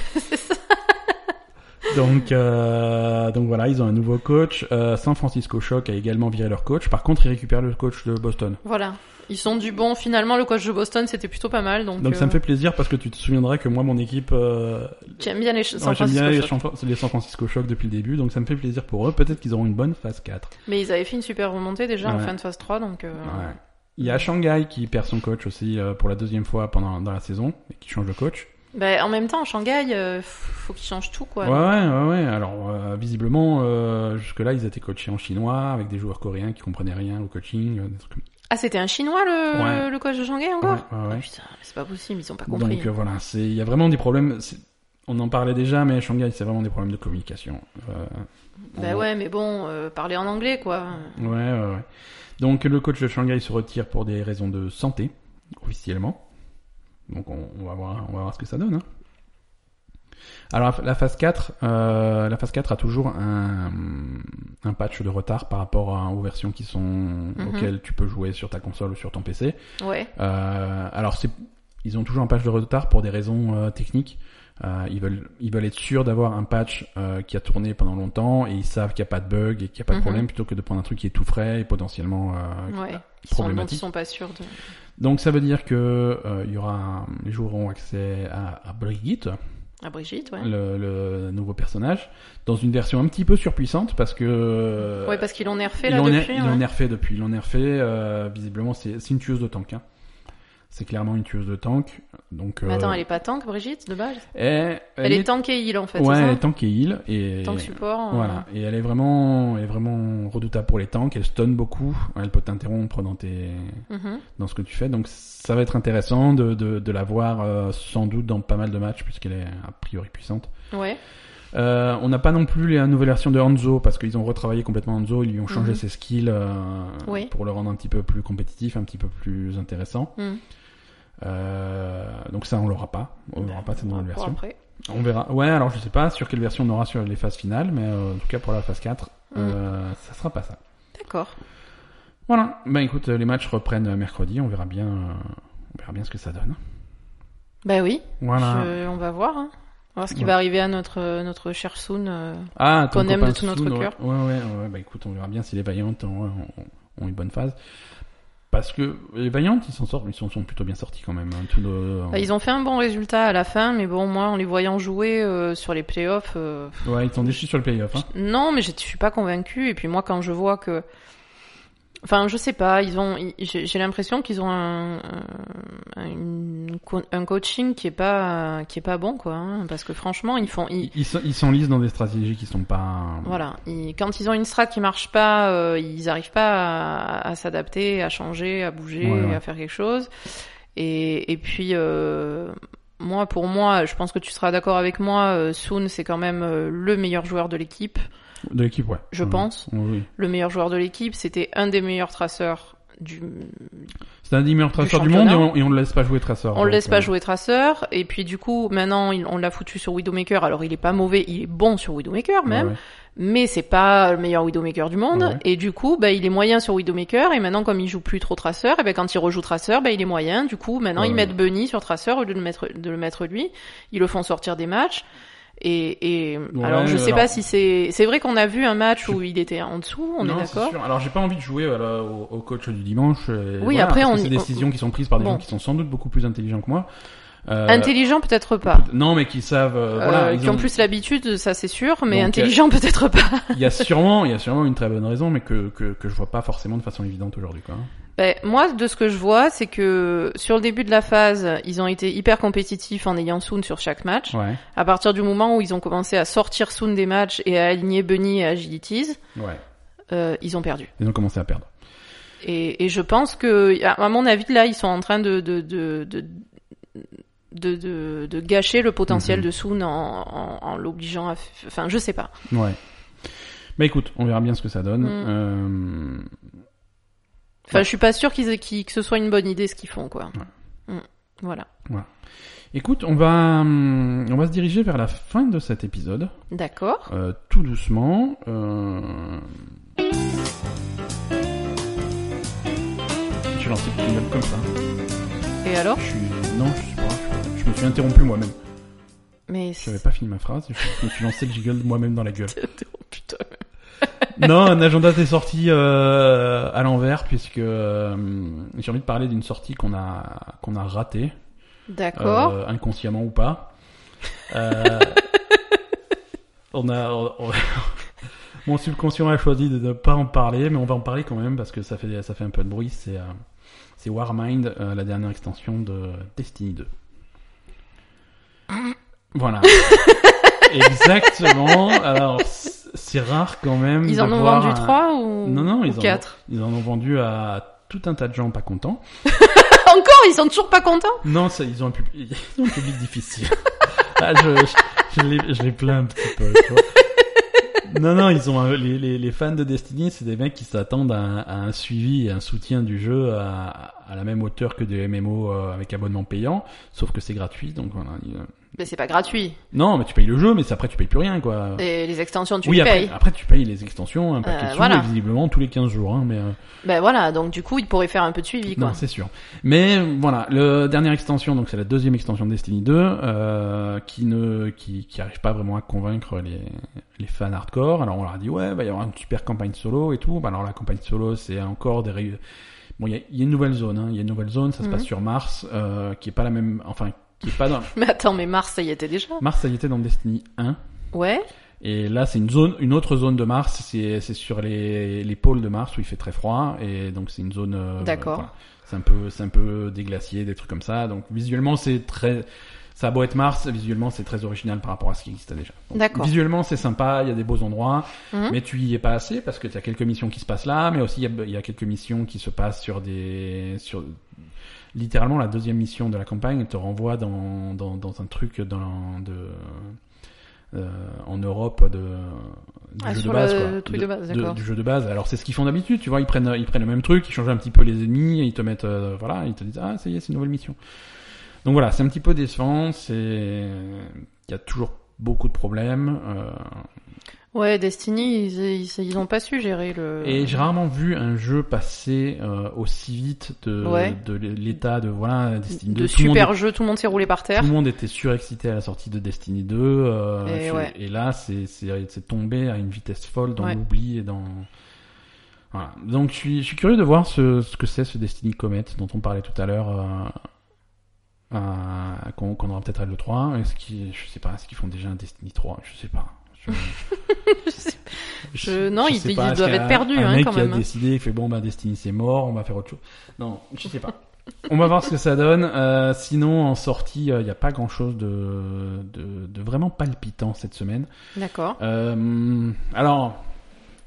[SPEAKER 1] donc, euh, donc voilà, ils ont un nouveau coach. Euh, San Francisco Shock a également viré leur coach. Par contre, ils récupèrent le coach de Boston.
[SPEAKER 2] Voilà. Ils sont du bon. Finalement, le coach de Boston, c'était plutôt pas mal. Donc,
[SPEAKER 1] Donc ça
[SPEAKER 2] euh,
[SPEAKER 1] me fait plaisir parce que tu te souviendras que moi, mon équipe, euh,
[SPEAKER 2] J'aime bien les ch- San
[SPEAKER 1] ouais, j'aime bien
[SPEAKER 2] Francisco
[SPEAKER 1] les,
[SPEAKER 2] Shock.
[SPEAKER 1] San- les San Francisco Shock depuis le début. Donc ça me fait plaisir pour eux. Peut-être qu'ils auront une bonne phase 4.
[SPEAKER 2] Mais ils avaient fait une super remontée déjà en
[SPEAKER 1] Ouais.
[SPEAKER 2] fin de phase 3, donc. euh,
[SPEAKER 1] Ouais. Il y a Shanghai qui perd son coach aussi euh, pour la deuxième fois pendant dans la saison et qui change de coach.
[SPEAKER 2] Bah, en même temps, Shanghai, euh, faut qu'ils changent tout, quoi.
[SPEAKER 1] Ouais, ouais, ouais. ouais. Alors, euh, visiblement, euh, jusque-là, ils étaient coachés en chinois avec des joueurs coréens qui comprenaient rien au coaching. euh, des trucs comme-
[SPEAKER 2] Ah, c'était un Chinois le,
[SPEAKER 1] Ouais.
[SPEAKER 2] le coach de Shanghai encore
[SPEAKER 1] Ouais, ouais, ouais.
[SPEAKER 2] Ah, Putain, mais c'est pas possible, ils ont pas compris. hein.
[SPEAKER 1] Donc euh, voilà, c'est il y a vraiment des problèmes. c'est- On en parlait déjà, mais Shanghai, c'est vraiment des problèmes de communication. Euh,
[SPEAKER 2] Bah
[SPEAKER 1] on-
[SPEAKER 2] ouais, mais bon, euh, parler en anglais, quoi.
[SPEAKER 1] ouais, ouais, ouais. Donc le coach de Shanghai se retire pour des raisons de santé, officiellement. Donc on, on va voir, on va voir ce que ça donne. hein. Alors la phase 4, euh, la phase 4 a toujours un, un patch de retard par rapport à- aux versions qui sont auxquelles tu peux jouer sur ta console ou sur ton PC.
[SPEAKER 2] Ouais.
[SPEAKER 1] Euh, alors c'est, ils ont toujours un patch de retard pour des raisons euh, techniques. Euh, ils veulent, ils veulent être sûrs d'avoir un patch euh, qui a tourné pendant longtemps et ils savent qu'il n'y a pas de bug et qu'il n'y a pas de
[SPEAKER 2] Mhm.
[SPEAKER 1] problème plutôt que de prendre un truc qui est tout frais et potentiellement. euh,
[SPEAKER 2] Ouais. Ils sont, dont ils
[SPEAKER 1] problématique.
[SPEAKER 2] sont pas sûrs de.
[SPEAKER 1] Donc ça veut dire que euh, il y aura, un- les joueurs auront accès à, à Brigitte,
[SPEAKER 2] À Brigitte, ouais.
[SPEAKER 1] le, le nouveau personnage, dans une version un petit peu surpuissante parce que. euh,
[SPEAKER 2] Ouais, parce qu'ils l'ont nerfé
[SPEAKER 1] ils
[SPEAKER 2] là
[SPEAKER 1] l'ont ner-
[SPEAKER 2] depuis. hein.
[SPEAKER 1] ils
[SPEAKER 2] ouais.
[SPEAKER 1] l'ont nerfé depuis. Ils l'ont nerfé. euh, visiblement, c'est c'est une tueuse de tank. hein. C'est clairement une tueuse de tank. Donc,
[SPEAKER 2] Mais
[SPEAKER 1] euh,
[SPEAKER 2] attends, elle est pas tank, Brigitte, de base
[SPEAKER 1] elle- elle
[SPEAKER 2] Elle est tank et heal en fait,
[SPEAKER 1] Ouais, elle est
[SPEAKER 2] c'est
[SPEAKER 1] tank et heal. Et
[SPEAKER 2] ça Tank support. euh,
[SPEAKER 1] voilà. Et elle est vraiment, elle est vraiment redoutable pour les tanks. Elle stun beaucoup. Elle peut t'interrompre dans tes,
[SPEAKER 2] mhm.
[SPEAKER 1] dans ce que tu fais. Donc, ça va être intéressant de, de, de la voir euh, sans doute dans pas mal de matchs puisqu'elle est a priori puissante.
[SPEAKER 2] Ouais.
[SPEAKER 1] Euh, on n'a pas non plus la nouvelle version de Hanzo parce qu'ils ont retravaillé complètement Hanzo, ils lui ont changé
[SPEAKER 2] Mhm.
[SPEAKER 1] ses skills euh,
[SPEAKER 2] Oui.
[SPEAKER 1] pour le rendre un petit peu plus compétitif, un petit peu plus intéressant.
[SPEAKER 2] Mhm.
[SPEAKER 1] Euh, donc ça, on l'aura pas, on l'aura pas cette
[SPEAKER 2] On
[SPEAKER 1] nouvelle
[SPEAKER 2] va voir
[SPEAKER 1] version.
[SPEAKER 2] après.
[SPEAKER 1] On verra. Ouais, alors je sais pas sur quelle version on aura sur les phases finales, mais euh, en tout cas pour la phase 4,
[SPEAKER 2] Mhm.
[SPEAKER 1] euh, ça sera pas ça.
[SPEAKER 2] D'accord.
[SPEAKER 1] Voilà. Ben écoute, les matchs reprennent mercredi, on verra bien, euh, on verra bien ce que ça donne.
[SPEAKER 2] Bah oui,
[SPEAKER 1] Voilà.
[SPEAKER 2] je- on va voir. hein. On va voir ce qui
[SPEAKER 1] Voilà.
[SPEAKER 2] va arriver à notre, notre cher Soon. euh.
[SPEAKER 1] Ah, ton
[SPEAKER 2] Qu'on aime
[SPEAKER 1] copain
[SPEAKER 2] de tout notre
[SPEAKER 1] Soun, ouais.
[SPEAKER 2] cœur.
[SPEAKER 1] Ouais, ouais, ouais. Bah écoute, on verra bien si les Vaillantes ont, hein, ont- ont une bonne phase. Parce que les Vaillantes, ils s'en sortent, ils s'en sont plutôt bien sortis quand même. hein, tout le-
[SPEAKER 2] Bah, ils ont fait un bon résultat à la fin, mais bon, moi, en les voyant jouer euh, sur les playoffs, euh,
[SPEAKER 1] Ouais, ils t'ont déchus sur le playoff. Hein.
[SPEAKER 2] Non, mais je je suis pas convaincue. Et puis moi, quand je vois que, enfin, je sais pas, ils ont, ils- j'ai j'ai l'impression qu'ils ont un, un, une co- un coaching qui est pas, qui est pas bon, quoi. hein. parce que franchement, ils font, ils,
[SPEAKER 1] Ils ils s'en- ils s'enlisent dans des stratégies qui sont pas.
[SPEAKER 2] voilà, ils- quand ils ont une strat qui marche pas, euh, ils arrivent pas à, à s'adapter, à changer, à bouger,
[SPEAKER 1] Ouais, ouais.
[SPEAKER 2] à faire quelque chose. Et, et puis euh, moi, pour moi, je pense que tu seras d'accord avec moi. euh, Soon, c'est quand même euh, le meilleur joueur de l'équipe,
[SPEAKER 1] De l'équipe, ouais.
[SPEAKER 2] je
[SPEAKER 1] Ouais.
[SPEAKER 2] pense.
[SPEAKER 1] Ouais, Oui.
[SPEAKER 2] le meilleur joueur de l'équipe, c'était un des meilleurs traceurs du
[SPEAKER 1] C'est un des meilleurs traceurs du, monde et
[SPEAKER 2] championnat.
[SPEAKER 1] on, et on le laisse pas jouer traceur.
[SPEAKER 2] on le
[SPEAKER 1] donc,
[SPEAKER 2] laisse pas
[SPEAKER 1] euh,
[SPEAKER 2] jouer traceur et puis du coup maintenant il- on l'a foutu sur Widowmaker alors il est pas mauvais il est bon sur Widowmaker même
[SPEAKER 1] ouais, ouais.
[SPEAKER 2] mais c'est pas le meilleur Widowmaker du monde
[SPEAKER 1] Ouais.
[SPEAKER 2] et du coup bah il est moyen sur Widowmaker et maintenant comme il joue plus trop traceur et ben quand il rejoue traceur bah il est moyen du coup maintenant
[SPEAKER 1] Ouais,
[SPEAKER 2] ils
[SPEAKER 1] ouais.
[SPEAKER 2] mettent Bunny sur traceur au lieu de le mettre de le mettre lui ils le font sortir des matchs et, et alors je sais
[SPEAKER 1] alors-
[SPEAKER 2] pas si c'est c'est vrai qu'on a vu un match où il était en dessous on
[SPEAKER 1] Non,
[SPEAKER 2] est
[SPEAKER 1] c'est
[SPEAKER 2] d'accord
[SPEAKER 1] sûr. Alors j'ai pas envie de jouer voilà, au, au coach du dimanche. euh,
[SPEAKER 2] Oui,
[SPEAKER 1] voilà,
[SPEAKER 2] après,
[SPEAKER 1] parce que
[SPEAKER 2] on
[SPEAKER 1] c'est
[SPEAKER 2] y-
[SPEAKER 1] des
[SPEAKER 2] on-
[SPEAKER 1] décisions qui sont prises par des
[SPEAKER 2] Bon.
[SPEAKER 1] gens qui sont sans doute beaucoup plus intelligents que moi. Euh,
[SPEAKER 2] intelligent peut-être pas
[SPEAKER 1] Non, mais qui savent. euh, voilà,
[SPEAKER 2] Euh,
[SPEAKER 1] ils
[SPEAKER 2] qui ont
[SPEAKER 1] ont-
[SPEAKER 2] plus l'habitude, ça c'est sûr, mais
[SPEAKER 1] Donc, euh,
[SPEAKER 2] intelligent peut-être pas.
[SPEAKER 1] Il y a sûrement, il y a sûrement une très bonne raison, mais que, que, que je vois pas forcément de façon évidente aujourd'hui, quoi. hein.
[SPEAKER 2] Ben, moi, de ce que je vois, c'est que sur le début de la phase, ils ont été hyper compétitifs en ayant Soon sur chaque match.
[SPEAKER 1] Ouais,
[SPEAKER 2] À partir du moment où ils ont commencé à sortir Soon des matchs et à aligner Bunny et Agilities,
[SPEAKER 1] ouais.
[SPEAKER 2] euh, ils ont perdu.
[SPEAKER 1] Ils ont commencé à perdre.
[SPEAKER 2] Et, et je pense que, à à mon avis, là, ils sont en train de de de de, de, de- de gâcher le potentiel
[SPEAKER 1] Mhm.
[SPEAKER 2] de Soon en, en, en l'obligeant à, f- enfin, je sais pas.
[SPEAKER 1] Ouais. Bah écoute, on verra bien ce que ça donne.
[SPEAKER 2] Mm.
[SPEAKER 1] Euh,
[SPEAKER 2] Enfin,
[SPEAKER 1] Ouais.
[SPEAKER 2] je suis pas sûr qu'ils aient- qu'ils- que ce soit une bonne idée ce qu'ils font, quoi. Mm. Voilà.
[SPEAKER 1] Écoute, on va, hum, on va se diriger vers la fin de cet épisode,
[SPEAKER 2] D'accord.
[SPEAKER 1] euh, tout doucement. Euh... Je lance le jingle comme ça.
[SPEAKER 2] Et alors
[SPEAKER 1] Je suis, non, je suis pas. Je me suis interrompu moi-même.
[SPEAKER 2] Mais
[SPEAKER 1] J'avais
[SPEAKER 2] c'est...
[SPEAKER 1] pas fini ma phrase. Je me suis lancé le jiggle moi-même dans la gueule.
[SPEAKER 2] Oh, putain.
[SPEAKER 1] Non, un agenda t'est sorti euh, à l'envers puisque euh, j'ai envie de parler d'une sortie qu'on a qu'on a ratée
[SPEAKER 2] D'accord.
[SPEAKER 1] euh, inconsciemment ou pas. Euh, on a on- on- mon subconscient a choisi de ne pas en parler, mais on va en parler quand même parce que ça fait ça fait un peu de bruit. C'est euh, c'est Warmind, euh, la dernière extension de Destiny 2. Voilà. Exactement. Alors, c'est c'est rare quand même.
[SPEAKER 2] Ils en ont
[SPEAKER 1] d'avoir
[SPEAKER 2] vendu
[SPEAKER 1] un-
[SPEAKER 2] trois ou
[SPEAKER 1] euh, Non, non,
[SPEAKER 2] ou
[SPEAKER 1] ils en ont-
[SPEAKER 2] quatre
[SPEAKER 1] Ils en ont vendu à tout un tas de gens pas contents.
[SPEAKER 2] Encore, ils sont toujours pas contents
[SPEAKER 1] Non, ça, ils ont un, pub- ils ont un public difficile. ah, je, je, je les, je les plains un petit peu. tu vois. Non, non, ils ont un- les, les, les fans de Destiny, c'est des mecs qui s'attendent à, un- à un suivi et un soutien du jeu à, à la même hauteur que des MMO euh, avec abonnement payant, sauf que c'est gratuit, donc voilà. ils, euh,
[SPEAKER 2] Mais c'est pas gratuit.
[SPEAKER 1] Non, mais tu payes le jeu, mais c'est- après tu payes plus rien, quoi.
[SPEAKER 2] Et les extensions, tu
[SPEAKER 1] oui,
[SPEAKER 2] les
[SPEAKER 1] après, ah.
[SPEAKER 2] payes. Euh,
[SPEAKER 1] après tu payes les extensions, un paquet de sous,
[SPEAKER 2] voilà.
[SPEAKER 1] et visiblement tous les 15 jours, hein, mais. euh,
[SPEAKER 2] Ben voilà, donc du coup, ils pourraient faire un peu de suivi, quoi.
[SPEAKER 1] non, c'est sûr. Mais euh, voilà, le dernière extension, donc c'est la deuxième extension de Destiny 2, euh, qui ne, qui, qui arrive pas vraiment à convaincre les, les fans hardcore. Alors on leur a dit ouais, va y avoir une super campagne solo et tout. Bah, alors la campagne solo, c'est encore des ré- bon, il y a, il y a une nouvelle zone, hein. il y a une nouvelle zone, ça se
[SPEAKER 2] Mhm.
[SPEAKER 1] passe sur Mars, euh, qui est pas la même, enfin qui est pas dans
[SPEAKER 2] Mais attends, mais Mars, ça y était déjà
[SPEAKER 1] Mars, ça y était dans Destiny 1.
[SPEAKER 2] Ouais.
[SPEAKER 1] Et là, c'est une zone, une autre zone de Mars. C'est, c'est sur les, les pôles de Mars où il fait très froid, et donc c'est une zone. euh,
[SPEAKER 2] D'accord.
[SPEAKER 1] voilà. C'est un peu, c'est un peu des glaciers, des trucs comme ça. Donc visuellement, c'est très. Ça a beau être Mars, visuellement, c'est très original par rapport à ce qui existait déjà. Donc,
[SPEAKER 2] D'accord.
[SPEAKER 1] Visuellement, c'est sympa. Il y a des beaux endroits,
[SPEAKER 2] Mhm.
[SPEAKER 1] mais tu y es pas assez parce que tu as quelques missions qui se passent là, mais aussi il y a, il y a quelques missions qui se passent sur des sur littéralement la deuxième mission de la campagne te renvoie dans, dans, dans un truc dans, de, euh, en Europe de, du
[SPEAKER 2] Ah,
[SPEAKER 1] jeu
[SPEAKER 2] sur
[SPEAKER 1] de base.
[SPEAKER 2] le
[SPEAKER 1] quoi.
[SPEAKER 2] truc de base, d'accord.
[SPEAKER 1] du jeu de base. Alors c'est ce qu'ils font d'habitude, tu vois, ils prennent, ils prennent le même truc, ils changent un petit peu les ennemis, et ils te mettent, euh, voilà, ils te disent, ah ça y est, c'est une nouvelle mission. Donc voilà, c'est un petit peu décevant, c'est... Il y a toujours beaucoup de problèmes. euh,
[SPEAKER 2] Ouais, Destiny, ils, ils, ils ont pas su gérer le.
[SPEAKER 1] Et j'ai rarement vu un jeu passer euh, aussi vite de,
[SPEAKER 2] Ouais.
[SPEAKER 1] de l'état de voilà Destiny 2.
[SPEAKER 2] de
[SPEAKER 1] Tout le monde
[SPEAKER 2] super jeux, tout le monde s'est roulé par terre.
[SPEAKER 1] Tout le monde était surexcité à la sortie de Destiny 2. euh,
[SPEAKER 2] Et
[SPEAKER 1] tu-
[SPEAKER 2] ouais.
[SPEAKER 1] et là, c'est- c'est c'est tombé à une vitesse folle dans
[SPEAKER 2] Ouais.
[SPEAKER 1] l'oubli et dans. Voilà. Donc, je suis, je suis curieux de voir ce, ce que c'est ce Destiny Comet dont on parlait tout à l'heure, euh, à- qu'on qu'on aura peut-être à l'E3. Est-ce qu'ils, je sais pas, est-ce qu'ils font déjà un Destiny 3 Je sais pas. Je-
[SPEAKER 2] Je- non, ils-
[SPEAKER 1] sais
[SPEAKER 2] ils
[SPEAKER 1] pas, est-ce
[SPEAKER 2] doivent
[SPEAKER 1] qu'il y a
[SPEAKER 2] être perdus,
[SPEAKER 1] un
[SPEAKER 2] hein,
[SPEAKER 1] mec
[SPEAKER 2] quand
[SPEAKER 1] qui
[SPEAKER 2] même,
[SPEAKER 1] a
[SPEAKER 2] hein.
[SPEAKER 1] décidé, il fait bon, bah Destiny c'est mort, on va faire autre chose. Non, je sais pas. on va voir ce que ça donne. Euh, sinon, en sortie, euh, il n'y a pas grand chose de, de, de vraiment palpitant cette semaine.
[SPEAKER 2] D'accord.
[SPEAKER 1] Euh, alors,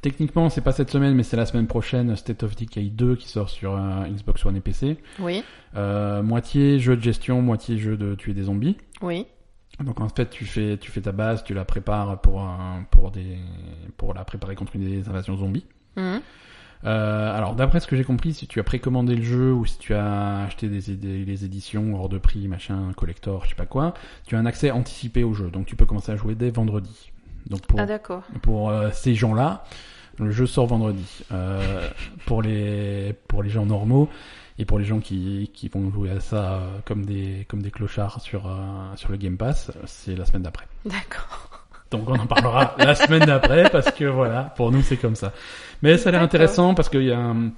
[SPEAKER 1] techniquement, c'est pas cette semaine, mais c'est la semaine prochaine, State of Decay 2 qui sort sur euh, Xbox One et PC.
[SPEAKER 2] Oui,
[SPEAKER 1] Euh, moitié jeu de gestion, moitié jeu de tuer des zombies.
[SPEAKER 2] oui.
[SPEAKER 1] Donc en fait, tu fais, tu fais ta base, tu la prépares pour, un, pour, des, pour la préparer contre des invasions zombies.
[SPEAKER 2] Mhm.
[SPEAKER 1] Euh, alors, d'après ce que j'ai compris, si tu as précommandé le jeu ou si tu as acheté des, des- les éditions hors de prix, machin, collector, je sais pas quoi, tu as un accès anticipé au jeu. Donc, tu peux commencer à jouer dès vendredi. Donc, pour,
[SPEAKER 2] Ah d'accord.
[SPEAKER 1] pour euh, ces gens-là, le jeu sort vendredi. Euh, pour les pour les gens normaux et pour les gens qui, qui vont jouer à ça euh, comme des comme des clochards sur euh, sur le Game Pass, c'est la semaine d'après.
[SPEAKER 2] D'accord.
[SPEAKER 1] Donc on en parlera la semaine d'après parce que voilà, pour nous c'est comme ça. Mais ça a l'air
[SPEAKER 2] D'accord.
[SPEAKER 1] intéressant parce qu'il y a un...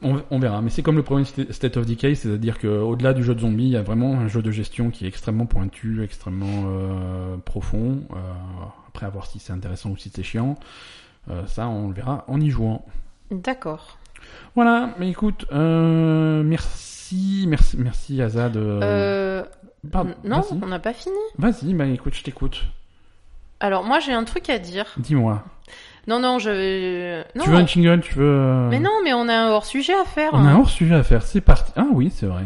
[SPEAKER 1] on, on verra. Mais c'est comme le premier Sta- State of Decay, c'est-à-dire que au-delà du jeu de zombies, il y a vraiment un jeu de gestion qui est extrêmement pointu, extrêmement euh, profond. Euh, après à voir si c'est intéressant ou si c'est chiant. Euh, ça, on le verra en y jouant.
[SPEAKER 2] D'accord.
[SPEAKER 1] Voilà, mais écoute, euh, merci, merci, merci Azad. euh,
[SPEAKER 2] Euh,
[SPEAKER 1] pardon,
[SPEAKER 2] non,
[SPEAKER 1] vas-y.
[SPEAKER 2] on n'a pas fini.
[SPEAKER 1] Vas-y, bah écoute, je t'écoute.
[SPEAKER 2] Alors moi j'ai un truc à dire.
[SPEAKER 1] Dis-moi.
[SPEAKER 2] Non non je. Non.
[SPEAKER 1] Tu veux un jingle, tu veux... euh,
[SPEAKER 2] Mais non mais on a un hors sujet à faire.
[SPEAKER 1] On a
[SPEAKER 2] hein.
[SPEAKER 1] un hors sujet à faire, c'est parti. Ah oui, c'est vrai.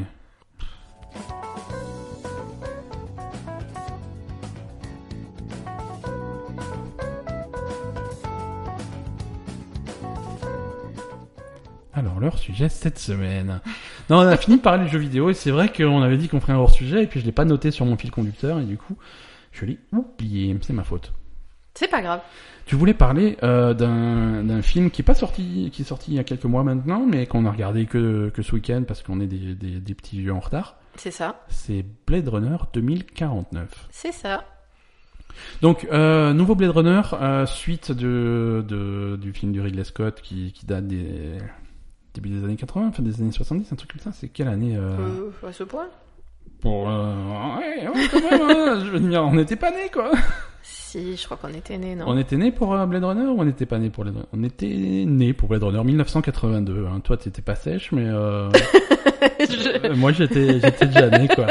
[SPEAKER 1] Alors, leur sujet cette semaine. Non, on a fini de parler de jeux vidéo et c'est vrai qu'on avait dit qu'on ferait un hors sujet et puis je l'ai pas noté sur mon fil conducteur et du coup, je l'ai oublié. C'est ma faute.
[SPEAKER 2] C'est pas grave.
[SPEAKER 1] Tu voulais parler euh, d'un d'un film qui est pas sorti, qui est sorti il y a quelques mois maintenant, mais qu'on a regardé que, que ce week-end parce qu'on est des, des, des petits vieux en retard.
[SPEAKER 2] C'est ça.
[SPEAKER 1] C'est Blade Runner 2049.
[SPEAKER 2] C'est ça.
[SPEAKER 1] Donc euh, nouveau Blade Runner, euh, suite de, de du film du Ridley Scott qui, qui date des début des années 80, fin des années 70, un truc comme ça. C'est quelle année euh,
[SPEAKER 2] Euh, à ce point.
[SPEAKER 1] Pour euh, ouais, ouais, quand même, hein, je veux dire, on n'était pas né quoi.
[SPEAKER 2] Si je crois qu'on était nés non.
[SPEAKER 1] On était né pour euh, Blade Runner ou on n'était pas né pour Blade Runner On était né pour Blade Runner 1982. Hein. Toi, t'étais pas sèche, mais euh,
[SPEAKER 2] Je-
[SPEAKER 1] euh, moi, j'étais, j'étais déjà né, quoi.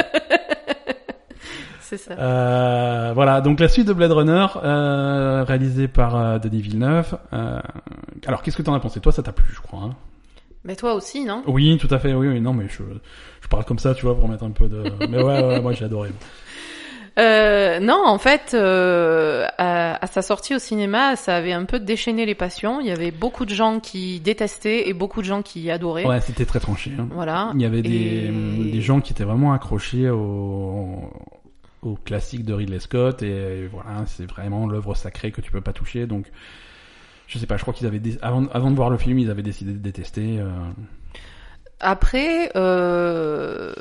[SPEAKER 2] C'est ça.
[SPEAKER 1] Euh, voilà. Donc la suite de Blade Runner, euh, réalisée par euh, Denis Villeneuve. Euh, alors, qu'est-ce que t'en as pensé Toi, ça t'a plu, je crois. hein
[SPEAKER 2] Mais toi aussi non.
[SPEAKER 1] oui, tout à fait. Oui, oui. Non, mais je, je parle comme ça, tu vois, pour mettre un peu de. Mais ouais, ouais, ouais, moi, j'ai adoré.
[SPEAKER 2] Euh, non, en fait, euh, à, à sa sortie au cinéma, ça avait un peu déchaîné les passions. Il y avait beaucoup de gens qui détestaient et beaucoup de gens qui adoraient.
[SPEAKER 1] Ouais, c'était très tranché. Hein.
[SPEAKER 2] Voilà.
[SPEAKER 1] Il y avait des,
[SPEAKER 2] Ah, Et-
[SPEAKER 1] hum, des gens qui étaient vraiment accrochés au, au classique de Ridley Scott et voilà, c'est vraiment l'œuvre sacrée que tu peux pas toucher. Donc, je sais pas, je crois qu'ils avaient dé- avant, avant de voir le film, ils avaient décidé de détester. euh.
[SPEAKER 2] Après, euh,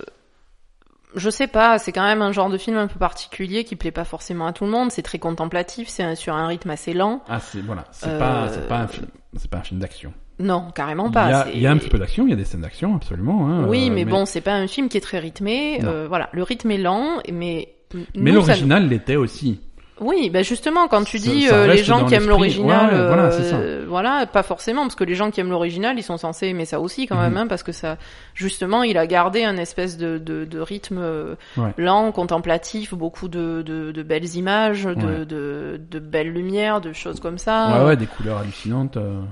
[SPEAKER 2] je sais pas, c'est quand même un genre de film un peu particulier qui plaît pas forcément à tout le monde. C'est très contemplatif, c'est un- sur un rythme assez lent.
[SPEAKER 1] Ah, c'est voilà, c'est
[SPEAKER 2] Euh,
[SPEAKER 1] pas c'est pas un film, c'est pas un film d'action.
[SPEAKER 2] Non, carrément
[SPEAKER 1] Il y,
[SPEAKER 2] pas.
[SPEAKER 1] a,
[SPEAKER 2] c'est-
[SPEAKER 1] il y a un petit peu d'action, il y a des scènes d'action absolument. Hein,
[SPEAKER 2] Oui,
[SPEAKER 1] euh,
[SPEAKER 2] mais, bon, c'est pas un film qui est très rythmé.
[SPEAKER 1] Non.
[SPEAKER 2] euh, voilà, le rythme est lent, mais
[SPEAKER 1] Mais
[SPEAKER 2] nous, ça nous-
[SPEAKER 1] l'original l'était aussi.
[SPEAKER 2] Oui, bah justement, quand tu
[SPEAKER 1] Ça-
[SPEAKER 2] dis
[SPEAKER 1] ça
[SPEAKER 2] euh, les
[SPEAKER 1] reste
[SPEAKER 2] gens
[SPEAKER 1] dans
[SPEAKER 2] qui aiment
[SPEAKER 1] l'esprit.
[SPEAKER 2] l'original,
[SPEAKER 1] Ouais, ouais, voilà, c'est
[SPEAKER 2] euh, voilà, pas forcément, parce que les gens qui aiment l'original, ils sont censés aimer ça aussi quand
[SPEAKER 1] Mhm.
[SPEAKER 2] même, hein, parce que ça, justement, il a gardé un espèce de, de, de rythme euh,
[SPEAKER 1] Ouais.
[SPEAKER 2] lent, contemplatif, beaucoup de, de, de belles images, de,
[SPEAKER 1] Ouais.
[SPEAKER 2] de, de belles lumières, de choses comme ça.
[SPEAKER 1] Ouais, ouais, des couleurs hallucinantes. euh.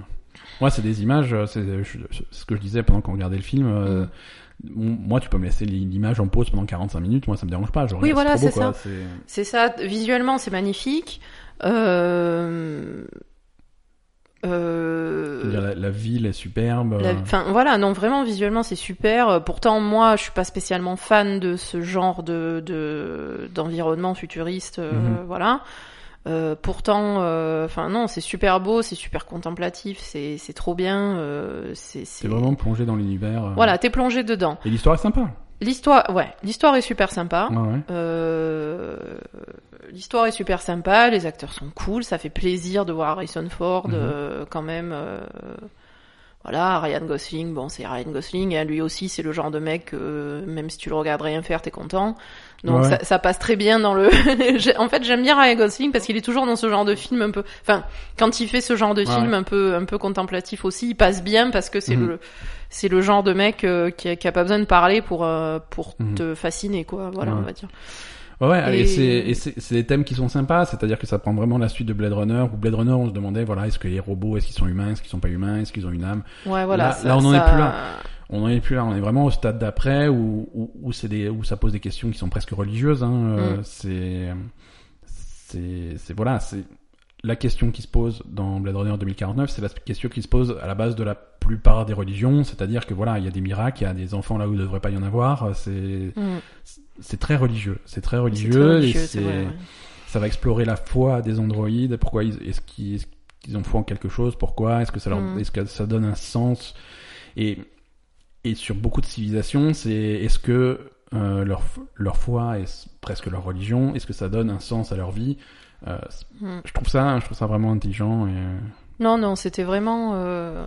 [SPEAKER 1] Ouais, c'est des images, euh, c'est je- c'est ce que je disais pendant qu'on regardait le film. euh, m- Moi, tu peux me laisser l- l'image en pause pendant 45 minutes, moi ça me dérange pas. je regarde,
[SPEAKER 2] voilà,
[SPEAKER 1] trop beau,
[SPEAKER 2] c'est
[SPEAKER 1] quoi,
[SPEAKER 2] ça. C'est ça, t- visuellement, c'est magnifique. Euh...
[SPEAKER 1] Je veux dire,
[SPEAKER 2] Euh...
[SPEAKER 1] La, la ville est superbe.
[SPEAKER 2] La-
[SPEAKER 1] euh,
[SPEAKER 2] Enfin voilà, non vraiment visuellement c'est super. Euh, Pourtant moi je suis pas spécialement fan de ce genre de de- d'environnement futuriste, euh,
[SPEAKER 1] Mhm.
[SPEAKER 2] voilà. Euh, pourtant, euh, enfin non, c'est super beau, c'est super contemplatif, c'est c'est trop bien. euh, c'est
[SPEAKER 1] C'est vraiment plongé dans l'univers. euh,
[SPEAKER 2] Voilà, t'es plongé dedans.
[SPEAKER 1] Et l'histoire est sympa.
[SPEAKER 2] L'histoire, ouais, l'histoire est super sympa.
[SPEAKER 1] Ouais, ouais.
[SPEAKER 2] Euh, l'histoire est super sympa, les acteurs sont cool, ça fait plaisir de voir Harrison Ford
[SPEAKER 1] Mhm.
[SPEAKER 2] euh, quand même. euh, voilà, Ryan Gosling, bon c'est Ryan Gosling, hein, lui aussi c'est le genre de mec, euh, même si tu le regardes rien faire, t'es content. Donc
[SPEAKER 1] Ouais.
[SPEAKER 2] ça, ça passe très bien dans le. J'ai- en fait, j'aime bien Ryan Gosling parce qu'il est toujours dans ce genre de film un peu. Enfin, quand il fait ce genre de
[SPEAKER 1] Ouais,
[SPEAKER 2] film un peu un peu contemplatif aussi, il passe bien parce que c'est
[SPEAKER 1] Mhm.
[SPEAKER 2] le c'est le genre de mec euh, qui, a, qui a pas besoin de parler pour euh, pour
[SPEAKER 1] Mhm.
[SPEAKER 2] te fasciner quoi. Voilà,
[SPEAKER 1] Ouais.
[SPEAKER 2] on va dire.
[SPEAKER 1] Ouais, ouais, et,
[SPEAKER 2] Et-
[SPEAKER 1] c'est- et c'est c'est des thèmes qui sont sympas, c'est-à-dire que ça prend vraiment la suite de Blade Runner, où Blade Runner, on se demandait, voilà, est-ce que les robots, est-ce qu'ils sont humains, est-ce qu'ils sont pas humains, est-ce qu'ils ont une âme
[SPEAKER 2] Ouais, voilà.
[SPEAKER 1] Là-
[SPEAKER 2] ça-
[SPEAKER 1] là, on en est
[SPEAKER 2] ça-
[SPEAKER 1] plus là. On n'en est plus là, on est vraiment au stade d'après, où, où, où, c'est des, où ça pose des questions qui sont presque religieuses, hein, euh,
[SPEAKER 2] Mm.
[SPEAKER 1] c'est... c'est- C'est... Voilà, c'est... La question qui se pose dans Blade Runner 2049, c'est la question qui se pose à la base de la plupart des religions, c'est-à-dire que voilà, il y a des miracles, il y a des enfants là où il ne devrait pas y en avoir, c'est
[SPEAKER 2] Mm.
[SPEAKER 1] c'est très religieux, c'est très
[SPEAKER 2] C'est
[SPEAKER 1] religieux,
[SPEAKER 2] très religieux,
[SPEAKER 1] et
[SPEAKER 2] c'est vrai, ouais.
[SPEAKER 1] ça va explorer la foi des androïdes, pourquoi ils, est-ce qu'ils, est-ce qu'ils ont foi en quelque chose, pourquoi, est-ce que ça leur,
[SPEAKER 2] Mm.
[SPEAKER 1] est-ce que ça donne un sens, et, et sur beaucoup de civilisations, c'est, est-ce que euh, leur, leur foi est presque leur religion, est-ce que ça donne un sens à leur vie, Euh, c'est-
[SPEAKER 2] Mm.
[SPEAKER 1] je trouve ça, je trouve ça vraiment intelligent, et, euh,
[SPEAKER 2] Non, non, c'était vraiment. euh,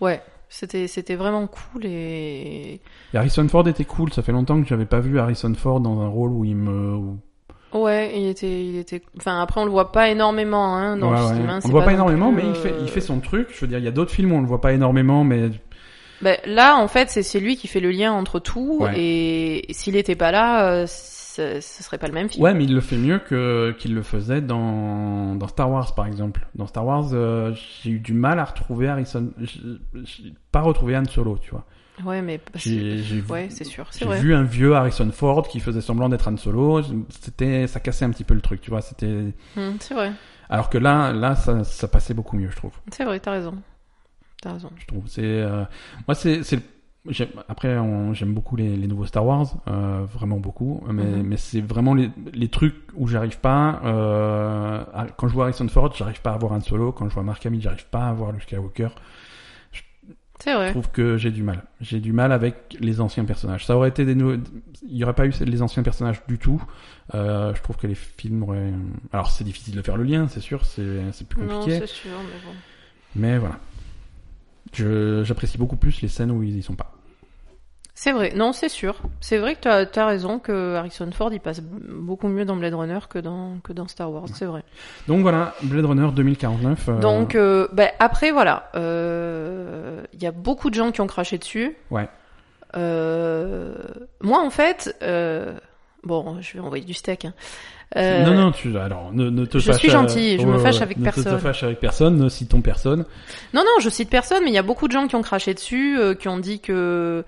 [SPEAKER 2] Ouais, c'était c'était vraiment cool et.
[SPEAKER 1] et Harrison Ford était cool, ça fait longtemps que j'avais pas vu Harrison Ford dans un rôle où il me, où-
[SPEAKER 2] Ouais, il était, il était. Enfin, après, on le voit pas énormément, hein, dans
[SPEAKER 1] Ouais,
[SPEAKER 2] le
[SPEAKER 1] ouais.
[SPEAKER 2] film. hein,
[SPEAKER 1] on
[SPEAKER 2] c'est
[SPEAKER 1] le voit pas
[SPEAKER 2] non
[SPEAKER 1] énormément,
[SPEAKER 2] plus,
[SPEAKER 1] mais il fait,
[SPEAKER 2] euh,
[SPEAKER 1] il fait son truc, je veux dire, il y a d'autres films où on le voit pas énormément, mais
[SPEAKER 2] Ben, là, en fait, c'est c'est lui qui fait le lien entre tout,
[SPEAKER 1] Ouais.
[SPEAKER 2] et s'il était pas là, euh, ce ce serait pas le même film.
[SPEAKER 1] Ouais, mais il le fait mieux que qu'il le faisait dans dans Star Wars par exemple. Dans Star Wars, euh, j'ai eu du mal à retrouver Harrison, j'ai j'ai pas retrouvé Han Solo, tu vois.
[SPEAKER 2] Ouais, mais parce-
[SPEAKER 1] J'ai j'ai vu-
[SPEAKER 2] ouais, c'est sûr, c'est
[SPEAKER 1] j'ai
[SPEAKER 2] vrai.
[SPEAKER 1] vu un vieux Harrison Ford qui faisait semblant d'être Han Solo. C'était ça cassait un petit peu le truc, tu vois. C'était
[SPEAKER 2] Mm, c'est vrai,
[SPEAKER 1] alors que là là ça ça passait beaucoup mieux, je trouve.
[SPEAKER 2] c'est vrai, t'as raison, t'as raison.
[SPEAKER 1] Je trouve c'est euh, moi c'est c'est le- j'aime- après on- j'aime beaucoup les, les nouveaux Star Wars, euh, vraiment beaucoup, mais
[SPEAKER 2] Mhm.
[SPEAKER 1] mais c'est vraiment les, les trucs où j'arrive pas euh, à- quand je vois Harrison Ford, j'arrive pas à voir Han Solo, quand je vois Mark Hamill, j'arrive pas à voir Luke Skywalker.
[SPEAKER 2] C'est
[SPEAKER 1] Je
[SPEAKER 2] vrai.
[SPEAKER 1] trouve que j'ai du mal. J'ai du mal avec les anciens personnages. Ça aurait été des nouveaux il y aurait pas eu les anciens personnages du tout. Euh, je trouve que les films auraient alors c'est difficile de faire le lien, c'est sûr, c'est c'est plus
[SPEAKER 2] Non,
[SPEAKER 1] compliqué,
[SPEAKER 2] c'est sûr, mais bon.
[SPEAKER 1] mais voilà. Je j'apprécie beaucoup plus les scènes où ils y sont pas.
[SPEAKER 2] C'est vrai, non, c'est sûr. C'est vrai que t'as as raison que Harrison Ford il passe beaucoup mieux dans Blade Runner que dans que dans Star Wars, c'est vrai.
[SPEAKER 1] Donc voilà, Blade Runner 2049. euh,
[SPEAKER 2] Donc euh, ben, après voilà, euh, il y a beaucoup de gens qui ont craché dessus.
[SPEAKER 1] Ouais.
[SPEAKER 2] Euh, moi en fait, euh, bon, je vais envoyer du steak. hein.
[SPEAKER 1] c'est-
[SPEAKER 2] Euh,
[SPEAKER 1] Non, non, tu, alors, ne, ne te
[SPEAKER 2] je
[SPEAKER 1] fâche
[SPEAKER 2] suis
[SPEAKER 1] euh,
[SPEAKER 2] gentille, je me fâche avec
[SPEAKER 1] ne te- Ne
[SPEAKER 2] personne.
[SPEAKER 1] te fâche avec personne, ne citons personne.
[SPEAKER 2] Non, non, je cite personne, mais il y a beaucoup de gens qui ont craché dessus, euh, qui ont dit que,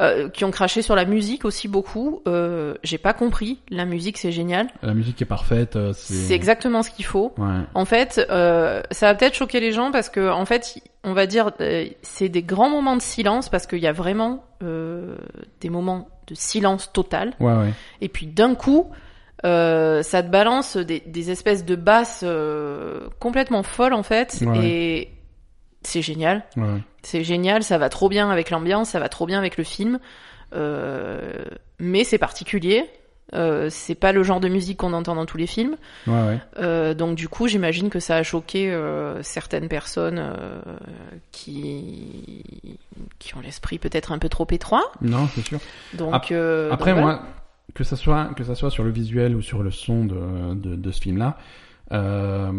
[SPEAKER 2] euh, qui ont craché sur la musique aussi beaucoup. Euh, J'ai pas compris. La musique, c'est génial.
[SPEAKER 1] La musique est parfaite, euh, c'est...
[SPEAKER 2] C'est exactement ce qu'il faut.
[SPEAKER 1] Ouais.
[SPEAKER 2] En fait, euh, ça va peut-être choquer les gens parce que, en fait, on va dire, euh, c'est des grands moments de silence parce qu'il y a vraiment euh, des moments de silence total.
[SPEAKER 1] Ouais, ouais.
[SPEAKER 2] Et puis d'un coup, euh, ça te balance des, des espèces de basses euh, complètement folles en fait,
[SPEAKER 1] Ouais, ouais.
[SPEAKER 2] et c'est génial.
[SPEAKER 1] ouais, ouais.
[SPEAKER 2] C'est génial, ça va trop bien avec l'ambiance, ça va trop bien avec le film. Euh, mais c'est particulier. Euh, c'est pas le genre de musique qu'on entend dans tous les films.
[SPEAKER 1] Ouais, ouais.
[SPEAKER 2] Euh, donc du coup, j'imagine que ça a choqué euh, certaines personnes euh, qui qui ont l'esprit peut-être un peu trop étroit.
[SPEAKER 1] Non, c'est sûr.
[SPEAKER 2] Donc
[SPEAKER 1] Ap-
[SPEAKER 2] euh,
[SPEAKER 1] Après,
[SPEAKER 2] donc voilà.
[SPEAKER 1] moi, que ça soit, que ça soit sur le visuel ou sur le son de, de, de ce film-là, euh,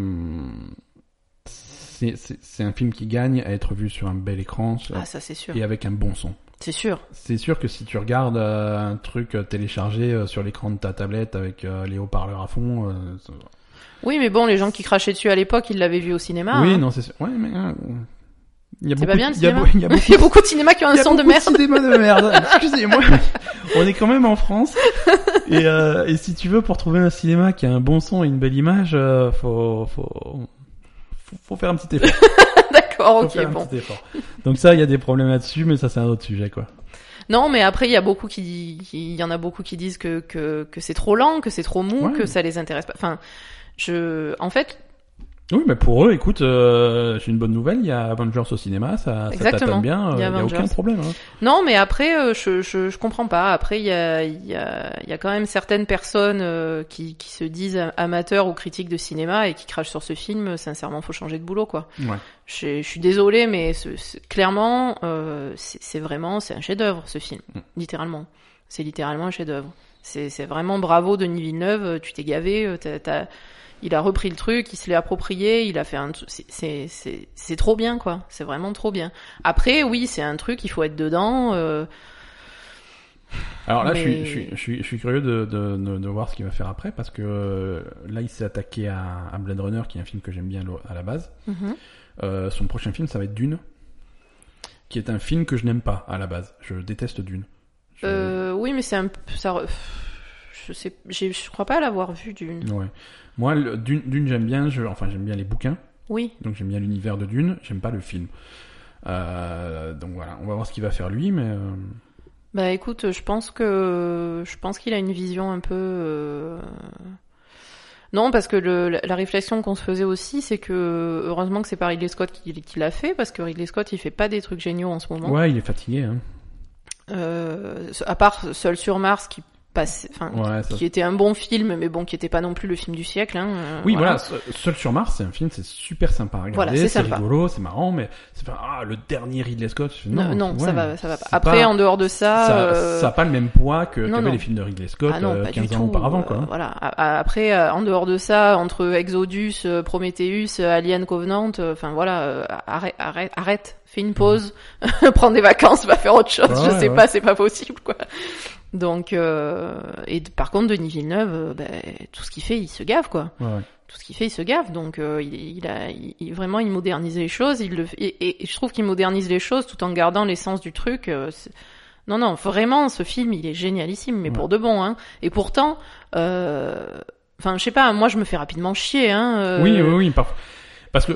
[SPEAKER 1] c'est, c'est, c'est un film qui gagne à être vu sur un bel écran sur-
[SPEAKER 2] ah ça c'est sûr,
[SPEAKER 1] et avec un bon son.
[SPEAKER 2] c'est sûr.
[SPEAKER 1] C'est sûr que si tu regardes euh, un truc euh, téléchargé euh, sur l'écran de ta tablette avec euh, les haut-parleurs à fond, euh, ça-
[SPEAKER 2] Oui, mais bon, les gens qui crachaient dessus à l'époque, ils l'avaient vu au cinéma.
[SPEAKER 1] oui,
[SPEAKER 2] hein.
[SPEAKER 1] non, c'est sûr. Ouais, mais euh, il y a beaucoup.
[SPEAKER 2] C'est pas bien,
[SPEAKER 1] de-
[SPEAKER 2] le
[SPEAKER 1] il y a
[SPEAKER 2] cinéma
[SPEAKER 1] beau- Il y a beaucoup.
[SPEAKER 2] Il y a beaucoup de cinémas qui ont un
[SPEAKER 1] il y a
[SPEAKER 2] son de
[SPEAKER 1] beaucoup
[SPEAKER 2] merde.
[SPEAKER 1] cinéma de merde. Excusez-moi, on est quand même en France. Et, euh, et si tu veux, pour trouver un cinéma qui a un bon son et une belle image, euh, faut, faut, faut, faut faire un petit effort.
[SPEAKER 2] D'accord,
[SPEAKER 1] Faut
[SPEAKER 2] ok,
[SPEAKER 1] faire un
[SPEAKER 2] bon.
[SPEAKER 1] petit effort. Donc ça, il y a des problèmes là-dessus, mais ça, c'est un autre sujet, quoi.
[SPEAKER 2] Non, mais après, il y a beaucoup qui, qui- il y en a beaucoup qui disent que que, que c'est trop lent, que c'est trop mou,
[SPEAKER 1] Ouais.
[SPEAKER 2] que ça les intéresse pas. Enfin, Je, en fait,
[SPEAKER 1] Oui, mais pour eux, écoute, euh, c'est une bonne nouvelle. Il y a Avengers au cinéma, ça, ça
[SPEAKER 2] Exactement.
[SPEAKER 1] tâtonne bien. euh,
[SPEAKER 2] Il
[SPEAKER 1] Il
[SPEAKER 2] y
[SPEAKER 1] y
[SPEAKER 2] a
[SPEAKER 1] a, aucun
[SPEAKER 2] Avengers.
[SPEAKER 1] problème. hein.
[SPEAKER 2] Non, mais après, euh, je, je, je comprends pas. Après, il y a, il y, a, il y a quand même certaines personnes euh, qui, qui se disent am- amateurs ou critiques de cinéma et qui crachent sur ce film. Sincèrement, faut changer de boulot, quoi.
[SPEAKER 1] Ouais.
[SPEAKER 2] Je, je suis désolée, mais ce- ce- clairement, euh, c'est c'est vraiment, c'est un chef-d'œuvre, ce film.
[SPEAKER 1] Mm.
[SPEAKER 2] Littéralement. C'est littéralement un chef-d'œuvre. C'est c'est vraiment bravo, Denis Villeneuve. euh, Tu t'es gavé. euh, t'as- t'as- Il a repris le truc, il se l'est approprié, il a fait un. tru- c'est- c'est- C'est c'est trop bien, quoi. C'est vraiment trop bien. Après, oui, c'est un truc, il faut être dedans. euh,
[SPEAKER 1] Alors là, je,
[SPEAKER 2] Mais-
[SPEAKER 1] suis, je, suis, je, suis, je suis curieux de, de, de, de voir ce qu'il va faire après parce que euh, là, il s'est attaqué à, à Blade Runner, qui est un film que j'aime bien à la base.
[SPEAKER 2] mhm.
[SPEAKER 1] Euh, son prochain film, ça va être Dune, qui est un film que je n'aime pas à la base. Je déteste Dune. Je-
[SPEAKER 2] Euh, oui, mais c'est un. p- Ça, re- je sais, j'ai- je crois pas l'avoir vu d'une.
[SPEAKER 1] Ouais. Moi, le- Dune, Dune j'aime bien. Je, enfin, j'aime bien les bouquins,
[SPEAKER 2] Oui.
[SPEAKER 1] donc j'aime bien l'univers de Dune. J'aime pas le film. Euh, donc voilà, on va voir ce qu'il va faire lui, mais euh,
[SPEAKER 2] Bah écoute, je pense que je pense qu'il a une vision un peu euh, non parce que le, la, la réflexion qu'on se faisait aussi c'est que heureusement que c'est pas Ridley Scott qui, qui l'a fait parce que Ridley Scott il fait pas des trucs géniaux en ce moment.
[SPEAKER 1] ouais, il est fatigué. Hein.
[SPEAKER 2] Euh, à part Seul sur Mars qui passe enfin
[SPEAKER 1] Ouais, ça-
[SPEAKER 2] qui était un bon film mais bon qui était pas non plus le film du siècle hein. euh,
[SPEAKER 1] Oui, voilà. Se- Seul sur Mars, c'est un film, c'est super sympa à regarder,
[SPEAKER 2] Voilà, c'est
[SPEAKER 1] c'est
[SPEAKER 2] sympa.
[SPEAKER 1] rigolo, c'est marrant, mais c'est pas ah le dernier Ridley Scott. je fais,
[SPEAKER 2] Non,
[SPEAKER 1] Non,
[SPEAKER 2] non,
[SPEAKER 1] ouais,
[SPEAKER 2] ça va ça va pas.
[SPEAKER 1] c'est
[SPEAKER 2] Après
[SPEAKER 1] pas-
[SPEAKER 2] en dehors de ça
[SPEAKER 1] ça,
[SPEAKER 2] euh,
[SPEAKER 1] ça a pas le même poids que
[SPEAKER 2] non,
[SPEAKER 1] qu'avaient
[SPEAKER 2] non.
[SPEAKER 1] les films de Ridley Scott
[SPEAKER 2] Ah non,
[SPEAKER 1] euh,
[SPEAKER 2] pas
[SPEAKER 1] 15
[SPEAKER 2] du
[SPEAKER 1] ans
[SPEAKER 2] tout.
[SPEAKER 1] auparavant,
[SPEAKER 2] euh,
[SPEAKER 1] quoi.
[SPEAKER 2] voilà. A- a- Après, euh, en dehors de ça, entre Exodus, euh, Prometheus, euh, Alien Covenant, euh, enfin voilà, euh, arrête, arrête, arrête, fais une pause, prends des vacances, va faire autre chose.
[SPEAKER 1] Ouais,
[SPEAKER 2] je sais
[SPEAKER 1] ouais.
[SPEAKER 2] pas, c'est pas possible, quoi. Donc, euh, et de- par contre, Denis Villeneuve, euh, ben, tout ce qu'il fait, il se gave, quoi.
[SPEAKER 1] Ouais, ouais.
[SPEAKER 2] Tout ce qu'il fait, il se gave. Donc, euh, il, il a il- il- vraiment, il modernise les choses. Il le, et, et- et je trouve qu'il modernise les choses tout en gardant l'essence du truc. euh, c'est- non, non, vraiment, ce film, il est génialissime, mais
[SPEAKER 1] Ouais.
[SPEAKER 2] pour de bon. Hein. Et pourtant, euh, enfin, je sais pas, moi, je me fais rapidement chier. Hein, euh,
[SPEAKER 1] Oui, oui, oui, parf- Parce que,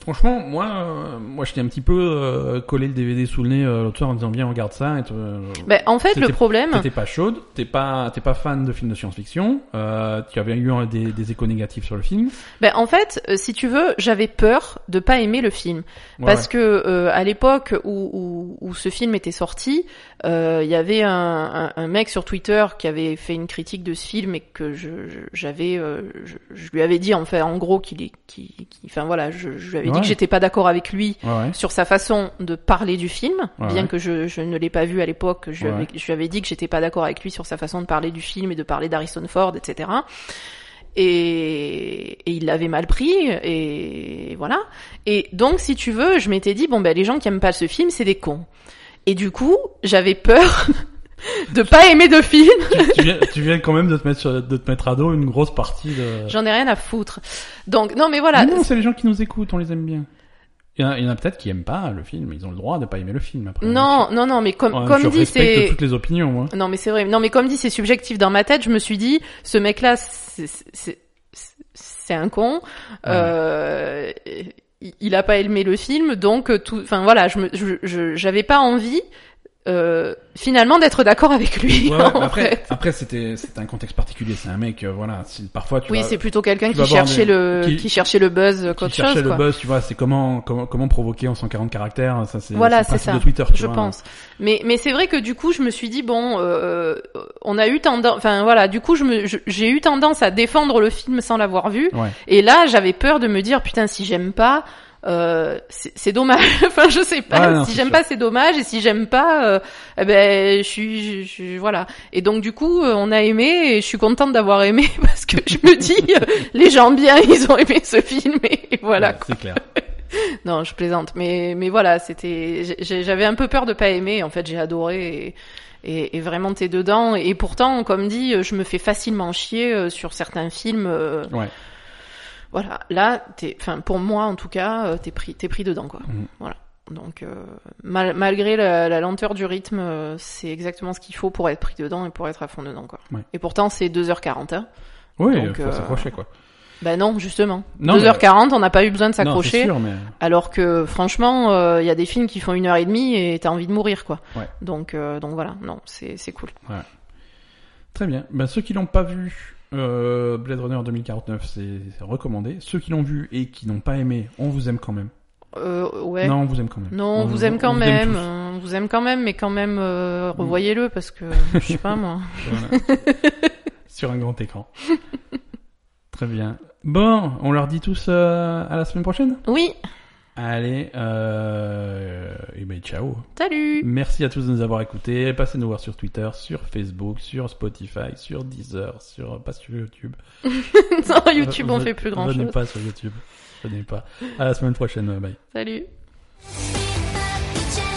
[SPEAKER 1] franchement, moi, euh, moi, j'étais un petit peu euh, collé le DVD sous le nez euh, l'autre soir en disant, viens, on regarde ça. Et euh,
[SPEAKER 2] Ben, en fait, le
[SPEAKER 1] C'était-
[SPEAKER 2] problème,
[SPEAKER 1] T'étais pas chaude, t'es pas, t'es pas fan de films de science-fiction, euh, tu avais eu euh, des, des échos négatifs sur le film.
[SPEAKER 2] ben, en fait, euh, si tu veux, j'avais peur de pas aimer le film.
[SPEAKER 1] Ouais,
[SPEAKER 2] Parce que euh, à l'époque où, où, où ce film était sorti, euh, il y avait un, un, un mec sur Twitter qui avait fait une critique de ce film et que je je- j'avais, euh, je, je lui avais dit en fait, en gros qu'il est, qui, enfin voilà, je, je lui avais dit
[SPEAKER 1] Ouais.
[SPEAKER 2] que j'étais pas d'accord avec lui
[SPEAKER 1] ouais. ouais.
[SPEAKER 2] sur sa façon de parler du film,
[SPEAKER 1] Ouais,
[SPEAKER 2] bien
[SPEAKER 1] ouais.
[SPEAKER 2] que je, je ne l'ai pas vu à l'époque, je, lui
[SPEAKER 1] Ouais.
[SPEAKER 2] avais- je lui avais dit que j'étais pas d'accord avec lui sur sa façon de parler du film et de parler d'Harrison Ford, etc. Et, et il l'avait mal pris, et voilà. Et donc, si tu veux, je m'étais dit, bon, ben, les gens qui aiment pas ce film, c'est des cons. Et du coup, j'avais peur de pas aimer de film.
[SPEAKER 1] tu, viens, tu viens quand même de te mettre, sur- de te mettre à dos une grosse partie de...
[SPEAKER 2] J'en ai rien à foutre. Donc, non, mais voilà.
[SPEAKER 1] Mais non, c'est les gens qui nous écoutent, on les aime bien. Il y en a, il y en a peut-être qui aiment pas le film, ils ont le droit de pas aimer le film après.
[SPEAKER 2] Non, non, non, mais comme,
[SPEAKER 1] Ouais,
[SPEAKER 2] comme
[SPEAKER 1] je
[SPEAKER 2] dit,
[SPEAKER 1] respecte
[SPEAKER 2] c'est...
[SPEAKER 1] toutes les opinions, moi.
[SPEAKER 2] Non, mais c'est vrai. Non, mais comme dit, c'est subjectif dans ma tête. Je me suis dit, ce mec-là, c'est- c'est c'est- c'est un con. Euh, il- il a pas aimé le film, donc euh, tout. Enfin voilà, je me, je- je- j'avais pas envie euh, finalement d'être d'accord avec lui.
[SPEAKER 1] Ouais, ouais,
[SPEAKER 2] en
[SPEAKER 1] mais après,
[SPEAKER 2] fait.
[SPEAKER 1] après c'était c'était un contexte particulier. C'est un mec, euh, voilà. si- parfois, tu
[SPEAKER 2] Oui,
[SPEAKER 1] vois,
[SPEAKER 2] c'est plutôt quelqu'un
[SPEAKER 1] tu
[SPEAKER 2] qui
[SPEAKER 1] vas voir
[SPEAKER 2] cherchait
[SPEAKER 1] des-
[SPEAKER 2] le qui,
[SPEAKER 1] qui-
[SPEAKER 2] cherchait le buzz euh,
[SPEAKER 1] qui
[SPEAKER 2] qu'autre
[SPEAKER 1] cherchait
[SPEAKER 2] chose,
[SPEAKER 1] le
[SPEAKER 2] quoi.
[SPEAKER 1] buzz, tu vois. C'est comment comment comment provoquer en 140 caractères. Ça, c'est
[SPEAKER 2] Voilà,
[SPEAKER 1] c'est le
[SPEAKER 2] c'est
[SPEAKER 1] principe
[SPEAKER 2] ça,
[SPEAKER 1] De Twitter, tu
[SPEAKER 2] je
[SPEAKER 1] vois. hein.
[SPEAKER 2] pense. Mais mais c'est vrai que du coup, je me suis dit bon, euh, on a eu tendance, enfin voilà, du coup, je me je- j'ai eu tendance à défendre le film sans l'avoir vu.
[SPEAKER 1] Ouais.
[SPEAKER 2] Et là, j'avais peur de me dire putain si j'aime pas, euh, c'est c'est dommage. enfin, je sais pas.
[SPEAKER 1] Ouais, non,
[SPEAKER 2] si
[SPEAKER 1] c'est
[SPEAKER 2] j'aime
[SPEAKER 1] sûr.
[SPEAKER 2] pas, c'est dommage. Et si j'aime pas, euh, eh ben je suis, je- je- voilà. Et donc du coup, euh, on a aimé et je suis contente d'avoir aimé parce que je me dis euh, les gens bien, ils ont aimé ce film et voilà.
[SPEAKER 1] Ouais, c'est clair.
[SPEAKER 2] Non, je plaisante. Mais mais voilà, c'était j'ai- j'avais un peu peur de pas aimer. En fait, j'ai adoré. Et... Et, et vraiment t'es dedans et pourtant comme dit euh, je me fais facilement chier euh, sur certains films euh,
[SPEAKER 1] Ouais.
[SPEAKER 2] voilà, là, t'es, enfin, pour moi en tout cas, euh, t'es pris, t'es pris dedans, quoi.
[SPEAKER 1] Mhm.
[SPEAKER 2] Voilà. Donc, euh, mal- malgré la, la lenteur du rythme, euh, c'est exactement ce qu'il faut pour être pris dedans et pour être à fond dedans, quoi.
[SPEAKER 1] Ouais.
[SPEAKER 2] Et pourtant, c'est 2h40. Hein.
[SPEAKER 1] Oui,
[SPEAKER 2] Donc,
[SPEAKER 1] faut
[SPEAKER 2] euh,
[SPEAKER 1] s'accrocher quoi.
[SPEAKER 2] Ben non, justement.
[SPEAKER 1] Non,
[SPEAKER 2] 2h40, on n'a pas eu besoin de
[SPEAKER 1] mais- non, c'est
[SPEAKER 2] s'accrocher.
[SPEAKER 1] sûr, mais
[SPEAKER 2] Alors que, franchement, il y a des films qui font une heure et demie et t'as envie de mourir, quoi.
[SPEAKER 1] Ouais.
[SPEAKER 2] Donc, euh, donc voilà, non, c'est, c'est cool.
[SPEAKER 1] très bien. Ben, ceux qui l'ont pas vu, Euh, Blade Runner 2049, c'est c'est recommandé. Ceux qui l'ont vu et qui n'ont pas aimé, on vous aime quand même.
[SPEAKER 2] Euh, ouais.
[SPEAKER 1] Non, on vous aime quand même.
[SPEAKER 2] Non, on vous aime quand
[SPEAKER 1] on vous aime
[SPEAKER 2] même,
[SPEAKER 1] tous.
[SPEAKER 2] euh, on vous aime quand même, mais quand même, euh, revoyez-le parce que je sais pas moi.
[SPEAKER 1] Voilà. Sur un grand écran. Très bien. Bon, on leur dit tous euh, à la semaine prochaine.
[SPEAKER 2] Oui,
[SPEAKER 1] Allez, euh, et ben ciao.
[SPEAKER 2] salut.
[SPEAKER 1] Merci à tous de nous avoir écoutés. Passez nous voir sur Twitter, sur Facebook, sur Spotify, sur Deezer, sur pas sur YouTube. Euh,
[SPEAKER 2] Sur YouTube, on
[SPEAKER 1] Ve-
[SPEAKER 2] fait plus grand
[SPEAKER 1] Venez
[SPEAKER 2] chose.
[SPEAKER 1] pas euh, sur YouTube. Venez pas. À la semaine prochaine. Bye.
[SPEAKER 2] Salut.
[SPEAKER 3] Bakugan,